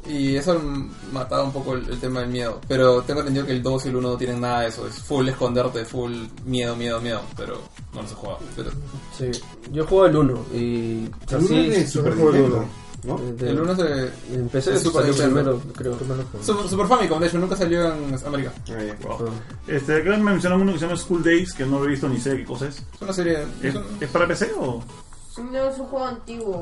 Y eso mm, mataba un poco el, el tema del miedo. Pero tengo entendido que el 2 y el 1 no tienen nada de eso. Es full esconderte, full miedo, miedo, miedo. Pero no, no se juega. Pero...
Sí, yo juego el 1 y. o sea,
El uno
sí,
es de
sí,
Super
juego
Nintendo,
uno.
¿no?
De-
El uno es de-
En PC
de Super
salió
Nintendo.
primero, creo.
Super, Super Famicom, de hecho, nunca salió en América.
Eh, Este, acá me mencionan uno que se llama School Days, que no lo he visto ni sé qué cosa es.
Es una serie.
¿Es, es para PC o.?
No, es un juego antiguo.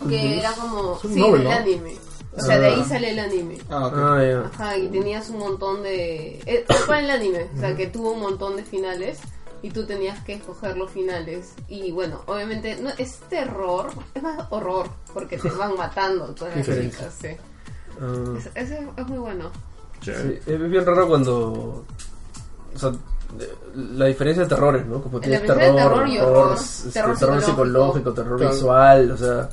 un
Que
juego-
era como.
es un
sí,
novel,
el
¿no?
anime. O sea, de
Ah.
ahí sale el anime.
Ah,
ok. Ah, ya.
Ajá, y tenías un montón de. eh, Fue el anime, o sea, que tuvo un montón de finales. Y tú tenías que escoger los finales. Y bueno, obviamente, no, es terror, es más horror, porque te van matando todas las
Qué diferencia.
chicas, sí.
Ah.
Es- Ese es muy bueno.
Sí, es bien raro cuando. O sea, de- la diferencia de terrores, ¿no? Como
La
tienes terror,
diferencia de terror y horror.
este,
Terror
terror,
psicológico.
psicológico, terror
Claro.
visual, o sea,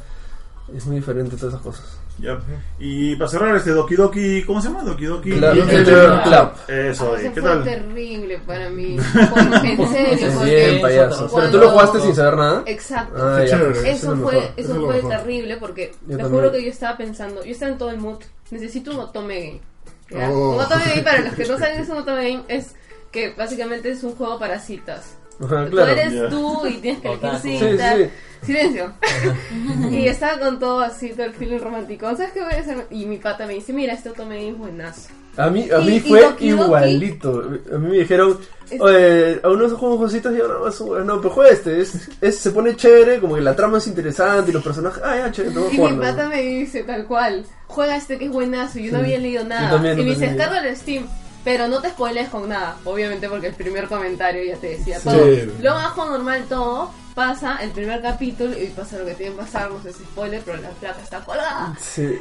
es muy diferente todas esas cosas.
Ya. Y para cerrar, este Doki Doki. ¿Cómo se llama? Doki Doki.
Club.
Literature
Literature Club.
Eso,
Ese
¿y ¿qué
fue
tal?
terrible para mí. Como que en serio.
Es
porque
Pues bien payaso.
cuando-
¿Pero tú lo jugaste sin saber nada?
Exacto.
Ah, ya,
eso,
pues, eso es lo
fue,
mejor,
eso
eso es lo
fue
mejor.
terrible porque
Yo
te
también.
juro que yo estaba pensando. Yo estaba en todo el mood. Necesito un Otome Game. ¿ya?
Oh.
Un Otome Game, para los que no saben, es un Otome Game. Es que básicamente es un juego para citas.
Ajá,
Tú
claro.
eres
Ya.
tú y tienes que elegir
Otaku.
cita.
Sí, sí.
Silencio. y estaba con todo así, todo el feeling romántico. ¿Sabes qué voy a hacer? Y mi pata me dice: Mira, este Otome Game es buenazo.
A mí, a
Y-
mí
y
fue
Doki Doki-
igualito. A mí me dijeron, "Oye, a unos juegos cositas y ahora más un- No, pero juega este. Es, es- se pone chévere, como que la trama es interesante y los personajes. Ah, ya, chévere, tengo que
Y mi
jugarlo".
pata me dice tal cual, juega este que es buenazo, yo no
Sí.
había leído
Yo
nada.
también,
y me
yo
dice,
también.
descarga el Steam, pero no te spoilees con nada, obviamente porque el primer comentario ya te decía
Sí.
todo.
Sí.
Lo bajo normal todo, pasa el primer capítulo y pasa lo que tiene que pasar, no sé si spoiler, pero la placa está colgada.
Sí.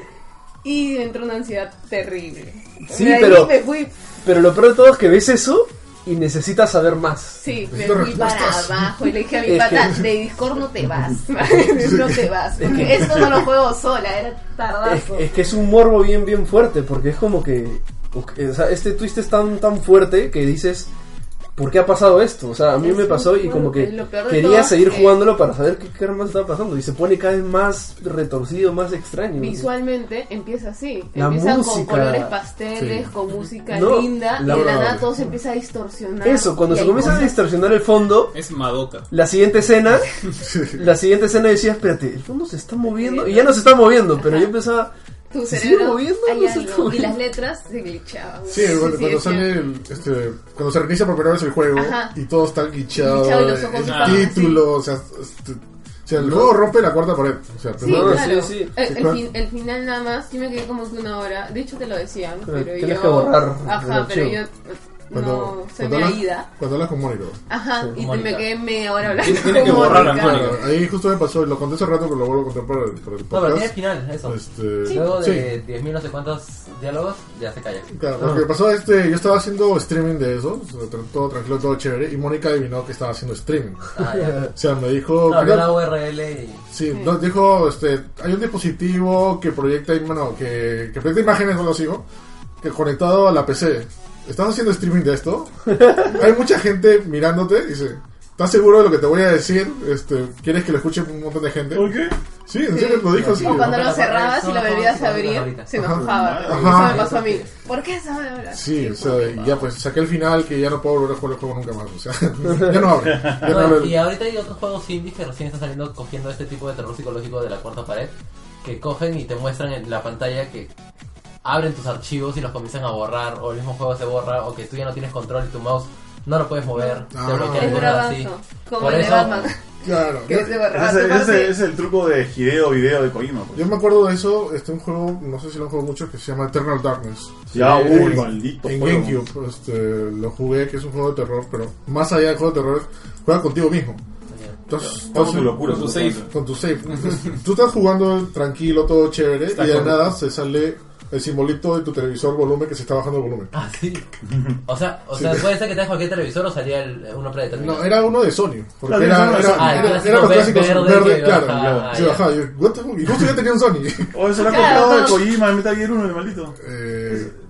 Y me entró una ansiedad terrible.
Sí,
De ahí
pero,
Me fui,
pero lo peor de todo es que ves eso y necesitas saber más.
sí, me
Necesito
fui para
respuestas.
abajo y le dije a mi
Es
pata,
que-
de Discord no te vas. no te vas. Porque esto no lo juego sola, era
Es,
tardazo.
es que es un morbo bien, bien fuerte, porque es como que. O sea, este twist es tan, tan fuerte que dices. ¿Por qué ha pasado esto? O sea, a mí me pasó y como que
Lo peor de todo
quería
es
seguir
que-
jugándolo para saber qué caramba estaba pasando. Y se pone cada vez más retorcido, más extraño.
Visualmente empieza así.
Mm. La
empieza
música.
con colores pasteles,
Sí.
con música
No,
linda.
la-
y de la nada todo se empieza a distorsionar.
Eso, cuando
Y
se
hay
comienza a
cosas-
distorsionar el fondo,
Es Madoka.
la siguiente escena, la siguiente escena decía, espérate, el fondo se está moviendo, y ya no se está moviendo, pero yo pensaba,
Tu
¿se sigue
cerebro
moviendo?
hay
No se
algo,
está
y
moviendo.
las letras se glitchaban.
Sí, cuando,
Sí,
cuando
sí,
sale el- este, cuando se reinicia por primera vez el juego
Ajá.
y todo está guichado,
Glitchado y los
el
ojos están así.
título, o sea, este, o sea, luego rompe la cuarta pared. O sea,
Sí,
primero-
claro. Eh, El,
cuando-
fin- el final nada más, yo me quedé como que una hora. De hecho, te lo decían,
Pero
pero
tienes
yo.
que borrar el
Ajá, pero yo.
archivo.
No, se
cuando
me ha
hablas-
ido.
Cuando hablas con Mónico.
Ajá, y te- me quedé media hora hablando.
como borrar Mónica. la
Claro, Ahí justo me pasó, y lo conté hace rato, pero lo vuelvo a contar para el, para el
No, pero
podcast.
tiene final, eso.
Este,
Luego
sí.
de 10.000 no sé cuántos diálogos, ya se calla.
Claro, lo que pasó este, yo estaba haciendo streaming de eso, o sea, tra- todo tranquilo, todo chévere, y Mónica adivinó que estaba haciendo streaming.
Ah, ya.
O sea, me dijo...
No,
creo-
vio la URL y...
Sí, nos dijo, este, hay un dispositivo que proyecta, im- bueno, que, que proyecta imágenes, no lo sigo, que conectado a la PC. ¿Estás haciendo streaming de esto? hay mucha gente mirándote, dice, ¿estás seguro de lo que te voy a decir? Este, ¿Quieres que lo escuche un montón de gente? ¿Por
qué?
Sí, en serio, lo dijo así.
O cuando lo cerrabas y lo volvías a abrir, se enojaba. Eso me pasó a mí. ¿Por qué se me habla?
Sí, o sea, y ya pues saqué el final que ya no puedo volver a jugar el juego nunca más. O sea, ya no abre. Ya no,
No,
abre el-
y ahorita hay otros juegos indies que recién están saliendo cogiendo este tipo de terror psicológico de la cuarta pared, que cogen y te muestran en la pantalla que abren tus archivos y los comienzan a borrar, o el mismo juego se borra, o que tú ya no tienes control y tu mouse no lo puedes mover,
Ah.
te bloquean y
Es
cosas así.
bravazo, como
Por
el de
eso,
Batman.
Claro.
Que se borraba
Ese,
tu
ese-
parte.
ese es el truco de Hideo Video de Kojima. pues.
Yo me acuerdo de eso, este un juego, no sé si lo han jugado mucho, que se llama Eternal Darkness.
Ya,
Eh,
uy,
en-
maldito
En
juego.
GameCube, este, lo jugué, que es un juego de terror, pero más allá del juego de terror, juega contigo mismo. Entonces,
Todo tu locura,
con
todo tu
tu safe.
locura.
Con tu safe. Entonces, tú estás jugando tranquilo, todo chévere,
Está
y de
con-
nada se sale el simbolito de tu televisor volumen que se está bajando el volumen.
Ah, sí. O sea, o
Sí.
sea puede ser que tengas cualquier televisor o salía el- eh, uno predeterminado.
No, era uno de Sony. Porque
Claro,
era,
era
era,
uno de Sony. Ah, el
era-
clásico
era los
verde,
clásicos
verde
verde,
que
claro.
baja,
claro.
ah,
Yo
ya.
bajaba, yo, what the fuck, Eh, y justo yo tenía un Sony.
O eso Oh, lo ha
Claro,
comprado de
todos-
Kojima, en Metal Gear 1, el maldito.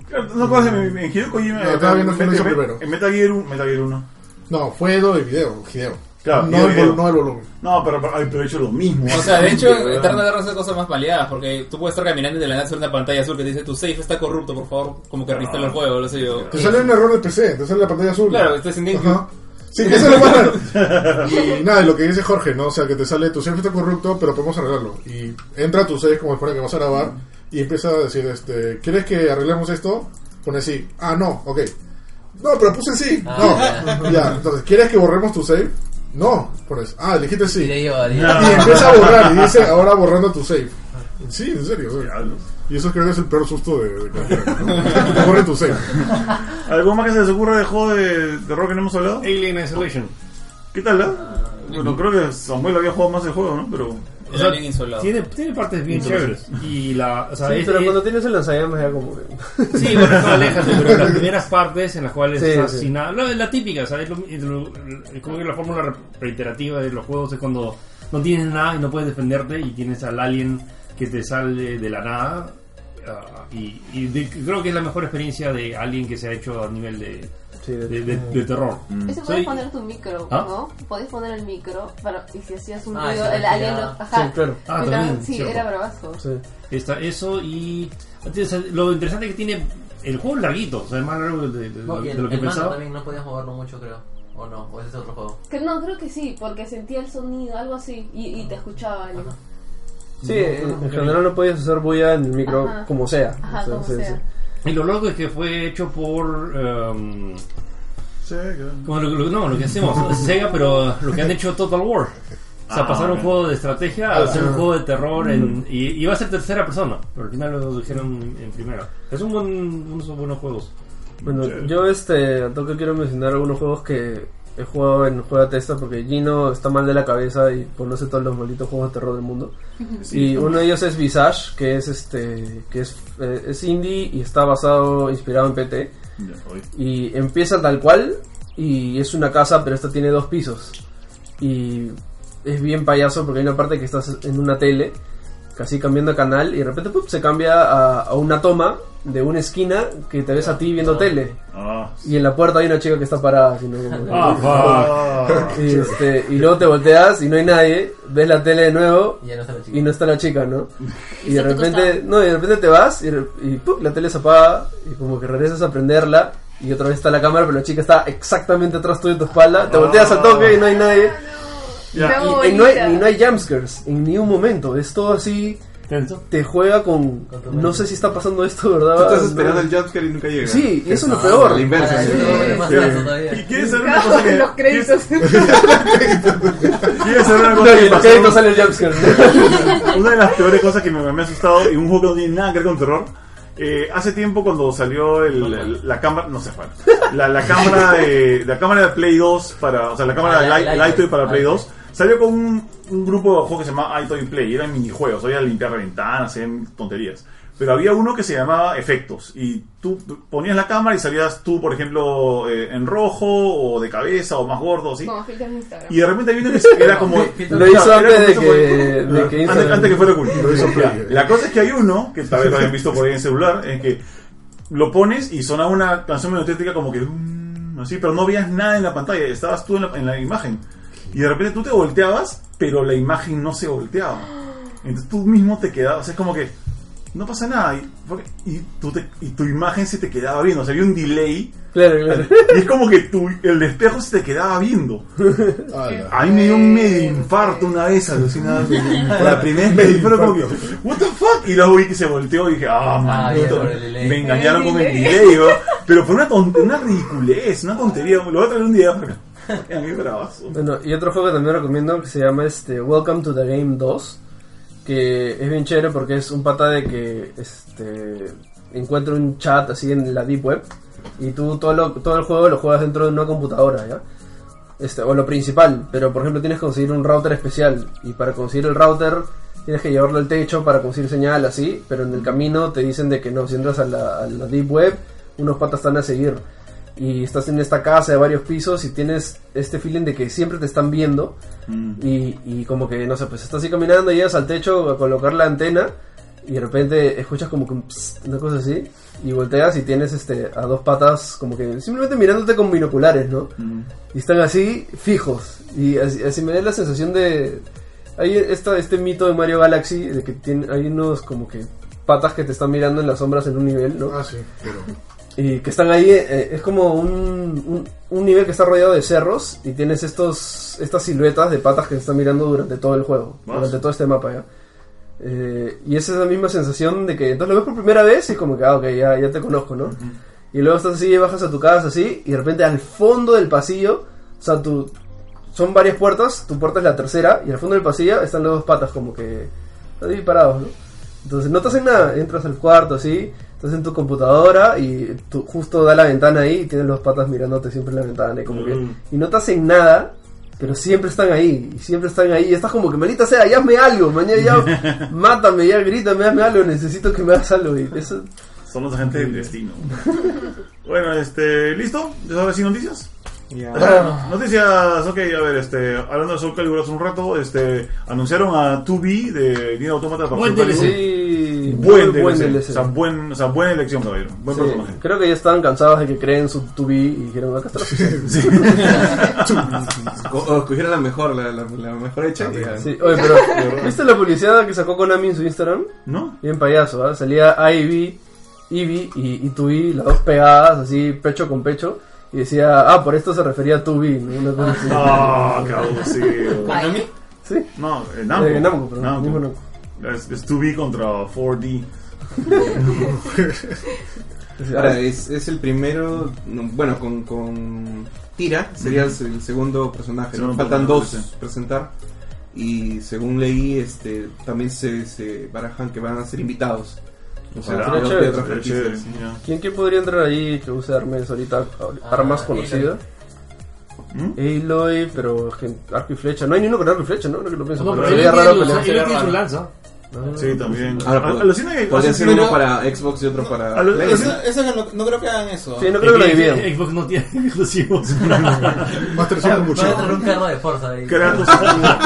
Claro, no acuerdas de mi- en Hideo Kojima.
Eh, No, estaba viendo
en,
quién lo hizo
Metal-
primero.
en Metal Gear 1. Metal Gear 1.
No, fue lo de video, Hideo.
Claro,
no,
Hideo
el,
Video.
vol- no el volumen.
No, pero, pero, ay, pero he hecho lo mismo.
O sea, de hecho,
Exactamente,
Eternal
¿verdad?
Darkness es de cosas más paliadas, porque tú puedes estar caminando y de la nada sale una pantalla azul que te dice tu safe está corrupto, por favor, como que reinstala el juego, lo sé yo.
Te sale un error de PC, te sale la pantalla azul.
Claro, estás en GameCube.
Ajá. Sí, que eso es lo más raro. Y nada, lo que dice Jorge, ¿no? O sea, que te sale tu safe está corrupto, pero podemos arreglarlo. Y entra tu safe como fuera que vas a grabar y empieza a decir, este, ¿quieres que arreglemos esto? Pone sí. Ah, no, ok. No, pero puse sí.
Ah,
no.
ya.
Ya, entonces, ¿quieres que borremos tu save? No, pones, ah, elegiste sí.
Y yo,
y
adiós.
empieza a borrar y dice, ahora borrando tu save. Sí, en serio. o sea, y eso creo que es el peor susto de, de cualquiera, ¿no? Te borre tu save.
¿Algo más que se les ocurra de juego de terror que no hemos hablado?
Alien Isolation.
¿Qué tal, eh? Bueno, creo que Samuel había jugado más el juego, ¿no? Pero.
O sea, tiene, tiene partes bien chéveres. Y la, o sea,
Sí,
es-
pero
es-
cuando tienes el lanzallamas ya como que...
Sí, bueno, no, aléjate, pero las primeras partes en las cuales
Sí,
estás
sí.
sin nada. La, la típica, ¿sabes? Lo- lo- lo- como que la fórmula re- reiterativa de los juegos es cuando no tienes nada y no puedes defenderte y tienes al alien que te sale de la nada. ah, y y de- creo que es la mejor experiencia de alguien que se ha hecho a nivel de, de, de- de terror.
Mm.
Eso
Soy-
puedes poner tu micro,
¿Ah?
¿no? Podías poner el micro para, y si hacías un
Ah,
ruido,
eso
el
ya-
alien lo. Ajá.
Sí, claro. Ah,
Era-
también,
sí,
cierto.
era bravazo.
Está eso y o sea, lo interesante que tiene el juego es larguito, o sea, es más largo de, de-
No, y
de
el,
lo que
el mando
pensaba.
también no podías moverlo mucho, creo. O no, o ese es otro juego.
Que no, creo que sí, porque sentía el sonido, algo así, y, y te escuchaba alien.
Sí, en en general no podías hacer bulla en el micro
Ajá.
como sea.
Ajá,
O sea,
como
sí,
sea.
Y lo loco es que fue hecho por. em, como lo, lo- no, lo que hacemos, Sega, pero lo que han hecho Total War. O sea,
Ah,
pasaron
ok.
un juego de estrategia a hacer un
Ah.
juego de terror
Mm.
en, y iba a ser tercera persona, pero al final lo dijeron en primera. Es un buen, unos buenos juegos.
Bueno, yo este, al toque quiero mencionar algunos juegos que he jugado en Juega Testa porque Gino está mal de la cabeza y conoce todos los malditos juegos de terror del mundo.
Sí.
y uno de ellos es Visage, que es este que es, eh, es indie y está basado, inspirado en PT. Y empieza tal cual y es una casa, pero esta tiene dos pisos. Y es bien payaso porque hay una parte que estás en una tele, casi cambiando de canal, y de repente ¡pup! se cambia a, a una toma de una esquina que te ves a ti viendo tele.
Ah.
Y en la puerta hay una chica que está parada. así, ¿no? Como-
Ah, fuck.
y, este, y luego te volteas y no hay nadie, ves la tele de nuevo
Y ya no está la chica.
y no está la chica, ¿no? Y de
está a tu
repente,
costado.
no, y de repente te vas y, re- y ¡pum! la tele se apaga y como que regresas a prenderla y otra vez está la cámara, pero la chica está exactamente atrás tuyo de tu espalda, te volteas al toque y no hay nadie.
Ya.
Y-
Qué
Y, no hay,
bonita.
y no hay jumpscares en ningún momento, es todo así. Te juega con. No sé si está pasando esto, ¿verdad?
Tú estás esperando
No.
el jumpscare y nunca llega.
Sí, y eso es lo
Ah,
peor.
la inversa, sí. Sí.
¿Y quieres saber una cosa que.?
créditos.
¿Quieres saber una cosa
No, y
que
en los
pasó?
créditos sale el jumpscare.
Una de las peores cosas que me, me ha asustado y un juego que no tiene nada que ver con terror. eh, hace tiempo cuando salió el- el- la cámara, no sé, bueno, la, la cámara de la cámara de Play 2 para, o sea, la cámara
Ah,
de
la-
Light-
la-
Lightoy para Play
Lightoy.
2 salió con un, un grupo de juegos que se llamaba Lightoy Play, eran minijuegos, había limpiar ventanas, hacían tonterías. Pero había uno que se llamaba efectos y tú ponías la cámara y salías tú, por ejemplo, eh, en rojo o de cabeza o más gordo, así.
Como filtros de Instagram.
Y de repente hay uno que era como.
Lo hizo
Era
antes de
como-
que- de que
antes,
Instagram-
antes que fuera cool.
Lo hizo
Ya.
Play.
La cosa es que hay uno, que tal vez lo hayan visto por ahí en celular, en que lo pones y suena una canción melodética como que. mm, así, pero no veías nada en la pantalla, estabas tú en la, en la imagen. Y de repente tú te volteabas, pero la imagen no se volteaba. Entonces tú mismo te quedabas, es como que. No pasa nada. Y, porque- y tú te- y tu imagen se te quedaba viendo. O sea, había un delay.
Claro, claro.
Y es como que tu, el espejo se te quedaba viendo. A mí me dio un medio infarto una vez alucinado. La primera vez que me dijeron como que, ¿What the fuck? Y luego vi que se volteó y dije, ¡ah, maldito! me engañaron con el delay, ¿no? Pero fue una, ton- una ridiculez, una tontería. Lo voy a traer un día porque. A mí bravazo.
Bueno, y otro juego que también recomiendo que se llama este Welcome to the Game 2, que es bien chévere porque es un pata de que este encuentra un chat así en la deep web y tú todo lo- todo el juego lo juegas dentro de una computadora, ¿ya? Este, o lo principal, pero por ejemplo tienes que conseguir un router especial y para conseguir el router tienes que llevarlo al techo para conseguir señal así, pero en el camino te dicen de que no, si entras a la, a la deep web, unos patas están a seguir y estás en esta casa de varios pisos y tienes este feeling de que siempre te están viendo y, y como que, no sé, pues estás así caminando, llegas al techo a colocar la antena y de repente escuchas como que un psst, una cosa así y volteas y tienes este a dos patas como que simplemente mirándote con binoculares, ¿no? Y están así fijos y así, así me da la sensación de... Hay esta, este mito de Mario Galaxy de que tiene, hay unos como que patas que te están mirando en las sombras en un nivel, ¿no?
Ah, sí, pero...
Y que están ahí, eh, es como un, un, un nivel que está rodeado de cerros y tienes estos estas siluetas de patas que te están mirando durante todo el juego,
Más.
durante todo este mapa, ¿ya? Eh, y es esa misma sensación de que entonces lo ves por primera vez y es como que, ah, ok, ya, ya te conozco, ¿no? Y luego estás así, bajas a tu casa así y de repente al fondo del pasillo, o sea, tu, son varias puertas, tu puerta es la tercera y al fondo del pasillo están las dos patas como que ahí parados, ¿no? Entonces no te hacen nada, entras al cuarto así, estás en tu computadora y tú justo da la ventana ahí y tienes los patas mirándote siempre en la ventana y como
Mm.
que y no te hacen nada, pero siempre están ahí, y siempre están ahí, y estás como que maldita sea, ya hazme algo, mañana ya mátame, ya grítame, hazme algo, necesito que me hagas algo y eso
son los agentes del destino. Bueno, este, ¿listo? ¿Ya sabes si noticias?
Ah.
Noticias, ok, a ver, este, hablando de Soul Calibur hace un rato, este, anunciaron a 2B de Nier Automata para
Buen
Soul
DLC.
Calibur.
Sí,
Buen
muy
DLC.
buen DLC.
O, sea, buen, o sea, buena elección, caballero. Buen
Sí,
personaje.
creo que ya estaban cansados de que creen su 2B y dijeron acá está la oficial".
O o escogieron la mejor, la, la, la mejor
Ah,
hecha. y ya.
Sí, oye, pero ¿viste la publicidad que sacó Konami en su Instagram?
No.
Bien payaso, ¿ah? Salía Ivy, Ivy y, y 2B, las dos pegadas, así, pecho con pecho. Y decía, ah, por esto se refería a 2B. ¿no? Una cosa así.
Ah, qué abusivo.
Konami? Sí.
No, eh, Namco.
Eh, Namco, perdón, mismo
Es, es 2B contra 4D.
Pues,
Ahora, es, es el primero. no, Bueno, con, con Tira sería el, el segundo personaje. ¿no?
Segundo
Faltan dos
personaje,
presentar. Y según leí, este también se, se barajan que van a ser invitados. O sea,
Será
creo que
chévere,
otras
será
franquicias.
chévere, ya.
¿Quién, quién podría entrar ahí que use armas ahorita, armas
Ah,
conocidas? Aloy, pero gen- arco y flecha. No hay ni uno con arco y flecha, ¿no? Ahora que lo pienso.
No,
pero
pero
sería
Aloy tiene
raro
su-
pelear.
Aloy tiene su lanza.
Sí, también.
Ahora,
A-
pod-
alucina que-
podría ser uno
alucina-
para Xbox y otro para.
Alu-
Play,
alucina-
¿no?
Eso no, no creo que hagan eso.
Sí, no creo que lo dividan.
Xbox no tiene exclusivos.
Master
Van a traer un carro de Forza ahí.
Kratos.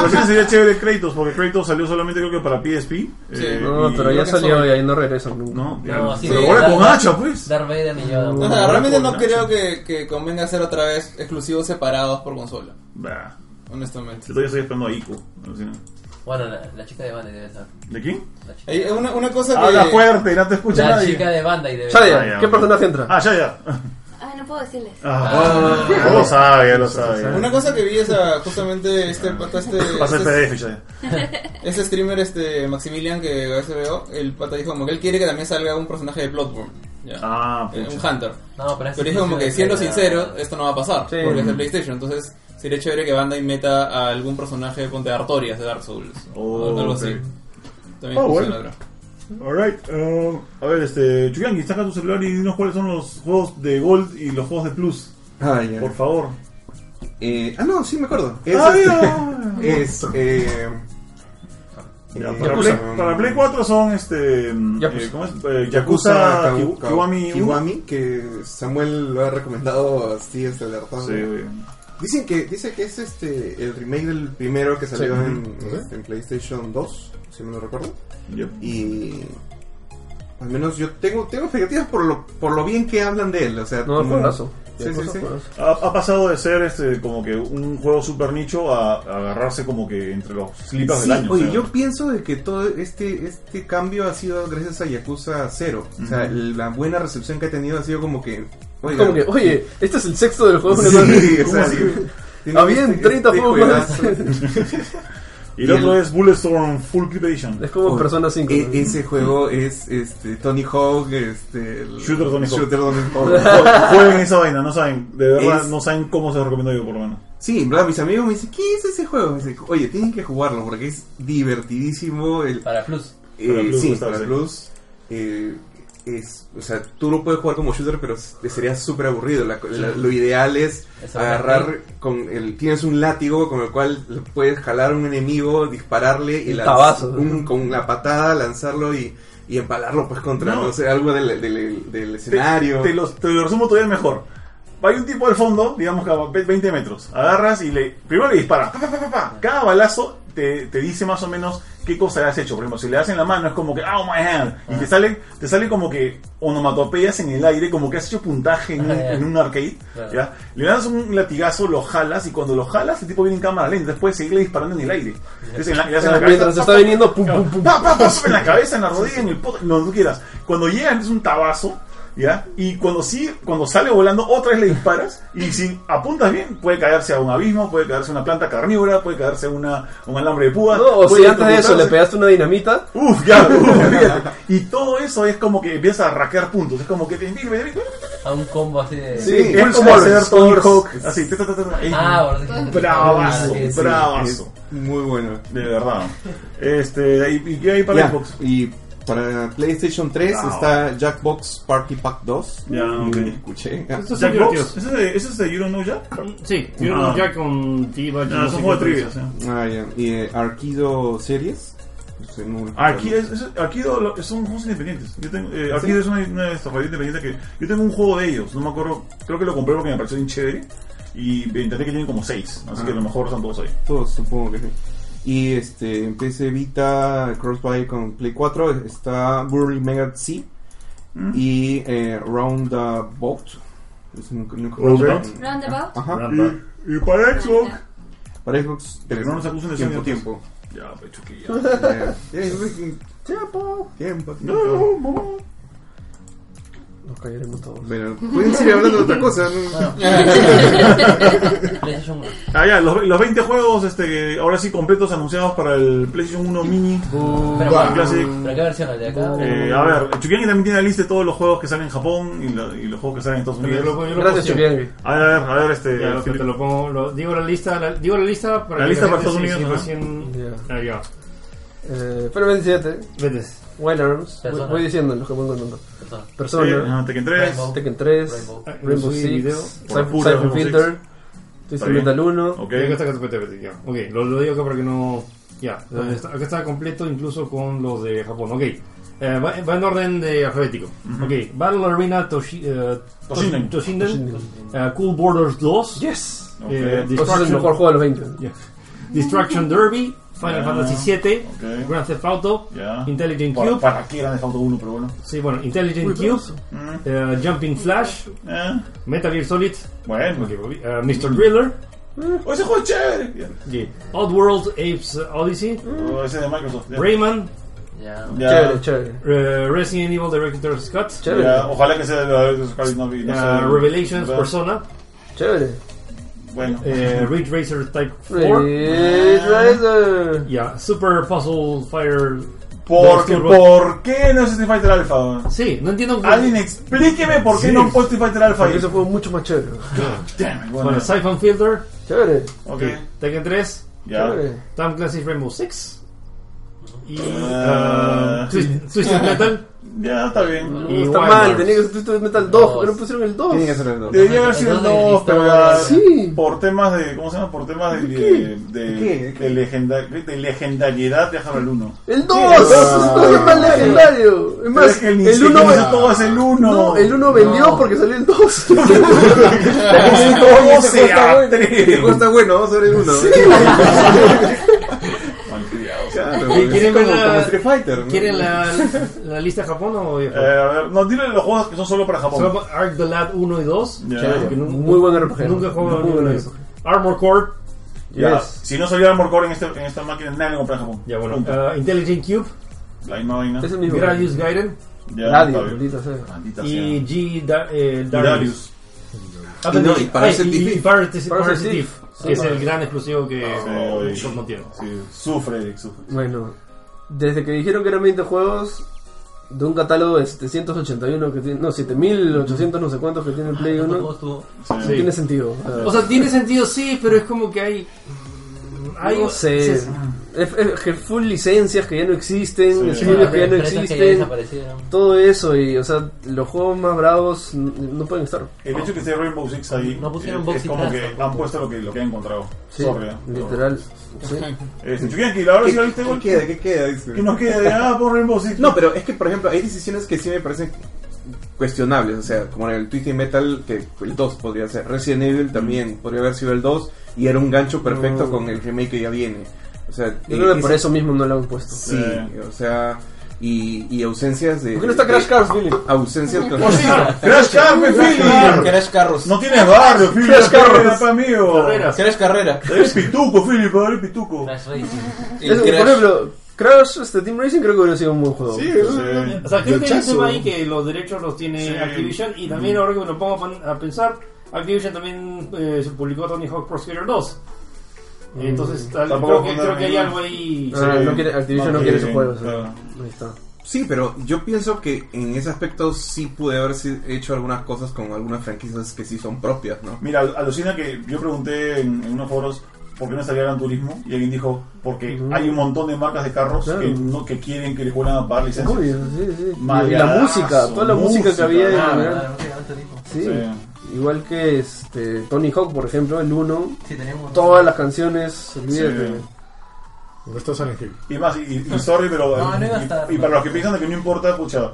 Por eso sería chévere Kratos, porque Kratos salió solamente creo que para PSP. eh,
No,
y-
pero ya salió y ahí no regresan nunca.
No, ya.
No, así
pero
de
ahora
Darth-
con hacha, pues.
Darth Vader ni Yoda.
O sea, realmente no
Por
creo que, que convenga hacer otra vez exclusivos separados por consola,
Bah,
honestamente.
yo todavía estoy esperando a Ico. alucina.
Bueno, la, la chica de Bandai debe estar.
¿De quién?
La chica,
Eh, Una, una cosa que...
Habla fuerte, no te escucha
la
nadie.
chica de Bandai debe estar.
Ah, ya,
Shadia, ¿qué
ok.
personaje entra?
Ah, ya, ya.
Ay, no puedo decirles.
Ah, ya lo sabe, ya lo sabe.
Una cosa que vi es a, justamente este pata este,
eh, Pasa el
este,
PDF, ya.
este streamer este Maximilian que a veces veo, el pata dijo como que él quiere que también salga un personaje de Bloodborne, ya,
Ah,
eh, un
pucha.
hunter.
No, pero es
Pero dije como que siendo sincero, esto no va a pasar,
Sí.
porque es de PlayStation, entonces sería chévere que Bandai meta a algún personaje ponte Artorias de Dark Souls
Oh,
o algo
ok.
así. También
Oh,
funciona,
bueno.
creo.
Alright, um, a ver, este, Chuyangi, saca tu celular y dinos cuáles son los juegos de Gold y los juegos de Plus,
Ah, ya.
por favor.
Eh, ah, no, sí me acuerdo. Es,
Ay,
este-
no.
es eh,
Ya,
eh,
para, Play, para Play 4 son este. mm,
Yakuza.
eh, ¿Cómo es? Eh,
Yakuza
Yakuza,
Ka-
Ki-
Ka-
Kiwami. uno.
Kiwami, que Samuel lo ha recomendado así hasta el hartazgo.
Sí, güey.
Dicen que, dice que es este el remake del primero que salió
Sí.
en, este, en PlayStation 2, si no lo recuerdo.
Yep.
Y al menos yo tengo, tengo expectativas por lo, por lo bien que hablan de él. O sea,
No,
como-
juegazo.
Sí, sí, sí.
Juegazo.
Ha, ha pasado de ser este como que un juego super nicho a, a agarrarse como que entre los slipas
Sí,
del año.
oye,
o sea.
yo pienso de que todo este, este cambio ha sido gracias a Yakuza 0. O sea, la buena recepción que ha tenido ha sido como que...
Es
oiga,
Como que, oye, este es el sexto del juego.
Sí,
¿no?
o sea, sí. Tiene
Habían
este-
30
este
juegos más.
juegazo.
Y el otro
bien.
es Bulletstorm Full Creation.
Es como Persona 5.
E-
¿no?
ese juego es este, Tony Hawk, este, el-
Shooter Tony Hawk.
Shooter Tony Hawk.
Jue- Jueguen esa vaina, no saben, de verdad,
Es-
no saben cómo se los recomiendo yo por lo menos.
Sí, en verdad, mis amigos me dicen, ¿qué es ese juego? Me dicen, oye, tienen que jugarlo porque es divertidísimo. El,
Para Plus.
eh,
Para Plus,
sí,
está
para
bien.
Plus. eh, es, o sea, tú lo puedes jugar como shooter, pero s- sería súper aburrido. La- la- lo ideal es
Es
agarrar con el... Tienes un látigo con el cual puedes jalar a un enemigo, dispararle y
Un
lanz-
tabazo.
un- con la patada lanzarlo y... y empalarlo pues contra,
No.
no, sé, algo del, del- del escenario.
Te, te lo, te lo resumo todavía mejor. Hay un tipo al fondo, digamos que a ve- 20 metros. Agarras y le. Primero le disparas. Ah, pa, pa, pa, pa, pa. Cada balazo te, te dice más o menos qué cosa le has hecho. Por ejemplo, si le das en la mano es como que. ¡Oh my hand! Y
Ah.
te sale, te sale como que onomatopeyas en el aire, como que has hecho puntaje
Ah,
en un,
Ajá, ya.
en un arcade.
Claro.
¿ya? Le das un latigazo, lo jalas y cuando lo jalas el tipo viene en cámara lenta. Después seguirle disparando en el aire. Entonces, en la- le das en la cabeza,
Mientras
pa,
está
pa,
viniendo, pum, pum, pum.
Pa, pa, pa, en la cabeza, en la rodilla, en el poto, donde tú quieras. Cuando llegan es un tabazo, ¿ya? Y cuando sí, cuando sale volando, otra vez le disparas. Y si apuntas bien, puede caerse a un abismo, puede caerse a una planta carnívora, puede caerse a una, un alambre de púa.
No, o
puede
si antes de eso le
electrocutarse.
pegaste una dinamita.
Uf, ya, uf, fíjate. Y todo eso es como que empieza a raquear puntos. Es como que te
A un combo así de.
Sí,
es
Full
como
Scores,
hacer Tony
Scores.
Hawk. Así, ta, ta, ta, ta, es
Ah, por decir-
bravazo,
Sí, sí.
bravazo.
Muy bueno.
De verdad. Este, ¿y, y qué hay para
Ya,
Xbox?
Y para PlayStation 3
Wow.
está Jackbox Party Pack 2.
Ya, ok.
Mm, Escuché. Ah,
Estos son
Jackbox,
divertidos.
¿Ese es de- ese es de You Don't Know Jack?
Sí, yo no
Ah.
ya con Diva.
No, es un juego de trivia. o sea.
ah, ya. Y eh, Arkido Series. No sé, no recuerdo.
Arquido, es, es- Arquido lo- son juegos independientes. Yo tengo, eh, Arquido es una, una desarrolladora independiente que. Yo tengo un juego de ellos, no me acuerdo. Creo que lo compré porque me pareció bien chévere. Y intenté que tienen como seis, así
Ah.
que a lo mejor están todos ahí.
Todos, supongo que sí. Y este, en PC Vita, Crossbuy con Play 4 está Burry Mega C
Mm.
y eh, Roundabout. Es un- un-
Roundabout.
Roundabout.
Ajá.
Y, y para Xbox.
Para Xbox
Que no nos acusen de
tiempo,
sonido,
tiempo.
Ya, pecho que ya.
Eh, tiempo. Tiempo. Tiempo.
No, mamá.
Nos callaremos todos.
Bueno, pueden seguir hablando de otra cosa. ¿no?
PlayStation uno.
Ah, ya, los, los 20 juegos, este, ahora sí completos anunciados para el PlayStation 1 Mini.
Pero,
Para
bueno,
el Classic.
¿Pero qué versión? ¿El de acá?
Eh, a ver, Chukiangi también tiene la lista de todos los juegos que salen en Japón y, la- y los juegos que salen en Estados Unidos.
Gracias, Chukiangi.
A ver, a ver, a ver, este.
Ya, lo que
Felipe.
te lo pongo, lo- digo la lista, la- digo la lista para
La
que
lista para
gente
Estados
sí-
Unidos,
sí recién-
Ya.
Ah, ya.
Eh, Final 27,
Vete.
Wild Arms. Voy-
Persona.
Voy diciendo los que voy contando.
Perdón.
Eh,
Persona,
ajá, Tekken 3.
Rainbow.
Tekken 3,
Rainbow.
Rainbow
Ah, Subí
Six,
video.
Por
Siphon
puro Rainbow
Filter, Estoy 50 al 1.
Ok, acá está completo, completo, ya. Ok, lo, lo digo acá para que no. Ya,
Ah.
está- acá está completo incluso con los de Japón. Ok, eh, va, va en orden de alfabético.
Ujú.
Ok, Battle Arena Toshi, eh,
Toshinden.
Toshinden, eh, Cool Borders 2.
Yes.
Ok.
Eh,
Entonces es el mejor juego de los 20.
Yeah. Distraction Derby, Final
Ya.
Fantasy VII,
Ok.
Grand Theft Auto,
Ya.
Intelligent
Para,
Cube.
para qué era de Auto 1, pero bueno.
Sí, bueno, Intelligent
Uy, pero
Cube, eh, Jumping Flash,
Eh.
Metal Gear Solid,
Bueno.
ok, eh, Mr. Driller,
Oh, ese juego es chévere. Ya.
yeah. Oddworld Apes eh, Odyssey,
Oh, ese de Microsoft. ya.
Rayman,
Ya.
Ya.
Chévere, chévere.
eh, Resident Evil Director Scott,
Chévere.
Ya, Ojalá que sea de los no, vi- no
eh,
sé.
Revelations
¿verdad?
Persona,
Chévere.
Bueno.
eh, Ridge Racer Type 4,
Ridge Racer.
yeah, Super Puzzle Fire.
Porque,
Turbo.
¿Por qué no es Street Fighter Alpha? weón?
Sí, no entiendo.
Alguien explíqueme por qué
Sí.
no fue Street Fighter Alpha.
Porque ese juego es mucho más chévere.
Damn it, bueno.
Bueno, Siphon Filter,
Chévere.
Ok.
Tekken 3,
Ya.
Chévere.
Time Classic Rainbow Six y
Ah.
uh,
eh,
Twist- Twisted Metal.
Ya, está bien.
Y
está
Wild
mal,
Arms.
tenía que ser Twisted Metal 2. ¿Por qué no
Dos.
pusieron el 2?
Tiene que ser el dos.
Debería haber sido el
Entonces,
2, pero
estaba-
ya-
Sí.
por temas de. ¿Cómo se llama? Por temas de. de, de,
¿De qué?
de legenda- de legendariedad, dejaron el 1.
¡El 2! ¡El 2 es más legendario! Es más, el 1
todo es el 1.
No, el 1 vendió porque salió el 2.
¿Cómo se
Este juego está bueno, vamos a ver el uno. Ah, Claro,
¿Y
es
quieren
como,
ver la-
como Street Fighter. ¿no?
¿Quieren la, la lista de Japón o de
Eh, a ver, no, dile los juegos que son solo para Japón.
Japón? Arc the Lad 1 y 2.
Ya.
Chévere, nu-
Muy buen RPG.
Nunca he jugado
Muy
ninguno
buen
de esos. Armor Core,
Ya,
Yes.
Si no salió Armor Core en, este, en esta máquina, nadie lo compra en Japón.
ya bueno.
Punto.
eh, Intelligent Cube,
la misma vaina.
Es el mismo.
Gradius Gaiden
Ya,
Nadie,
está bien.
maldita sea.
Maldita
y
sea.
G. Da, eh,
Y
Darius.
Darius.
Ah,
Y no, y
ah,
Parasite
y- y
Thief.
Parasite
Parasite
Parasite
Thief.
Thief, que es el gran exclusivo que
Sí.
Ubisoft no tiene.
Sí, sufre, Eric, sufre.
Bueno, desde que dijeron que eran 20 juegos, de un catálogo de 781 que tiene, no, 7800 no sé cuántos que tiene el Play 1,
estuvo?
no
Sí.
tiene sentido.
O sea, tiene sentido, sí, pero es como que hay. hay
no sé, es, es que full licencias que ya no existen,
Sí.
estudios que ya no
Empresas que ya
existen,
desaparecieron.
todo eso y, o sea, los juegos más bravos n- no pueden estar.
El hecho que esté Rainbow Six ahí
No pusieron
eh, es
Boxing
como
Blast
que
tampoco.
han puesto lo que, lo que han encontrado.
Sí,
Sorry, ¿eh?
literal. sí.
Este, Chuyanqui, la verdad sí lo viste,
¿Qué
güey.
queda? ¿Qué queda? Dice.
Que nos queda de ah, por Rainbow Six.
No, pero es que, por ejemplo, hay decisiones que sí me parecen cuestionables. O sea, como en el Twisted Metal, que el 2 podría ser. Resident Evil también podría haber sido el 2 y era un gancho perfecto
Mm.
con el remake que ya viene. O sea,
Yo creo
eh,
que por
es-
eso mismo no lo han puesto.
Sí, o sea, y, y ausencias de.
¿Por qué no está Crash Cars, Philip?
Ausencias con.
Por si- Crash Car, me Philip.
Crash Carros.
No tienes barrio, Philip.
Crash Car.
Carrera, pa, amigo.
Carreras.
Crash Carrera.
Eres pituco, Philip, eres pituco.
Crash Racing.
Y
Eso,
Crash-
por ejemplo, Crash este, Team Racing creo que hubiera sido un buen juego.
Sí,
eh,
O sea, creo que hay un
Yochazo.
tema ahí que los derechos los tiene
Sí.
Activision y también ahora que me lo pongo a pon- a pensar, Activision también eh, se publicó Tony Hawk Pro Skater 2. Entonces, tal-
Tampoco
creo, que,
fue
creo que hay
nada.
algo ahí.
Ah, no quiere- Activision no,
No quiere,
quiere esos juegos.
claro.
Ahí está.
Sí, pero yo pienso que en ese aspecto sí pude haber si- hecho algunas cosas con algunas franquicias que sí son propias, ¿no?
Mira, al- alucina que yo pregunté en, en unos foros por qué no salía Gran Turismo y alguien dijo porque hay un montón de marcas de carros
Claro.
que no que quieren que les vuelvan a pagar licencias.
Obvio, sí, sí. Y la
Malgadazo,
música, toda la música que
música,
había.
nada,
en
Ah,
general.
claro, básicamente dijo.
Sí.
Sí.
Igual que este Tony Hawk, por ejemplo, el 1.
Sí, tenemos.
Todas las canciones, olvídate.
Sí.
No está Silent Hill.
Y más, y, y- y sorry, pero
No, no iba a
y-
estar.
y, para los que piensan de que no importa, escucha,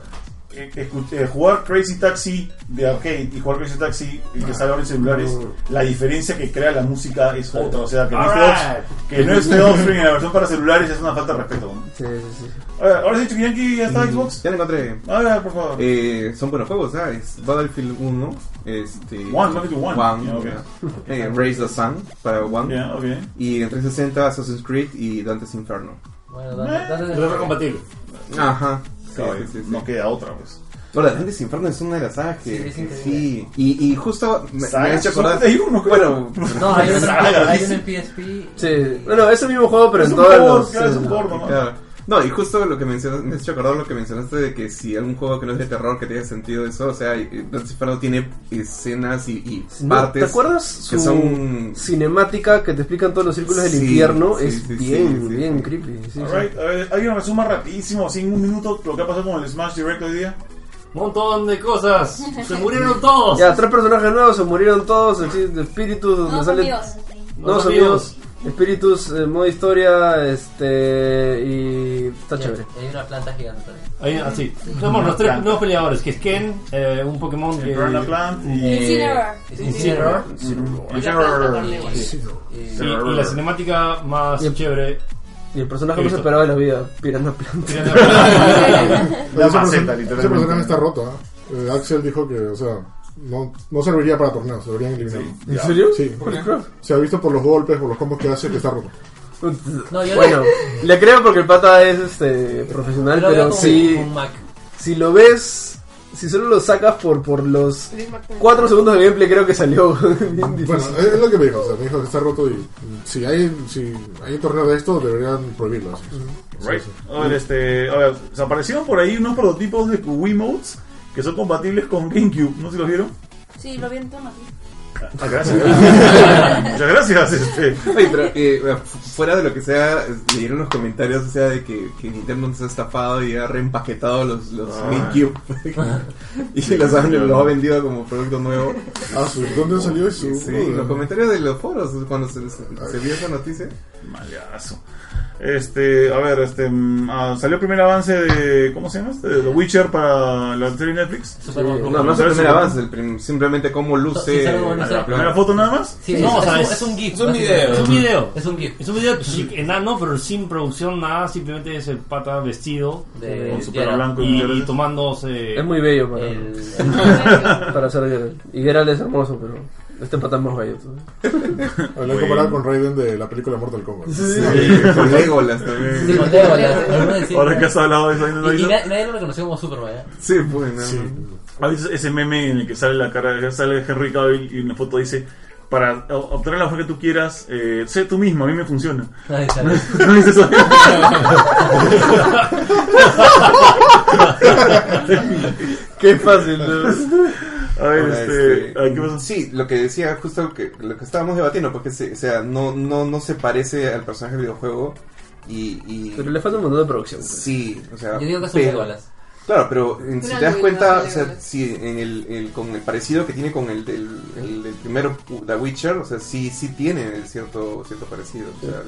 eh, escu- eh, jugar Crazy Taxi de arcade y jugar Crazy Taxi el que sale ahora en celulares, la diferencia que crea la música es otra, o sea que no esté
Alright.
off- que no esté offspring en la versión para celulares es una falta de respeto. ¿no?
Sí, sí, sí.
A ver, ahora sí, Chuyanqui, ya está Xbox.
Mm, Ya lo encontré.
A ver, por favor.
Eh, son buenos juegos, ¿sabes? Battlefield 1, este...
One, Battlefield One. Yeah, ok.
¿no? Eh, Raise the Sun para One.
Ya, ok.
Y en 360 Assassin's Creed y Dante's Inferno.
Bueno, dale, dale,
Pero es compatible.
Ajá. Sí,
Está bien,
sí, sí, sí.
No queda otra, pues.
Ahora, Dante's Inferno es una de las sagas que...
Sí, es increíble.
sí. Y, y justo me, me ha hecho acordar...
Hay uno,
Bueno,
No, hay uno,
Sagas.
hay uno en PSP.
Sí. Bueno, es el mismo juego, pero
Es
en
un
todas
board,
las.
claro, es un
sí.
board, ¿no?
eh, Claro. No, y justo lo que mencionaste, me has hecho acordar lo que mencionaste de que si algún juego que no es de terror que tenga sentido eso, o sea, Lucifer tiene escenas y, y
¿No?
partes.
¿Te acuerdas
que
su
son-
cinemática que te explican todos los círculos del
Sí,
infierno?
sí,
es
sí,
bien,
sí, sí.
bien creepy. Sí, sí.
Alright, a ver, alguien resuma rapidísimo, así en un minuto, lo que ha pasado con el Smash Direct hoy día.
montón de cosas. Se murieron todos.
Ya, tres personajes nuevos, se murieron todos. Existen espíritus donde
Nuevos
salen.
amigos.
Nuevos
Nuevos
amigos. Espíritus, eh, modo historia, este. Y. Está chévere.
Hay una planta gigante también.
Ahí, así. Somos los tres nuevos peleadores, que es Ken, eh, un Pokémon que...
Plant y- Incineroar.
Incineroar.
Incineroar.
Incineroar.
Incineroar.
Sí. Y,
Incineroar.
y la cinemática más chévere...
Y el personaje más esperado de la vida, Piranha Plant.
Ese personaje- Ese personaje está roto, ¿ah? Eh, Axel dijo que, o sea, no, no serviría para torneos, deberían eliminarlo.
¿En serio?
Sí.
¿Por qué?
Se ha visto por los golpes, por los combos que hace, que está roto.
No, yo
bueno,
no.
le creo porque el pata es este
Yo
profesional,
lo veo
pero
como
si,
un Mac.
si lo ves, si solo lo sacas por, por los 4 segundos de gameplay, creo que salió bien
Bueno,
difícil.
es lo que me dijo, o sea, me dijo que está roto y mm, si hay, si hay un torneo de esto, deberían prohibirlo. así.
Right. A ver, este, a ver, se aparecieron por ahí unos prototipos de Wiimotes que son compatibles con GameCube. ¿No sé si los vieron?
Sí, lo vi en tono.
Ah, gracias. Muchas gracias. Este.
Oye, pero eh, bueno, fu- fuera de lo que sea, eh, leyeron los comentarios, o sea, de que, que Nintendo nos ha estafado y ha reempaquetado los, los
Ah.
GameCube. y que los han, lo ha vendido como producto nuevo.
Ah, su- ¿dónde salió eso?
Sí, los comentarios de los foros, cuando se, se- se vio esa noticia.
Malazo. Este, a ver, este, mm, ah, salió el primer avance de, ¿cómo se llama? Este, de The Witcher para la serie Netflix.
Sí, no, no es el primer avance, el prim- simplemente cómo luce.
¿La primera foto nada más?
no, o sea,
es-
es, un GIF.
es un
básicamente.
video.
Es un video.
Es un GIF.
Es un video chic, enano, pero sin producción, nada. Simplemente es el pata vestido.
De-
con su
Geralt.
pelo blanco y, y tomándose. eh,
Es muy bello para, para ser Geralt. Y Geralt es hermoso, pero este pata es más bello. todavía.
Hablan comparado con Raiden de la película Mortal Kombat.
Sí. Sí, con Legolas también.
Sí, con Legolas. Algunos decían-
Ahora que has hablado de eso, ¿no?
Y, y na- nadie lo reconoció como Superman. ¿eh?
Sí, pues nada
Sí. ¿Has visto ese meme en el que sale la cara, sale Henry Cavill y en la foto dice para o- obtener la mujer que tú quieras, eh, sé tú mismo, a mí me funciona.
Ahí está.
¿No dices eso?
Qué fácil, ¿no?
A ver, este,
Sí, lo que decía justo lo que, lo que estábamos debatiendo, porque se- o sea, no, no, no se parece al personaje del videojuego y, y-
Pero le falta un montón de producción. pues.
Sí, o sea...
Yo digo que son Legolas.
Claro, pero en- si
Claro,
te das
Legolas,
cuenta, o
Legolas.
sea, si en el, el- con el parecido que tiene con el del el, del primero The Witcher, o sea, sí, sí tiene cierto, cierto parecido. o sea,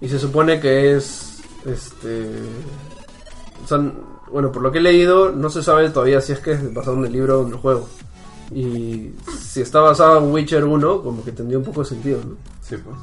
Y se supone que es. Este. o sea, bueno, por lo que he leído, no se sabe todavía si es que es basado en el libro o en el juego. Y si está basado en Witcher 1, como que tendría un poco de sentido, ¿no?
Sí, pues.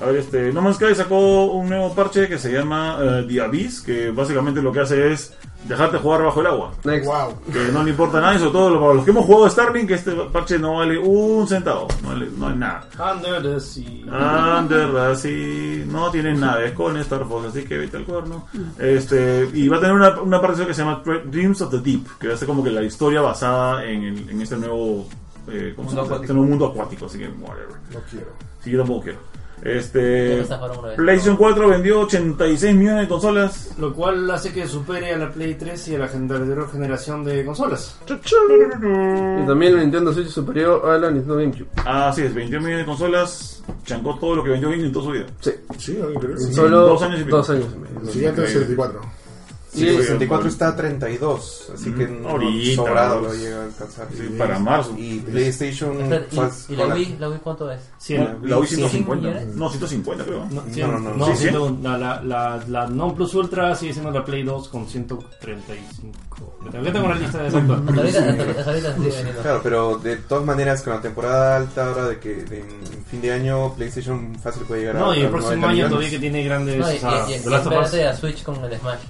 A ver, este, No Man's Sky sacó un nuevo parche que se llama eh, The Abyss, que básicamente lo que hace es dejarte jugar bajo el agua.
Wow.
Que no le importa nada, y sobre todo para los que hemos jugado Starlink, que este parche no vale un centavo, no vale, no vale nada.
Under the sea.
Under así no tienen naves con Star Fox, así que evita el cuerno. Este, y va a tener una, una parte que se llama Tre- Dreams of the Deep, que va a ser como que la historia basada en, el- en este nuevo, eh, ¿cómo se
Mundo
llama?
acuático.
Este nuevo mundo acuático, así que whatever.
No quiero.
Sí, yo tampoco quiero.
Ya
Este,
me zafaron una vez.
PlayStation 4 vendió 86 millones de consolas.
Lo cual hace que supere a la Play 3 y a la gen- anterior generación de consolas.
Y también la Nintendo Switch superior a la Nintendo GameCube.
Así es, 21 millones de consolas. Chancó todo lo que vendió Nintendo en toda su vida.
Sí.
Sí, no, increíble.
En
Solo
dos años y pico.
dos años y medio.
El siguiente es 64.
Sí, el 64 está a 32, así que no
Ahorita,
sobrado
pues.
lo llega a alcanzar.
Sí, para marzo.
Y PlayStation...
Espera, ¿y-
pues,
¿Y, la
con
Wii, la Wii cuánto es?
La la Wii 150.
millones?
No, 150 creo. No,
Cien- no, siendo la, la, la, la Non Plus Ultra sigue siendo la Play 2 con 135. Yo también tengo la lista de exacta.
Claro, pero de todas maneras, con la temporada alta ahora de que de- en fin de año PlayStation fácil puede llegar a.
No, y el
a
próximo
90
año
millones.
todavía que tiene grandes.
No, y,
o sea,
y- y-
The Last of Us.
espérate a Switch con el Smash.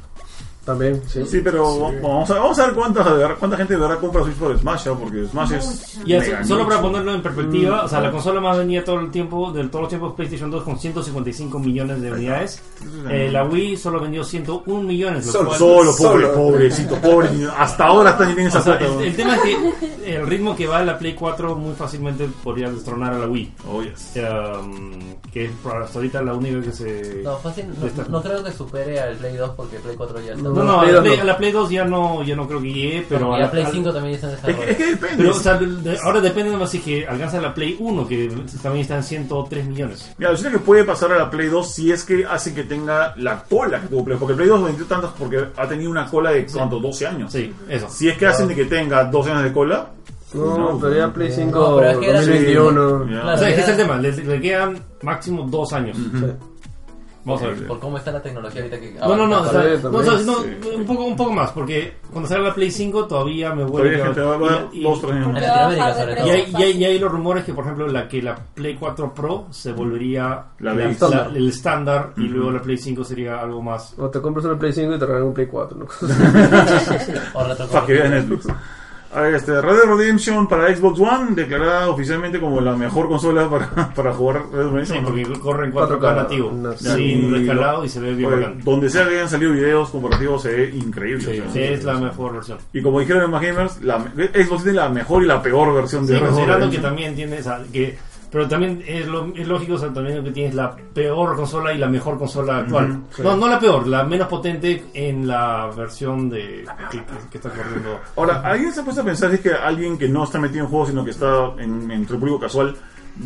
También, sí.
Sí, pero Vamos, a, vamos a ver cuánta, de verdad- cuánta gente de verdad compra Switch por Smash, ¿ah? porque Smash es.
Y así,
mega
solo para
nicho.
ponerlo en perspectiva,
Mm.
o sea, la consola más vendida todo el tiempo, de todos los tiempos, PlayStation 2 con 155 millones de unidades. Eh, la Wii solo vendió 101 millones. lo
Solo,
cual-
solo, pobre, pobrecito, pobre. niño. Hasta ahora están tienen esa
O sea,
plata.
el, el tema es que el ritmo que va la Play 4 muy fácilmente podría destronar a la Wii.
Oh,
Um, que es por- hasta ahorita la única que se.
No, fácil, no,
está-
no creo que supere al Play 2 porque el Play 4 ya está.
No,
No, no, a la, Play, a la Play 2 ya no, ya no creo que llegue, pero.
Pero
a
la Play 5 también ya está en desarrollo.
que depende. Pero, o sea, de- ahora depende nomás si es que alcanza la Play 1, que también está en 103 millones.
Mira, lo que puede pasar a la Play 2 si es que hacen que tenga la cola que tuvo Play, porque Play 2 vendió tantas porque ha tenido una cola de cuánto, 12 años.
Sí, eso.
Si es que hacen de que tenga 12 años de cola.
No, pero ya Play 5
No, pero es que era-
2021.
Sí, ya.
o sea, ese es el tema, le, le quedan máximo dos años. Vamos a ver.
Por cómo está la tecnología ahorita que.
No, no, no, o sea,
avanza.
no, o sea, no, un, poco, un poco más, porque cuando salga la Play 5 todavía me vuelve
Todavía gente va a ver
y- y-
dos, tres años más.
En Latinoamérica, sobre
Y
todo.
hay, y hay- y hay los rumores que, por ejemplo, la que la Play 4 Pro se volvería
La
la-
base.
la- el estándar y luego la Play 5 sería algo más.
O te compras una Play 5 y te regalan un Play 4, ¿no?
Para que vean Netflix. A ver, este, Red Dead Redemption para Xbox One, declarada oficialmente como la mejor consola para, para jugar Red Dead
Sí,
Redemption. ¿no?
porque corre en 4K nativo,
no,
sin rescalado y se ve bien
Oye,
bacán.
Donde sea que hayan salido videos comparativos se ve increíble.
Sí,
o sea.
sí, es la mejor versión.
Y como dijeron en más gamers, la, Xbox tiene la mejor y la peor versión de
Sí,
Red Dead
considerando que
Redemption.
también tienes a- que pero también es, lo- es lógico o sea, también que tienes la peor consola y la mejor consola actual.
Ujú, sí.
No, no la peor, la menos potente en la versión de que, que- que está corriendo.
Ahora, ¿alguien se ha puesto a pensar si es que alguien que no está metido en juegos, sino que está en, entre el público casual,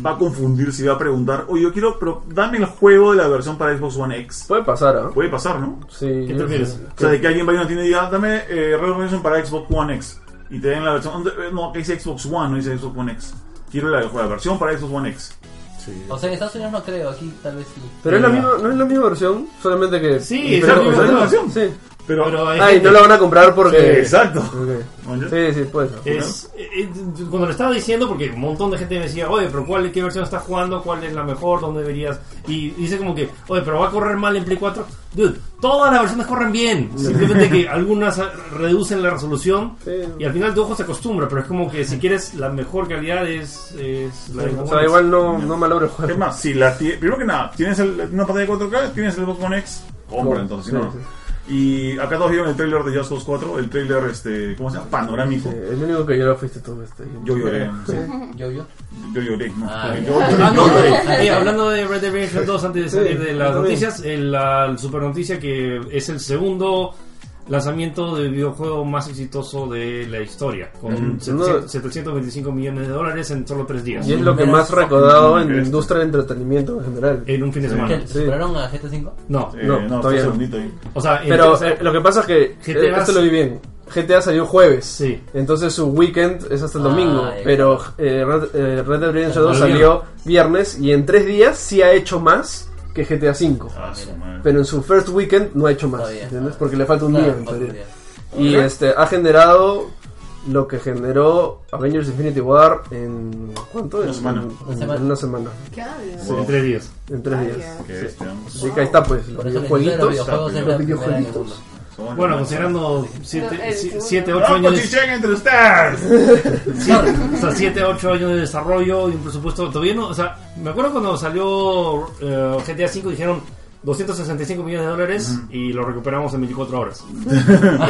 va a confundirse y va a preguntar, oye, yo quiero, pero dame el juego de la versión para Xbox One X?
Puede pasar, ¿ah?
Puede pasar, ¿no?
Sí.
¿Qué
yo-
prefieres?
O sea, de que alguien vaya a una tienda y diga, dame eh, Red Dead Redemption para Xbox One X. Y te den la versión, "Eh, no, que dice Xbox One, no dice Xbox One X. Quiero la, la versión para Xbox One X.
O sea, en Estados Unidos no creo, aquí tal vez sí.
Pero es la misma, no es la misma versión, solamente que.
Sí, es
pero-
la misma
pero-
versión.
Sí.
Pero,
Pero hay
Ay,
gente-
no la van a comprar porque.
Sí, exacto.
Ok.
¿No?
Sí, sí, puede ser.
es, eh, eh, cuando lo estaba diciendo, porque un montón de gente me decía, oye, pero ¿cuál, ¿qué versión estás jugando? ¿Cuál es la mejor? ¿Dónde deberías? Y dice como que, oye, pero va a correr mal en Play 4. Dude, todas las versiones corren bien. Simplemente que algunas eh, reducen la resolución
Sí.
y al final tu ojo se acostumbra, pero es como que si quieres la mejor calidad es, es la de
O sea, igual no, no malogra el juego.
Pues, Es más, si la ti- primero que nada, tienes el- una pantalla de 4K, tienes el Xbox One X, compra
Sí,
entonces, si no, no.
sí.
Y acá todos vieron el trailer de Just Cause 4, el trailer, este, ¿cómo se llama? Panorámico.
Sí, el único que lloró fuiste tú, este.
Yo lloré, sí.
Yo, yo.
yo lloré, ¿no?
Ah,
Yo-
ya.
yo-
Ah, no, eh, eh, hablando de Red Dead Redemption 2, antes de salir
Sí,
de las
también.
noticias, eh, la super noticia que es el segundo lanzamiento de videojuego más exitoso de la historia, con
Ujú. No.
700- 725 millones de dólares en solo tres días,
Y es lo que más recordado en
este.
la industria del entretenimiento en general.
en un fin de
¿Que
semana.
Sí.
¿Superaron a GT5?
No,
eh,
no,
no, está
todavía no.
segundito ahí.
o sea,
Pero
entonces-
eh, lo que pasa es que
GTA
eh, esto lo vi bien. GTA salió jueves.
Sí.
Entonces su weekend es hasta el
Ah,
domingo.
ya.
pero eh, Red, eh, Red Dead Redemption 2
Salió
salió viernes y en tres días sí ha hecho más que GTA V.
Ah, su madre.
Pero en su first weekend no ha hecho más.
Todavía.
¿Entiendes? Porque le falta un
Claro,
día en
otro
teoría.
día.
Y este ha generado lo que generó Avengers Infinity War en. ¿Cuánto?
Una
En-
semana.
en-
Una
en
semana.
una semana.
¿Qué hablas?
en tres días.
En tres
Ah,
días.
ya.
Qué bestia, ¿no?
Así que ahí está, pues. Los
Por eso el mundo de los
videojueguitos.
videojuegos es la primera en el mundo.
Somos
Bueno, pues
los más-
considerando
No, el segundo.
7, 8
¡No,
años de
cochichen entre ustedes!
Siete- o sea, 7, 8 años de desarrollo y un presupuesto todavía no, o sea, me acuerdo cuando salió eh, GTA V dijeron 265 millones de dólares y lo recuperamos en 24 horas.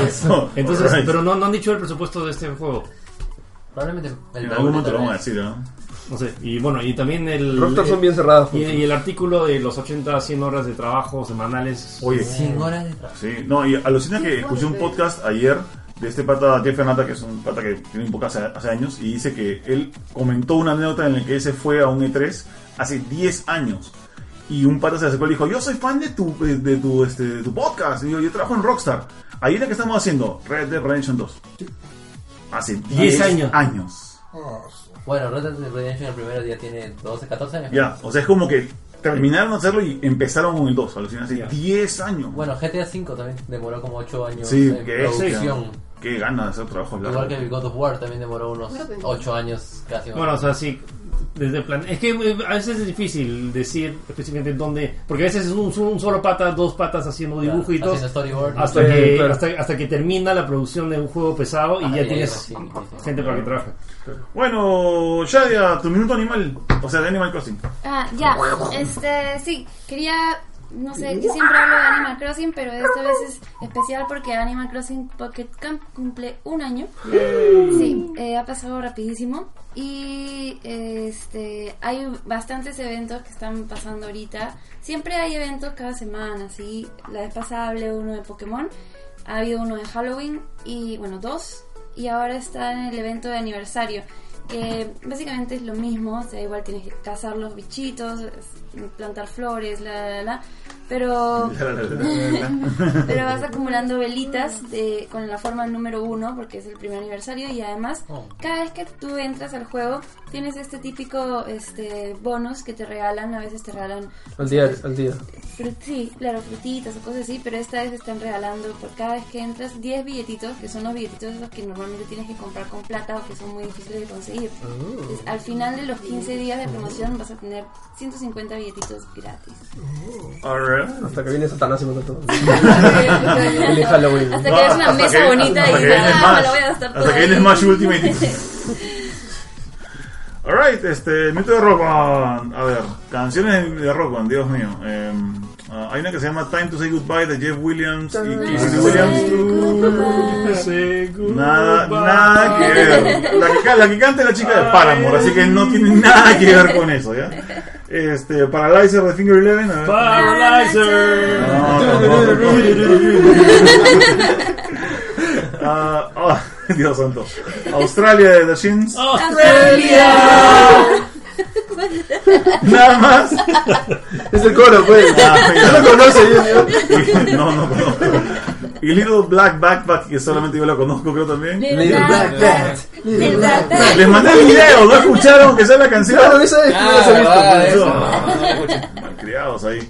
Eso.
Entonces,
Alright.
pero no, no han dicho el presupuesto de este juego.
Probablemente el
En
Perú
algún momento lo
tal
vamos a
vez.
decir, ¿no?
No sé, y bueno, y también el
Rockstar son
eh,
bien cerradas.
y,
pues.
y el artículo de los 80 100 horas de trabajo semanales.
Oye,
100 horas de trabajo.
Sí, no, y alucina que escuché un podcast ayer de este pata Jeff Anata, que es un pata que tiene un podcast hace, hace años, y dice que él comentó una anécdota en la que él se fue a un E3 hace 10 años. Y un pata se acercó y le dijo, yo soy fan de tu, de, de tu, este, de tu podcast, y yo, yo trabajo en Rockstar. Ahí es la que estamos haciendo, Red Dead Redemption 2. Hace 10
años.
años.
Bueno, Red Dead Redemption el primer día tiene 12, 14 años.
Ya, o sea, es como que terminaron de hacerlo y empezaron con el 2, alucina, hace
Ya.
10 años.
Bueno, GTA V también demoró como 8 años
sí,
en
que es...
producción.
Qué ganas de hacer trabajo
Igual que God of War también demoró unos 8 años casi.
Bueno, o sea, sí, desde el plan. Es que eh, a veces es difícil decir específicamente dónde. Porque a veces es un, un solo pata, dos patas haciendo
Claro,
dibujitos.
haciendo storyboard.
hasta,
Sí,
que,
claro.
hasta, hasta que termina la producción de un juego pesado y
Ah,
ya
ya,
tienes
sí, sí.
gente para que trabaje.
Bueno, Shadia, tu minuto animal, o sea, de Animal Crossing.
Ah, ya. Este, sí, quería No sé, yo siempre hablo de Animal Crossing, pero esta vez es especial porque Animal Crossing Pocket Camp cumple un año.
Yay.
Sí, eh, ha pasado rapidísimo. Y este hay bastantes eventos que están pasando ahorita. Siempre hay eventos cada semana, ¿sí? La vez pasada hablé de uno de Pokémon, ha habido uno de Halloween y, bueno, dos. Y ahora está en el evento de aniversario que básicamente es lo mismo, o sea, igual tienes que cazar los bichitos, plantar flores, la, la, la, la, pero,
La, la, la, la, la.
pero vas acumulando velitas de- con la forma número uno porque es el primer aniversario y además
Oh.
cada vez que tú entras al juego tienes este típico este bonus que te regalan, a veces te regalan
Al día, al día.
Frut- sí, claro, frutitas o cosas así, pero esta vez están regalando por cada vez que entras 10 billetitos, que son los billetitos esos que normalmente tienes que comprar con plata o que son muy difíciles de conseguir.
Oh.
Entonces, al final de los 15 días de promoción vas a tener 150 billetitos gratis.
Hasta que viene Satanás y me todo.
Hasta
El de Halloween.
Hasta que es una mesa bonita y dices, ah, me la voy a gastar
Hasta que viene Smash Ultimate. Alright, este, mito de Rock Band. A ver, canciones de Rock Band, Dios mío. Eh, ah, hay una que se llama Time to Say Goodbye de Jeff Williams y Kissy Williams. Nada, nada que ver. La que, ca- la que canta es la chica de Paramore, así que no tiene nada que ver con eso, ¿ya? Este, Paralyzer de Finger Eleven. a ver.
Paralyzer.
No, tampoco. Ah, oh, Dios santo. Australia de The Shins. Nada más.
Es el coro, pues.
no lo conoce, No, no conozco. Y Little Black Backpack, que solamente yo lo conozco, creo también.
Little Little Black Black Backpack. Little Black Backpack.
Les mandé el video, no escucharon que sea la canción.
Claro, esa es,
Ah,
no las he visto,
verdad,
por eso.
esa. Malcriados ahí.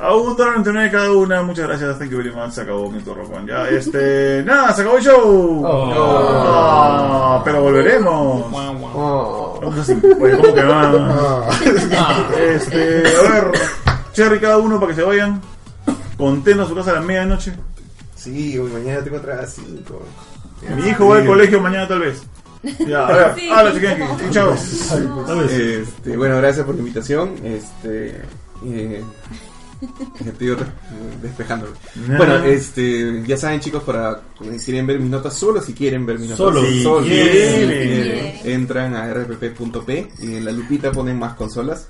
A un dólar 99 cada una, muchas gracias, thank you very much, se acabó mi torrojón. Ya, este, nada, se acabó el show.
Oh.
Oh.
Ah, pero volveremos. Vamos así, pues, ¿cómo que
Ah.
va? Este, a ver, Cherry cada uno para que se vayan. Contento a su casa a la medianoche.
Sí, hoy mañana tengo otra 5.
Mi hijo va al colegio mañana tal vez. Ya, a ver,
Sí.
habla chiquen, chao. pues. Eh,
Este, bueno, gracias por la invitación. Este. eh, estoy re- despejándome.
Nah.
Bueno, este, ya saben chicos, para si quieren ver mis notas, solo si quieren ver mis notas,
Solo si quieren.
entran a rpp.p y en la lupita ponen más consolas.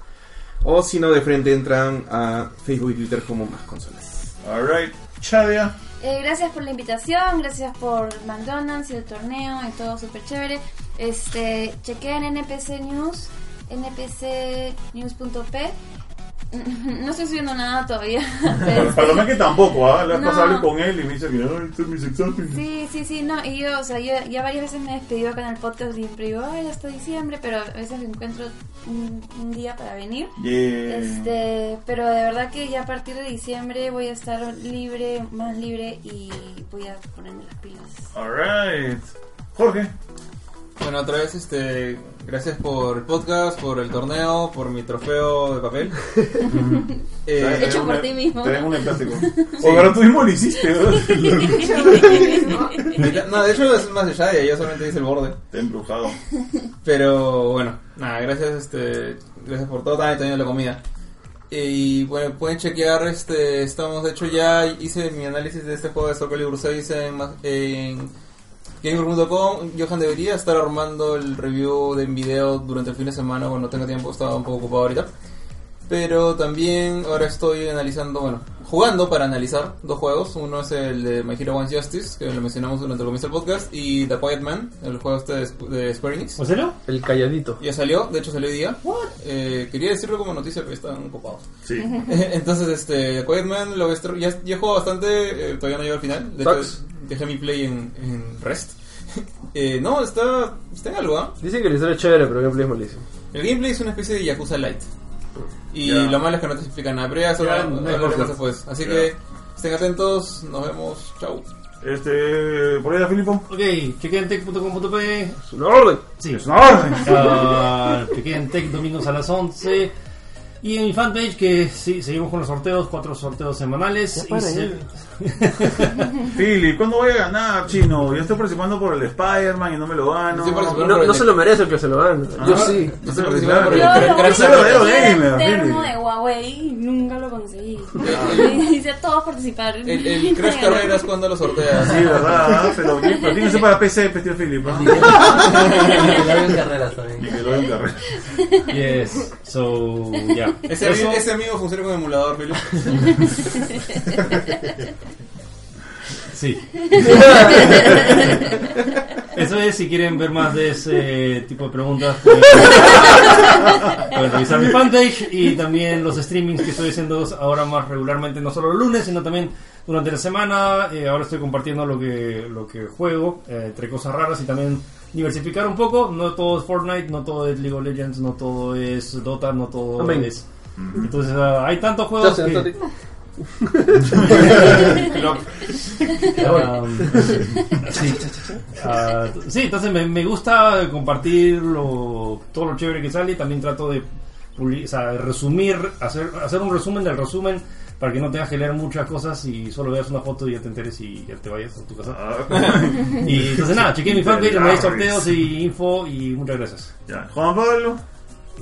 O si no, de frente entran a Facebook y Twitter como más consolas.
Alright, Chadia.
Eh, gracias por la invitación, gracias por McDonald's y el torneo y todo súper chévere. Este, chequeen NPC News, npcnews.p. No estoy subiendo nada todavía. Este,
Para lo más que tampoco, ¿ah? La vez
No.
pasada hablé con él y me dice que, ay, este es mi sex appeal".
Sí, sí, sí, no, y yo, o sea, yo ya varias veces me he despedido acá en el podcast y siempre digo, ay, hasta diciembre, pero a veces encuentro un, un día para venir.
Yeah.
Este, pero de verdad que ya a partir de diciembre voy a estar libre, más libre y voy a ponerme las pilas.
Alright. Jorge.
Bueno, otra vez, este, gracias por el podcast, por el torneo, por mi trofeo de papel. Eh,
Hecho por ti mismo.
O ahora tú mismo lo hiciste,
Mitad- No, de hecho es más de Shadia, yo solamente hice el borde.
Te he embrujado.
Pero bueno, nada, gracias, este, gracias por todo, también, también la comida. Y bueno, pueden chequear, este, estamos, de hecho ya hice mi análisis de este juego de Soccer Libro 6 en, ma- en gamer.com. Johan debería estar armando el review de en video durante el fin de semana, bueno, no tengo tiempo, estaba un poco ocupado ahorita. Pero también ahora estoy analizando, bueno, jugando para analizar dos juegos. Uno es el de My Hero One Justice, que lo mencionamos durante el comienzo del podcast, y The Quiet Man, el juego este de Sp- de Square Enix.
¿En serio?
El calladito.
Ya salió, de hecho salió hoy día. Eh, quería decirlo como noticia, pero están copados.
Sí.
Entonces, este, The Quiet Man lo voy a estar- ya, ya he jugado bastante, eh, todavía no llego al final. De hecho,
Sucks.
dejé mi play en, en Rest. Eh, no, está, está en algo, ¿ah?
Dicen que la historia es chévere, pero el gameplay es malísimo.
El gameplay es una especie de Yakuza Light. Y
Ya.
lo malo es que no te explican nada, pero ya eso
Ya,
lo-
no
lo
hay
hablaremos
cosa.
después. Así
Ya.
que estén atentos, nos vemos, chau.
Este, por ahí la Filipo.
Ok, chequen tech.com.p.
Es una orden.
Sí.
Es una orden.
Ah, chequen tech domingos a las 11. Y en mi fanpage, que sí, seguimos con los sorteos, cuatro sorteos semanales.
Ya para
Y se-
ir. Philip, ¿cuándo voy a ganar, chino? Yo estoy participando por el Spider-Man y no me lo gano.
Estoy participando No- por el no de- se lo merece el que se lo gana. Yo sí.
Yo
Estoy
soy
participando por el
Yo lo único que
verdadero
quería era
gamer,
un termo
Philip.
de Huawei y nunca lo conseguí. Y Hice a todos participar.
El, el Crash Carreras cuando lo sorteas.
Sí, verdad, pero ¿quién- pero tiene que ser para PC, pues, tío Philip. ¿no?
Nickelodeon
Carreras también.
Nickelodeon Carreras.
Yes, so, yeah.
Ese,
Eso-
ese amigo funciona con emulador, Felipe.
Sí. Eso es, si quieren ver más de ese tipo de preguntas, pueden, pueden revisar mi fanpage y también los streamings que estoy haciendo ahora más regularmente, no solo los lunes, sino también durante la semana. Eh, ahora estoy compartiendo lo que, lo que juego, eh, entre cosas raras y también diversificar un poco. No todo es Fortnite, no todo es League of Legends, no todo es Dota, no todo
Amén.
es... Entonces ah, hay tantos juegos
Entonces,
que...
Lop.
Ya voy. sí. Um, Ah, sí, entonces me, me gusta compartir lo- todo lo chévere que sale y también trato de publi- o sea, resumir, hacer, hacer un resumen del resumen para que no tengas que leer muchas cosas y solo veas una foto y ya te enteres y ya te vayas a tu casa. y entonces nada, chequeé mi fanpage, me hay sorteos y info y muchas gracias.
Juan Pablo.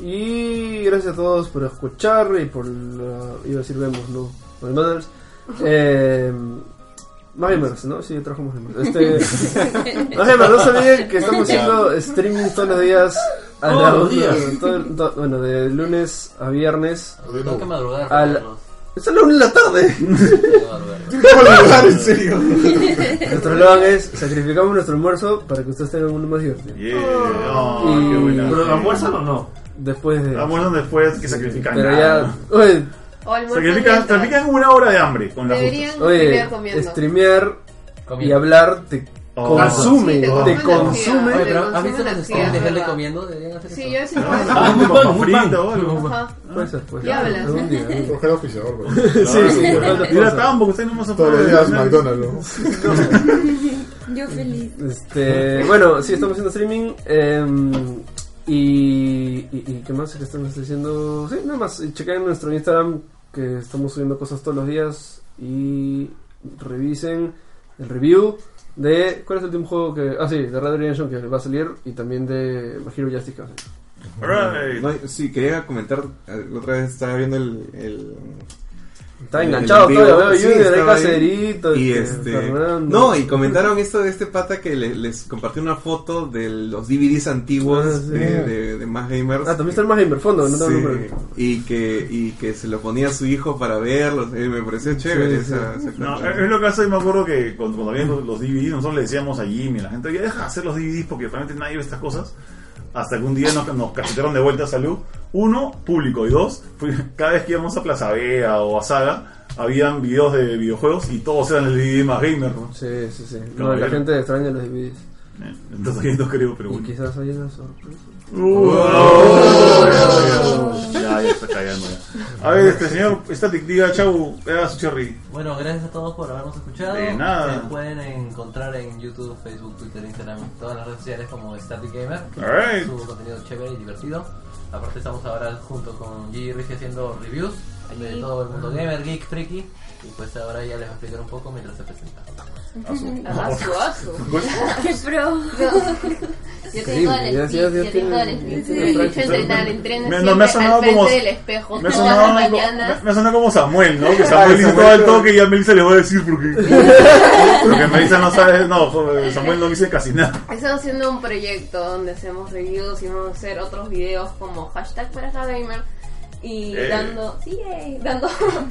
Y gracias a todos por escuchar y por. la- iba a decir vemos, ¿no? Por el Mothers. Eh, más gamers, ¿no? Sí, trabajo más gamers. Este, más gamers, no se olviden que estamos haciendo streaming todos los días. a
Todos
las-
los días.
todo- todo- bueno, de lunes a viernes.
Tengo que madrugar,
A la- Es a la una de la tarde.
en serio.
Nuestro slogan es sacrificamos nuestro almuerzo para que ustedes tengan uno más divertido.
Oh, qué buena. ¿Pero almuerzan
o no? Después de.
Almuerzan Ah, después que sacrifican.
Pero
nada.
ya. Oye,
O almuerzan
Sacrifican,
mientras.
sacrifican una hora de hambre con la justa.
Deberían
oye
streamear comiendo.
streamear y hablar te
Oh.
consume.
Sí, te
te
consume la
consume.
energía, te
¿Has visto
consume
los
la energía,
streams de
es
gente
verdad.
comiendo? Deberían hacer
Sí,
eso.
yo sí.
Ah, un pan, un pan. o algo.
Ajá.
Puede ser, puede
Ya hablas.
Algún día, algún día.
Coger oficiador, bro.
Sí, sí. Y la tambo, usted no más
Todos los días McDonald's.
Yo feliz.
Este, bueno, sí, estamos haciendo streaming. em, y, y, y qué más que estamos haciendo? Sí, nada más. y Chequen nuestro Instagram, que estamos subiendo cosas todos los días. Y revisen el review de. ¿Cuál es el último juego que.? Ah, sí, de Red Dead Redemption que va a salir. Y también de My Hero Justice que va a salir.
No, sí, quería comentar. eh, La otra vez estaba viendo el. el
Está enganchado todavía, veo Junior, hay
estaba ahí.
Caserito,
Y
este,
este.
Fernando.
No, y comentaron esto de este pata que le- les compartió una foto de los DVDs antiguos
Ah, sí.
de, de, de Más Gamers.
Ah, también está el más gamer fondo, no tengo
Sí,
nombre.
y que y que se lo ponía a su hijo para verlos eh, me pareció chévere
Sí, eh, sí.
esa, esa
No,
plática.
es es lo que hace, me acuerdo que cuando, cuando habían los, los DVDs, nosotros le decíamos a Jimmy, a la gente, ya deja de hacer los DVDs porque realmente nadie ve estas cosas. Hasta que un día nos, nos cachetearon de vuelta a salud. Uno, público. Y dos, fui- cada vez que íbamos a Plaza Vea o a Saga, habían videos de videojuegos y todos eran el DVD más gamer. ¿no?
Sí, sí, sí. No,
Como
la
el-
gente extraña los DVDs.
Entonces ahí no creo, pero bueno.
Y quizás hay una sorpresa.
Ya, ya, ya está callando ya. A ver, este señor Static, diga chau, era su cherry.
Bueno, gracias a todos por habernos escuchado.
De nada.
Se pueden encontrar en YouTube, Facebook, Twitter, Instagram, todas las redes sociales como Static Gamer.
Alright.
Su contenido chévere y divertido. Aparte estamos ahora junto con Gigi Rich haciendo reviews de todo el mundo gamer, geek, freaky. Y pues ahora ya les voy a explicar un poco mientras se presenta.
Asu, asu.
Qué pro.
Yo
Increíble,
tengo al
ya- ya-
espíritu,
ya
yo tengo al
tiene-
espíritu.
tiene
Me he hecho
práctica.
entrenar,
Me-
entreno
no,
siempre
me ha sonado
al frente
como-
del espejo.
Me ha
todas
sonado,
las
como-
mañanas.
me- me ha sonado como Samuel, ¿no? Que
Ay,
Samuel hizo
Samuel,
todo el
pero-
toque y a Melissa le voy a decir porque. Porque Melissa no sabe. No, joder, Samuel no dice casi nada.
Estamos haciendo un proyecto donde hacemos reviews y vamos a hacer otros videos como hashtag para la gamer y
Eh.
dando, sí, eh, dando,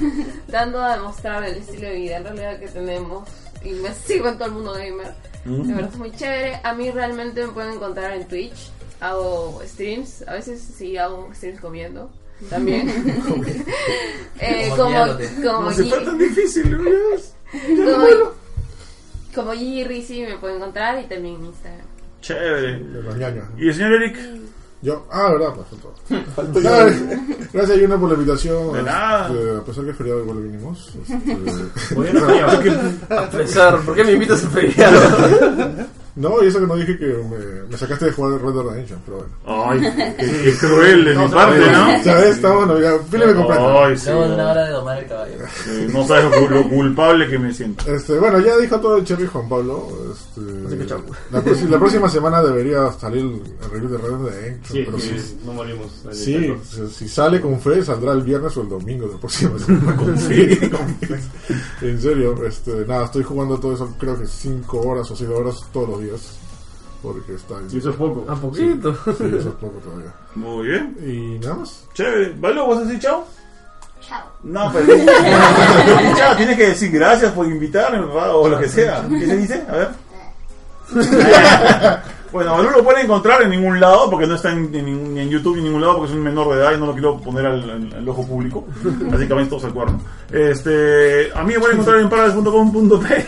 dando a demostrar el estilo de vida en realidad que tenemos y me sigo en todo el mundo gamer.
Mm.
De verdad es muy chévere. A mí realmente me pueden encontrar en Twitch. Hago streams, a veces sí hago streams comiendo. También. Eh,
Como
como,
guiándote.
como,
No se
Gi-
fue tan difícil,
¿no? Ya no
como,
vuelo.
como Gigi Rizzi me pueden encontrar y también en Instagram.
Chévere.
¿Y
el señor Eric?
Yo, ah, verdad, pues faltó.
Faltó yo.
Nada, Gracias, Yuna, por la invitación.
De nada.
Este, a pesar que es feriado, igual vinimos. Este,
Bueno, ya, porque- a pesar, ¿por qué me invitas a feriado?
No, y eso que no dije que me, me sacaste de jugar Red Dead Redemption, pero bueno.
Ay, qué- qué cruel de mi parte, ¿no?
¿Sabes? Estamos, no, ya, pile me compraste.
Ay, sí. Luego una hora
de domar el caballo.
Eh, no sabes lo, lo culpable que me siento.
Este, bueno, ya dijo todo el Cherry Juan Pablo. Este, la, proxi- la próxima semana debería salir el review de Red Dead Redemption.
Sí,
pero
que
si-
no morimos.
Sí, si, si sale con fe, saldrá el viernes o el domingo de la próxima semana.
Con
fe.
fe.
en serio, este, nada, estoy jugando todo eso, creo que 5 horas o 6 horas todos los días. Porque está en-
Y eso es poco. Ah,
Sí,
poquito.
sí, eso es poco todavía.
Muy bien.
Y nada más.
Chévere. ¿Vale? ¿Vos decís chao?
Chao.
No, pero. chao, tienes que decir gracias por invitarme, papá, o lo que sea. ¿Qué se dice? A ver. Bueno, Balú lo pueden encontrar en ningún lado porque no está en, en ningún- en YouTube en ningún lado porque es un menor de edad y no lo quiero poner al, al- al ojo público. Así que vayan todos al cuerno. Este, a mí me pueden encontrar en parallax.com.p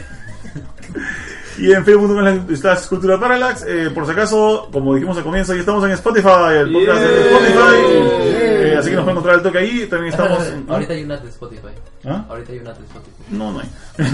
y en facebook.com está Cultura Parallax. Eh, por si acaso, como dijimos al comienzo, ya estamos en Spotify, el podcast de Spotify. Eh, así que nos pueden encontrar el toque ahí. También estamos. en-
Ahorita hay una de Spotify.
¿Ah?
Ahorita hay una de Spotify.
No, no hay.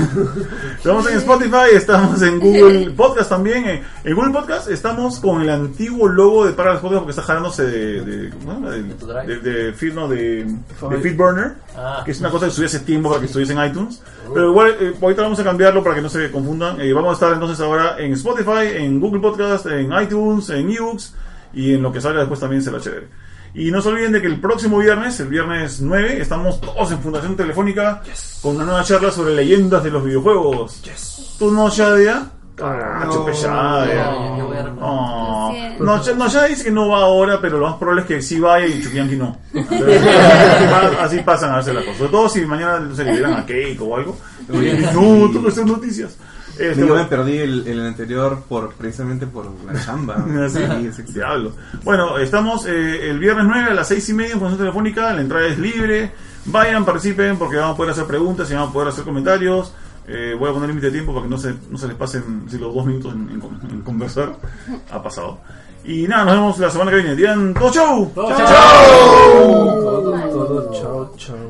estamos en Spotify, estamos en Google Podcast también. eh. En Google Podcast estamos con el antiguo logo de Parallax Podcast porque está jalándose de. de ¿cómo se llama? De, de, de feed, no, de, de Feedburner,
Ah.
que es una cosa que subí hace tiempo para que estuviese en iTunes. Pero igual, eh, ahorita vamos a cambiarlo para que no se confundan. Eh, vamos a estar entonces ahora en Spotify, en Google Podcast, en iTunes, en Nukes y en lo que salga después también será chévere. Y no se olviden de que el próximo viernes, el viernes 9, estamos todos en Fundación Telefónica con una nueva charla sobre leyendas de los videojuegos. ¿Tú no, Shadia? Caracho,
No.
pe, Shadia.
No, yo voy
Ah.
a remover.
No.
Lo siento.
No, Sh- no, Shadia dice que no va ahora, pero lo más probable es que sí vaya y Chukianki no. Pero- Así pasan a veces las cosas. Sobre todo si mañana se liberan a Keiko o algo.
eh.
No, tú no estás en noticias. Este,
yo me
bueno.
perdí el, el anterior por precisamente por la chamba.
Así, diablo. Bueno, estamos eh, el viernes 9 a las 6 y media en función telefónica. La entrada es libre. Vayan, participen porque van a poder hacer preguntas y van a poder hacer comentarios. Eh, voy a poner límite de tiempo para que no se, no se les pasen si los dos minutos en, en con- en conversar. Ha pasado. Y nada, nos vemos la semana que viene. Digan, todo chau.
Chao. Todo, todo, chao, chao.